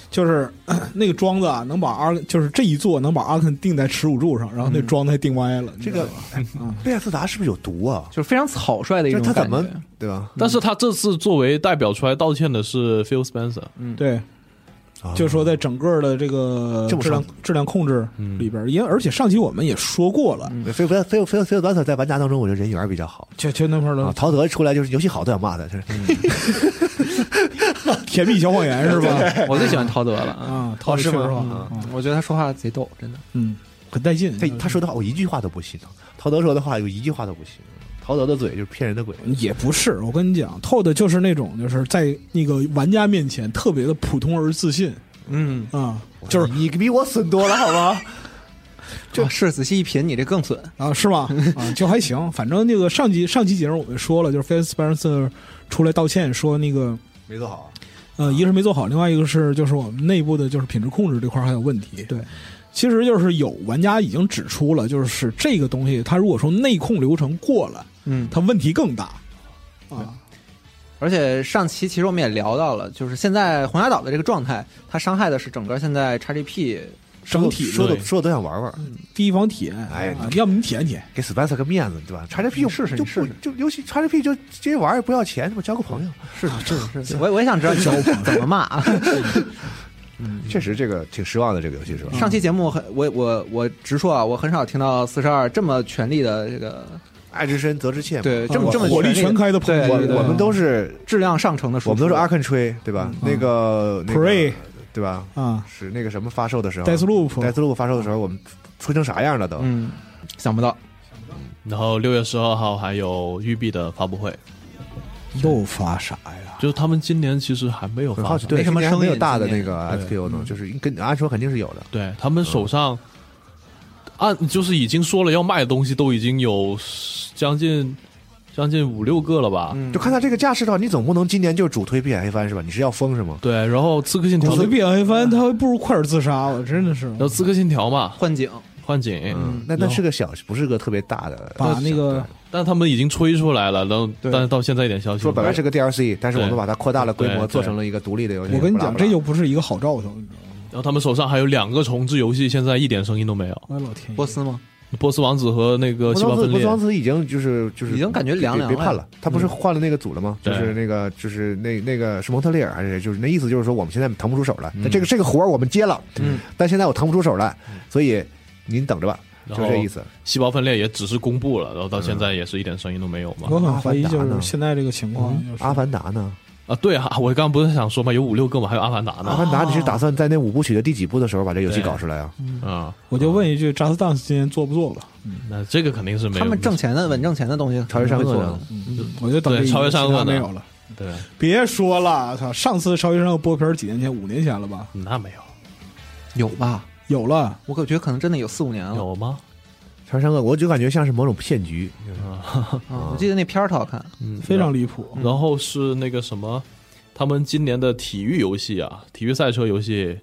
Speaker 2: 就是咳那个庄子啊，能把阿就是这一座能把阿肯定在耻辱柱上，然后那庄子还定歪了。
Speaker 5: 嗯这个贝亚斯达是不是有毒啊？
Speaker 4: 就是非常草率的一
Speaker 5: 就是
Speaker 4: 种
Speaker 5: 他
Speaker 4: 感觉。
Speaker 5: 怎么对吧？
Speaker 1: 但是他这次作为代表出来道歉的是 Phil Spencer，
Speaker 2: 对，
Speaker 5: 啊
Speaker 2: 就是说在整个的这个
Speaker 5: 这么嗯
Speaker 2: 质量质量控制里边，因为而且上期我们也说过了，
Speaker 5: 菲菲菲菲菲兰特在玩家当中，我觉得人缘比较好
Speaker 2: 就就那块儿
Speaker 5: 啊。
Speaker 2: 的
Speaker 5: 陶德出来就是游戏好都想骂他，就是
Speaker 2: 甜蜜小谎言
Speaker 5: (laughs)
Speaker 2: 是吧？
Speaker 4: (laughs) 我最喜欢陶德了啊，
Speaker 2: 啊，陶
Speaker 5: 是吗
Speaker 2: 吗？嗯
Speaker 4: 我觉得他说话贼逗，真的。
Speaker 2: 嗯，很带劲。
Speaker 5: 他他说的话我哦一句话都不信，陶德说的话有一句话都不信。陶德的嘴就是骗人的鬼，
Speaker 2: 也不是，我跟你讲，Todd 就是那种就是在那个玩家面前特别的普通而自信
Speaker 4: 嗯，
Speaker 2: 啊，就是
Speaker 5: 你比我损多了，好吗？
Speaker 4: 啊就是仔细一品，你这更损。
Speaker 2: 啊，是
Speaker 5: (laughs)
Speaker 2: 吗？啊，就还行。反正那个上集上期节目我们说了，就是 f a c e Spencer 出来道歉说那个
Speaker 5: (laughs) 没做好，啊
Speaker 2: 呃，一个是没做好，另外一个是就是我们内部的就是品质控制这块儿还有问题。对，其实就是有玩家已经指出了，就是这个东西它如果说内控流程过了，
Speaker 4: 嗯，
Speaker 2: 它问题更大啊。
Speaker 4: 而且上期其实我们也聊到了，就是现在红霞岛的这个状态，它伤害的是整个现在 XGP。
Speaker 2: 整体
Speaker 5: (laughs) 说的
Speaker 1: 对
Speaker 5: 说的都想玩玩，
Speaker 2: 地方体验，
Speaker 5: 哎呀
Speaker 2: 啊，要不你体验体验，
Speaker 5: 给 Spencer 个面子，对吧？XGP
Speaker 4: 试试
Speaker 5: 就
Speaker 4: 你试
Speaker 5: 不
Speaker 4: 试
Speaker 5: 就游戏 XGP 就直接玩也不要钱，什么交个朋友，
Speaker 4: 是
Speaker 2: 啊
Speaker 4: 是是，我也我也想知道你怎么怎么骂 (laughs) 啊。
Speaker 5: 嗯确实这个挺失望的这个游戏是吧？
Speaker 4: 上期节目很我我我直说啊，我很少听到四十二这么全力的这个
Speaker 5: 爱之深责之切嘛，
Speaker 4: 对这么
Speaker 2: 啊
Speaker 4: 这么
Speaker 2: 火力全开的朋
Speaker 4: 对
Speaker 2: 友，
Speaker 5: 我
Speaker 4: 对对嗯
Speaker 5: 我们都是
Speaker 4: 质量上乘的输出。
Speaker 5: 我们都是 Arkham 吹，对
Speaker 4: 嗯
Speaker 5: 吧？那个那个
Speaker 2: Prey
Speaker 5: 对吧？
Speaker 2: 啊
Speaker 5: 是那个什么发售的时候
Speaker 2: d e a t h l o o p
Speaker 5: 戴斯路发售的时候，我们吹成啥样了都？
Speaker 4: 嗯，想不到
Speaker 1: 然后六月十二号还有育碧的发布会，
Speaker 2: 又发啥呀？
Speaker 1: 就是他们今年其实还没有
Speaker 5: 很
Speaker 1: 发
Speaker 5: 好
Speaker 1: 布
Speaker 5: 奇，，对，
Speaker 4: 没什么
Speaker 5: 今年还没有
Speaker 4: 声音
Speaker 5: 大的
Speaker 4: 今
Speaker 5: 那
Speaker 4: 年
Speaker 5: 个
Speaker 1: 对
Speaker 5: SPO 呢，就是跟按说肯定是有的。
Speaker 1: 对他们手上按就是已经说了要卖的东西都已经有将近将近五六个了吧？
Speaker 5: 就看他这个架势的话，你总不能今年就主推《碧海黑帆》是吧？你是要疯是吗？
Speaker 1: 对，然后《刺客信条
Speaker 2: 我》随
Speaker 1: 的，
Speaker 2: 便黑帆，他还不如快点自杀，我真的是
Speaker 1: 然后《刺客信条》嘛，
Speaker 4: 幻景，
Speaker 1: 幻景，
Speaker 5: 嗯，那那是个小，不是个特别大的。
Speaker 2: 把那个
Speaker 1: 但他们已经吹出来了，然后
Speaker 5: 对
Speaker 1: 但是到现在一点消息
Speaker 5: 说
Speaker 1: 都
Speaker 5: 本
Speaker 1: 没
Speaker 5: 来
Speaker 1: 有
Speaker 5: 是个 DLC，但是我们
Speaker 1: 对
Speaker 5: 把它扩大了规
Speaker 1: 对
Speaker 5: 模，做成了一个独立的游戏。
Speaker 2: 我跟你讲，
Speaker 5: 不
Speaker 2: 这
Speaker 5: 拉不拉
Speaker 2: 又不是一个好兆头，你知道吗？
Speaker 1: 然后他们手上还有两个重置游戏，现在一点声音都没有，
Speaker 2: 哎老天爷，
Speaker 4: 波斯吗？
Speaker 1: 《波斯王子》和那个《
Speaker 5: 波
Speaker 1: 西
Speaker 5: 斯
Speaker 1: 方
Speaker 5: 王子，
Speaker 1: 分
Speaker 5: 波
Speaker 1: 裂
Speaker 5: 斯》王子已经就是就是
Speaker 4: 已经感觉凉
Speaker 5: 别
Speaker 4: 凉
Speaker 5: 别判
Speaker 4: 了
Speaker 5: 了，他不是换了那个组了吗？
Speaker 1: 对
Speaker 5: 就是那个就是那那个是蒙特利尔还是谁？就是那意思就是说我们现在腾不出手来，那这个这个活儿我们接了，
Speaker 4: 嗯，
Speaker 5: 但现在我腾不出手来，所以您等着吧，就
Speaker 1: 然后
Speaker 5: 这意思。
Speaker 1: 细胞分裂也只是公布了，然后到现在也是一点声音都没有嘛。
Speaker 2: 我很怀疑就是
Speaker 5: 阿凡达呢嗯
Speaker 2: 现在这个情况，就是
Speaker 5: 阿凡达呢？
Speaker 1: 啊，对啊， (laughs) 我刚刚不是想说嘛，有五六个嘛，还有《阿凡达》
Speaker 5: 阿
Speaker 1: 呢。
Speaker 5: 凡达，你是打算在那五部曲的第几部的时候把这游戏
Speaker 1: 对
Speaker 5: 搞出来啊？
Speaker 2: 哦
Speaker 1: 啊，
Speaker 2: 我就问一句，扎斯当斯今年做不做吧？
Speaker 1: 那这个肯定是没有。
Speaker 4: 他们挣钱的稳挣钱的东西，
Speaker 5: 超越上
Speaker 4: 做
Speaker 5: 恶
Speaker 4: 的
Speaker 5: 呢？
Speaker 2: 嗯我就等
Speaker 1: 对
Speaker 2: 这一
Speaker 1: 超越上
Speaker 2: 其他
Speaker 1: 岸
Speaker 2: 没
Speaker 1: 的
Speaker 2: 有了。
Speaker 1: 对，
Speaker 2: 别说了，操！上次超级上播片儿几年前，五年前了吧？
Speaker 1: 那没有，
Speaker 4: 有吧？
Speaker 2: 有了，
Speaker 4: 我可觉得可能真的有四五年了。
Speaker 1: 有吗？
Speaker 5: 超越上恶，我就感觉像是某种骗局。
Speaker 4: 啊，我记得那片儿特好看，
Speaker 1: 嗯，
Speaker 2: 非常离谱。
Speaker 1: 然后是那个什么，他们今年的体育游戏啊，体育赛车游戏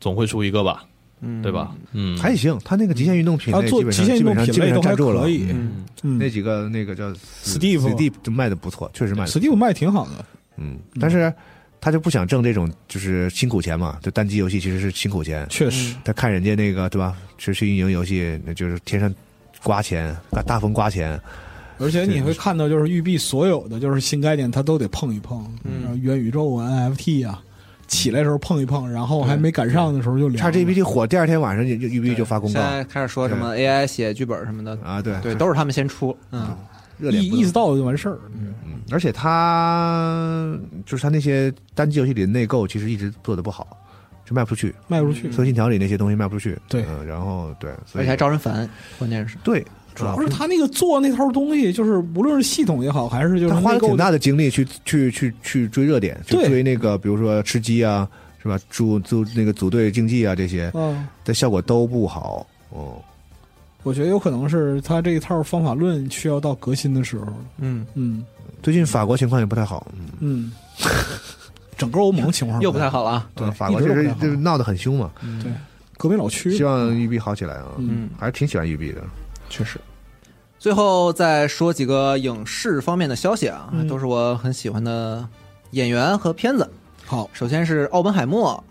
Speaker 1: 总会出一个吧，
Speaker 4: 嗯，
Speaker 1: 对吧？？嗯，
Speaker 5: 还行，他那个极限运动品
Speaker 2: 他
Speaker 5: 类
Speaker 2: 啊做
Speaker 5: 基本
Speaker 2: 极
Speaker 5: 上
Speaker 2: 限
Speaker 5: 基
Speaker 2: 运动
Speaker 5: 本上
Speaker 2: 品
Speaker 5: 基本
Speaker 2: 类
Speaker 5: 上
Speaker 2: 都还
Speaker 5: 站住了
Speaker 2: 可。以，
Speaker 4: 嗯，
Speaker 2: 嗯
Speaker 5: 那几个那个叫
Speaker 2: Steve
Speaker 5: Steve 就卖的不错，确实卖的。
Speaker 2: ，Steve 卖挺好的。
Speaker 5: 嗯，但是他就不想挣这种就是辛苦钱嘛，就单机游戏其实是辛苦钱。
Speaker 2: 确实，
Speaker 5: 他看人家那个对吧，持续运营游戏，那就是天上刮钱，大风刮钱。
Speaker 2: 嗯而且你会看到，就是育碧所有的就是新概念，它都得碰一碰，然
Speaker 5: 嗯
Speaker 2: 后元宇宙啊、NFT 啊，起来的时候碰一碰，然后还没赶上的时候就凉
Speaker 5: 叉
Speaker 2: 了。
Speaker 5: GPT 火，第二天晚上就就育碧就发公
Speaker 4: 现
Speaker 5: 告
Speaker 4: 在开始说什么 AI 写剧本什么的，
Speaker 5: 啊，对
Speaker 4: 对，都是他们先出。嗯，
Speaker 5: 热
Speaker 2: 意
Speaker 5: 点不
Speaker 2: 意
Speaker 5: 能
Speaker 2: 思到了就完事儿。
Speaker 5: 嗯而且他就是他那些单机游戏里的内购，其实一直做的不好，就卖不出去。
Speaker 2: 卖不出去
Speaker 5: 《色，信条》里那些东西卖不出去，
Speaker 2: 嗯对
Speaker 5: 嗯然后对，所
Speaker 4: 而
Speaker 5: 以
Speaker 4: 且还招人烦，关键是
Speaker 5: 对，
Speaker 2: 主要是他那个做那套东西，就是无论是系统也好，还是就是
Speaker 5: 他花了
Speaker 2: 内购
Speaker 5: 挺大的精力去去去去追热点，去
Speaker 2: 对
Speaker 5: 追那个比如说吃鸡啊，是吧？组组那个组队竞技啊这些，
Speaker 2: 嗯，
Speaker 5: 但效果都不好。哦，
Speaker 2: 我觉得有可能是他这一套方法论需要到革新的时候了。
Speaker 4: 嗯，
Speaker 2: 嗯
Speaker 5: 最近法国情况也不太好，嗯
Speaker 2: 嗯，整个欧盟情况
Speaker 4: 又不太。好了啊。
Speaker 2: 对
Speaker 5: 呃法国
Speaker 2: 一直
Speaker 5: 就
Speaker 2: 都不
Speaker 5: 是
Speaker 2: 太好
Speaker 5: 就是闹得很凶嘛。
Speaker 2: 对，革命老区
Speaker 5: 希。望育碧好起来啊，
Speaker 2: 嗯，
Speaker 5: 还是挺喜欢育碧的。
Speaker 4: 确实。最后再说几个影视方面的消息啊，
Speaker 2: 嗯
Speaker 4: 都是我很喜欢的演员和片子。
Speaker 2: 好，
Speaker 4: 首先是《奥本海默》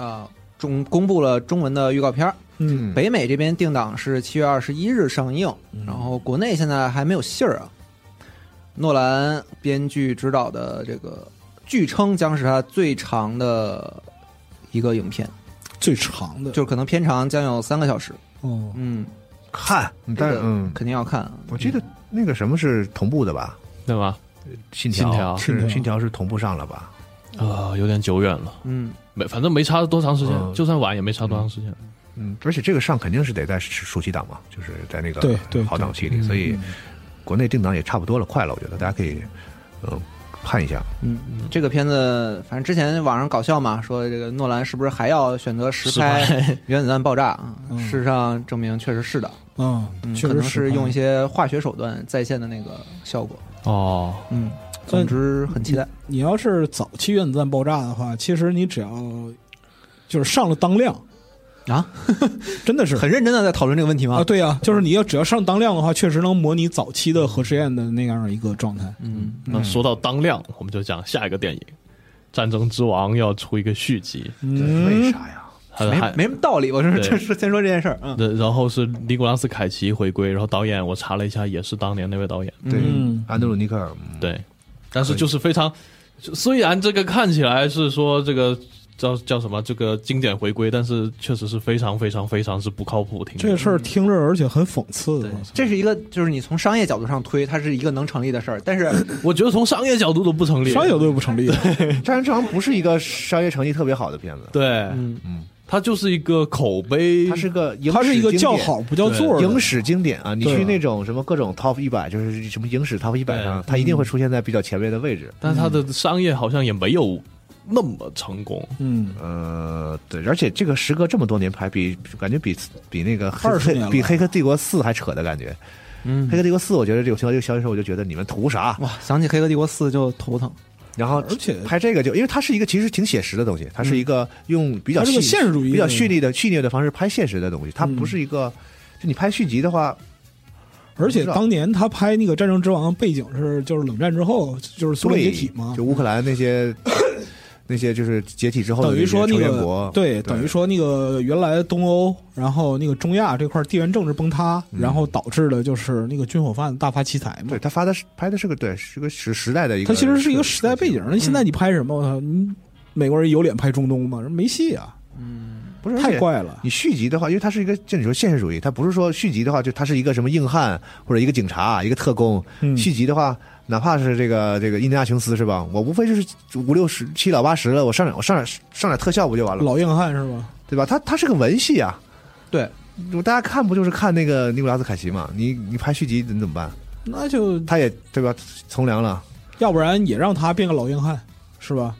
Speaker 4: 啊、中公布了中文的预告片儿，
Speaker 2: 嗯，
Speaker 4: 北美这边定档是七月二十一日上映，然后国内现在还没有信儿啊。诺兰编剧执导的这个，据称将是他最长的一个影片，
Speaker 2: 最长的
Speaker 4: 就是可能片长将有三个小时。
Speaker 2: 哦，
Speaker 4: 嗯，
Speaker 5: 看，
Speaker 4: 这
Speaker 5: 但
Speaker 4: 个
Speaker 5: 嗯，
Speaker 4: 肯定要看啊。
Speaker 5: 我记得那个什么是同步的吧？
Speaker 1: 对吧？
Speaker 5: 信
Speaker 1: 信
Speaker 5: 条
Speaker 1: 条
Speaker 5: 是
Speaker 2: 信条
Speaker 5: 信条是同步上了吧？
Speaker 1: 啊，有点久远了，
Speaker 4: 嗯，
Speaker 1: 没，反正没差多长时
Speaker 5: 嗯
Speaker 1: 间，就算晚也没差多长时间。
Speaker 5: 嗯，而且这个上肯定是得在暑期档嘛，就是在那个
Speaker 2: 对对
Speaker 5: 好档期
Speaker 1: 对嗯
Speaker 5: 里，所以国内定档也差不多了，快了，我觉得大家可以嗯看一下。
Speaker 4: 嗯，这个片子，反正之前网上搞笑嘛，说这个诺兰是不是还要选择实拍
Speaker 1: 实
Speaker 4: 《 (laughs) 原子弹爆炸》
Speaker 2: 嗯
Speaker 4: 事实上证明确实是的，
Speaker 2: 嗯，
Speaker 4: 嗯，
Speaker 2: 确
Speaker 4: 可
Speaker 2: 实
Speaker 4: 能是
Speaker 2: 拍
Speaker 4: 用一。些化学手段再现的那个效果。
Speaker 1: 哦，
Speaker 4: 嗯，总之很期待。
Speaker 2: 你要是早期原子弹爆炸的话，其实你只要就是上了当量
Speaker 4: 啊，
Speaker 2: (laughs) 真的是
Speaker 4: 很认真的在讨论这个问题
Speaker 2: 啊，
Speaker 4: 吗？
Speaker 2: 对呀、就是你要只要上当量的话，确实能模拟早期的核试验的那样一个状态。
Speaker 4: 嗯，
Speaker 1: 那说到当量，我们就讲下一个电影《战争之王》要出一个续集，
Speaker 5: 为
Speaker 2: 嗯，
Speaker 5: 啥呀？
Speaker 1: 还
Speaker 4: 没
Speaker 1: 还
Speaker 4: 没什么道理，我是
Speaker 1: 对
Speaker 4: 这是先说这件事儿啊。
Speaker 1: 然然后是尼古拉斯凯奇回归，然后导演我查了一下，也是当年那位导演，
Speaker 5: 对
Speaker 2: 嗯，
Speaker 5: 安德鲁尼克尔，嗯
Speaker 1: 对，但是就是非常，就虽然这个看起来是说这个叫叫什么这个经典回归，但是确实是非常非常非常是不靠谱，听着
Speaker 2: 这事儿听着而且很讽刺的。 (laughs)
Speaker 4: 这是一个，就是你从商业角度上推，它是一个能成立的事儿，但是
Speaker 1: 我觉得从商业角度都不成立，
Speaker 2: 商业都不成立，
Speaker 5: 《战争之王》不是一个商业成绩特别好的片子，
Speaker 1: 对，
Speaker 4: 嗯
Speaker 1: 它就是一个口碑，
Speaker 5: 它是个影
Speaker 2: 它是一个
Speaker 5: 史经
Speaker 2: 叫
Speaker 5: 典
Speaker 2: 好不叫座儿的
Speaker 5: 影史经典啊！你
Speaker 2: 对
Speaker 5: 去那种什么各种 top 一百，就是什么影史 top 一百上，
Speaker 2: 嗯
Speaker 1: 对
Speaker 5: 它一定会出现在比较前面的位置。
Speaker 1: 但它的商业好像也没有那么成功。
Speaker 2: 嗯，
Speaker 5: 呃，对，而且这个时隔这么多年拍，比感觉比比那个黑
Speaker 2: 20年了
Speaker 5: 比《黑客帝国四》还扯的感觉。嗯，《黑客帝国四》，我觉得这个听到这个消息的时候，我就觉得你们图啥？
Speaker 4: (coughs) 哇，想起《黑客帝国四》就头疼。
Speaker 5: 然后
Speaker 2: 而且嗯
Speaker 5: 拍这个就，因为它是一个其实挺写实的东西，它是一个用比较
Speaker 2: 它是个
Speaker 5: 细
Speaker 2: 现实主义
Speaker 5: 比较
Speaker 2: 的
Speaker 5: 蓄力的蓄虐的方式拍现实的东西，它
Speaker 2: 嗯
Speaker 5: 不是一个。就你拍续集的话，
Speaker 2: 而且当年他拍那个《战争之王》，背景是就是冷战之后，就是苏联解
Speaker 5: 对
Speaker 2: 体嘛，
Speaker 5: 就乌克兰那
Speaker 2: (coughs)
Speaker 5: 些那些就是解体之后的
Speaker 2: 等于
Speaker 5: 那些
Speaker 2: 说那
Speaker 5: 成员
Speaker 2: 个
Speaker 5: 国，
Speaker 2: 对，等于说那个原来东欧，然后那个中亚这块地缘政治崩塌，然后导致的就是那个军火贩大发奇财嘛
Speaker 5: 嗯对。他发的是拍的是个对是个时时代的一个，
Speaker 2: 它其实是一个时代背景。那现在你拍什么？我操，你美国人有脸拍中东吗？没戏啊，
Speaker 5: 嗯不是
Speaker 2: 太。怪了。
Speaker 5: 你续集的话，因为它是一个，就你说现实主义，它不是说续集的话，就它是一个什么硬汉或者一个警察、一个特工。
Speaker 2: 嗯
Speaker 5: 续集的话，哪怕是这个这个印第安琼斯是吧？我无非就是五六十、七老八十了，我上点我上点上点特效不就完了，
Speaker 2: 老硬汉是吧？
Speaker 5: 对吧？它它是个文戏啊，
Speaker 4: 对，
Speaker 5: 大家看不就是看那个尼古拉斯凯奇嘛？你你拍续集你怎么办？
Speaker 2: 那就
Speaker 5: 他也对吧？从良了。
Speaker 2: 要不然也让他变个老硬汉，是吧？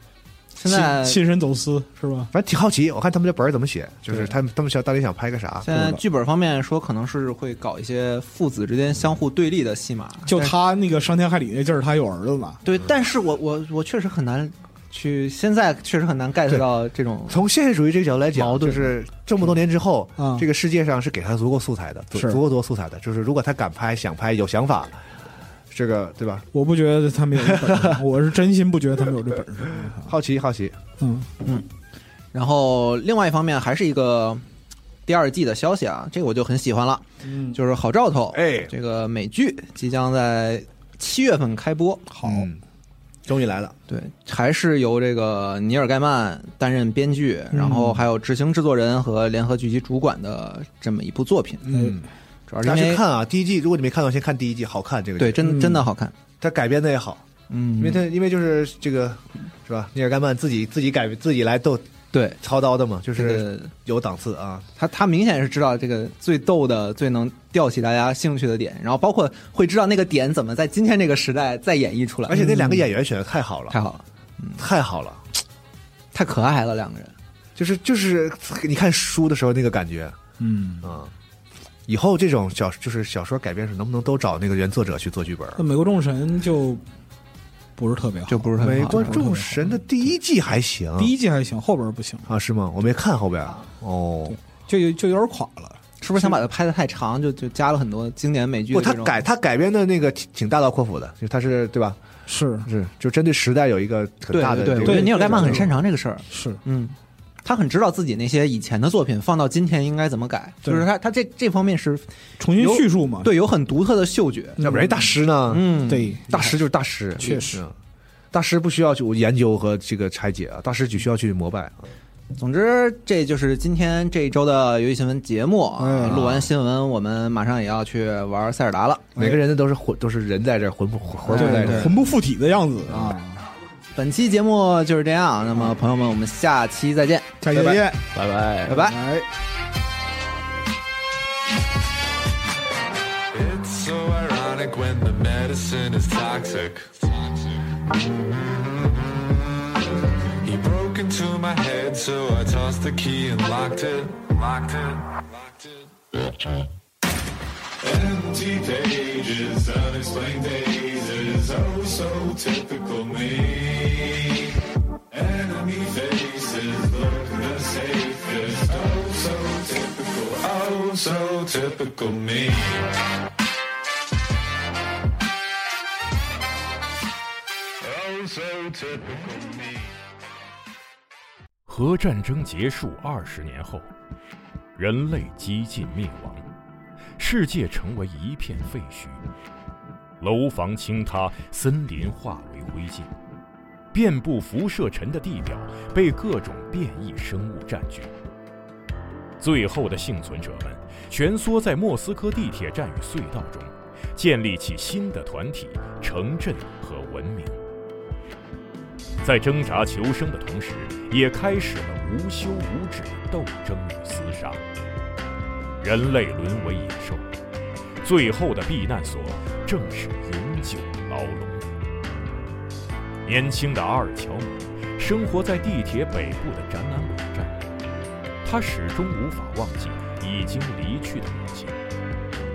Speaker 4: 现在
Speaker 2: 亲亲身走私是吧？
Speaker 5: 反正挺好奇，我看他们这本儿怎么写，就是
Speaker 2: 对
Speaker 5: 他们他们想到底想拍个啥？
Speaker 4: 现在剧本方面说，可能是会搞一些父子之间相互对立的戏码。
Speaker 2: 就
Speaker 4: 但是
Speaker 2: 他那个伤天害理那劲儿，他有儿子嘛？
Speaker 4: 对，但是我我我确实很难去，现在确实很难 get
Speaker 5: 对
Speaker 4: 到这种
Speaker 5: 从现实主义这个角度来
Speaker 1: 矛
Speaker 5: 讲，
Speaker 1: 盾
Speaker 5: 就是这么多年之后
Speaker 2: 嗯，
Speaker 5: 这个世界上是给他足够素材的，足
Speaker 2: 是
Speaker 5: 足够多素材的。就是如果他敢拍、想拍、有想法，这个对吧？
Speaker 2: 我不觉得他们有这本事， (laughs) 我是真心不觉得他们有这本事。
Speaker 5: 好奇，好奇，
Speaker 2: 嗯，
Speaker 4: 然后另外一方面还是一个第二季的消息啊，这个我就很喜欢了，
Speaker 2: 嗯
Speaker 4: 就是《好兆头》
Speaker 5: 哎
Speaker 4: 这个美剧即将在七月份开播。
Speaker 2: 好，
Speaker 5: 嗯，终于来了，
Speaker 4: 对，还是由这个尼尔盖曼担任编剧，
Speaker 5: 嗯
Speaker 4: 然后还有执行制作人和联合剧集主管的这么一部作品。
Speaker 2: 嗯，
Speaker 4: 主要是
Speaker 5: 大家
Speaker 4: 因
Speaker 5: 去
Speaker 4: 为
Speaker 5: 看啊！第一季，如果你没看到，先看第一季，好看这个
Speaker 4: 对，
Speaker 5: 剧
Speaker 4: 真
Speaker 2: 嗯
Speaker 4: 真的好看。
Speaker 5: 它改编的也好，因为
Speaker 4: 嗯，
Speaker 5: 它因为就是这个是吧？尼尔盖曼自己自己改自己来斗
Speaker 4: 对，
Speaker 5: 操刀的嘛，就
Speaker 4: 这
Speaker 5: 是
Speaker 4: 个
Speaker 5: 有档次啊。
Speaker 4: 他他明显是知道这个最逗的、最能吊起大家兴趣的点，然后包括会知道那个点怎么在今天这个时代再演绎出来，
Speaker 5: 而且那两个演员选的太好了，
Speaker 4: 太好了，
Speaker 5: 太好了。
Speaker 4: 太可爱了，两个人。
Speaker 5: 就是就是你看书的时候那个感觉
Speaker 2: 嗯，
Speaker 5: 啊、以后这种小就是小说改编时，能不能都找那个原作者去做剧本？
Speaker 2: 那美国众神就不是特别好，
Speaker 4: 就不是很好
Speaker 5: 美国众神的第一季还行，
Speaker 2: 第一啊季还行，后边不行，
Speaker 5: 啊是吗？我没看后边哦
Speaker 2: 对。就有就有点垮了。
Speaker 4: 是不是想把它拍的太长，就就加了很多经典美剧
Speaker 5: 不，
Speaker 4: 的
Speaker 5: 他
Speaker 4: 这种？
Speaker 5: 改他改编的那个挺挺大刀阔斧的，就他是对吧？
Speaker 2: 是
Speaker 5: 是就针对时代有一个很
Speaker 4: 对
Speaker 5: 大的
Speaker 4: 对对，
Speaker 5: 这
Speaker 4: 我
Speaker 5: 个
Speaker 4: 觉得
Speaker 2: 对
Speaker 4: 尼尔盖曼很擅长这个事儿。
Speaker 2: 是，
Speaker 4: 嗯，他很知道自己那些以前的作品放到今天应该怎么改，
Speaker 2: 对
Speaker 4: 就是他他这这方面是
Speaker 2: 重新叙述嘛？
Speaker 4: 对有很独特的嗅觉。
Speaker 5: 要不然大师呢？
Speaker 4: 嗯，
Speaker 2: 对，
Speaker 5: 大师就是大师，
Speaker 2: 确实
Speaker 5: 嗯。大师不需要去研究和这个拆解啊，大师只需要去膜拜
Speaker 2: 哎
Speaker 5: 啊。
Speaker 4: 总之，这就是今天这一周的游戏新闻节目。
Speaker 2: 嗯
Speaker 4: 录完新闻，我们马上也要去玩塞尔达了。
Speaker 5: 每个人的都是魂，都是人在这儿，魂不魂魂不在
Speaker 2: 对
Speaker 5: 这儿。
Speaker 2: 魂不附体的样子啊！
Speaker 4: 本期节目就是这样，那么朋友们，我们下期再见，
Speaker 2: 下期再见，
Speaker 1: 拜拜
Speaker 4: 拜。拜。
Speaker 2: 拜。
Speaker 6: It's so ironic when the medicine is toxic. Mm. He broke into my head, so I tossed the key and locked it. Locked it. Locked it. Empty pages, unexplained days, oh so typical me. Enemy faces look the safest, oh so typical, oh so typical me. Oh so typical me.
Speaker 7: 核战争结束二十年后，人类几近灭亡，世界成为一片废墟，楼房倾塌，森林化为灰烬，遍布辐射尘的地表被各种变异生物占据。最后的幸存者们蜷缩在莫斯科地铁站与隧道中，建立起新的团体、城镇和文明。在挣扎求生的同时，也开始了无休无止的斗争与厮杀。人类沦为野兽，最后的避难所正是永久牢笼。年轻的阿尔乔姆生活在地铁北部的展览网站，他始终无法忘记已经离去的母亲，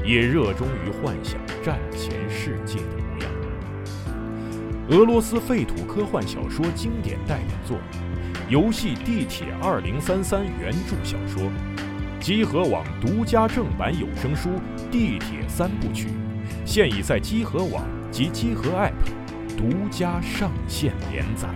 Speaker 7: 也热衷于幻想战前世界的模样。俄罗斯废土科幻小说经典代表作，游戏《地铁二零三三》原著小说，集合网独家正版有声书《地铁三部曲》，现已在集合网及集合 App 独家上线连载。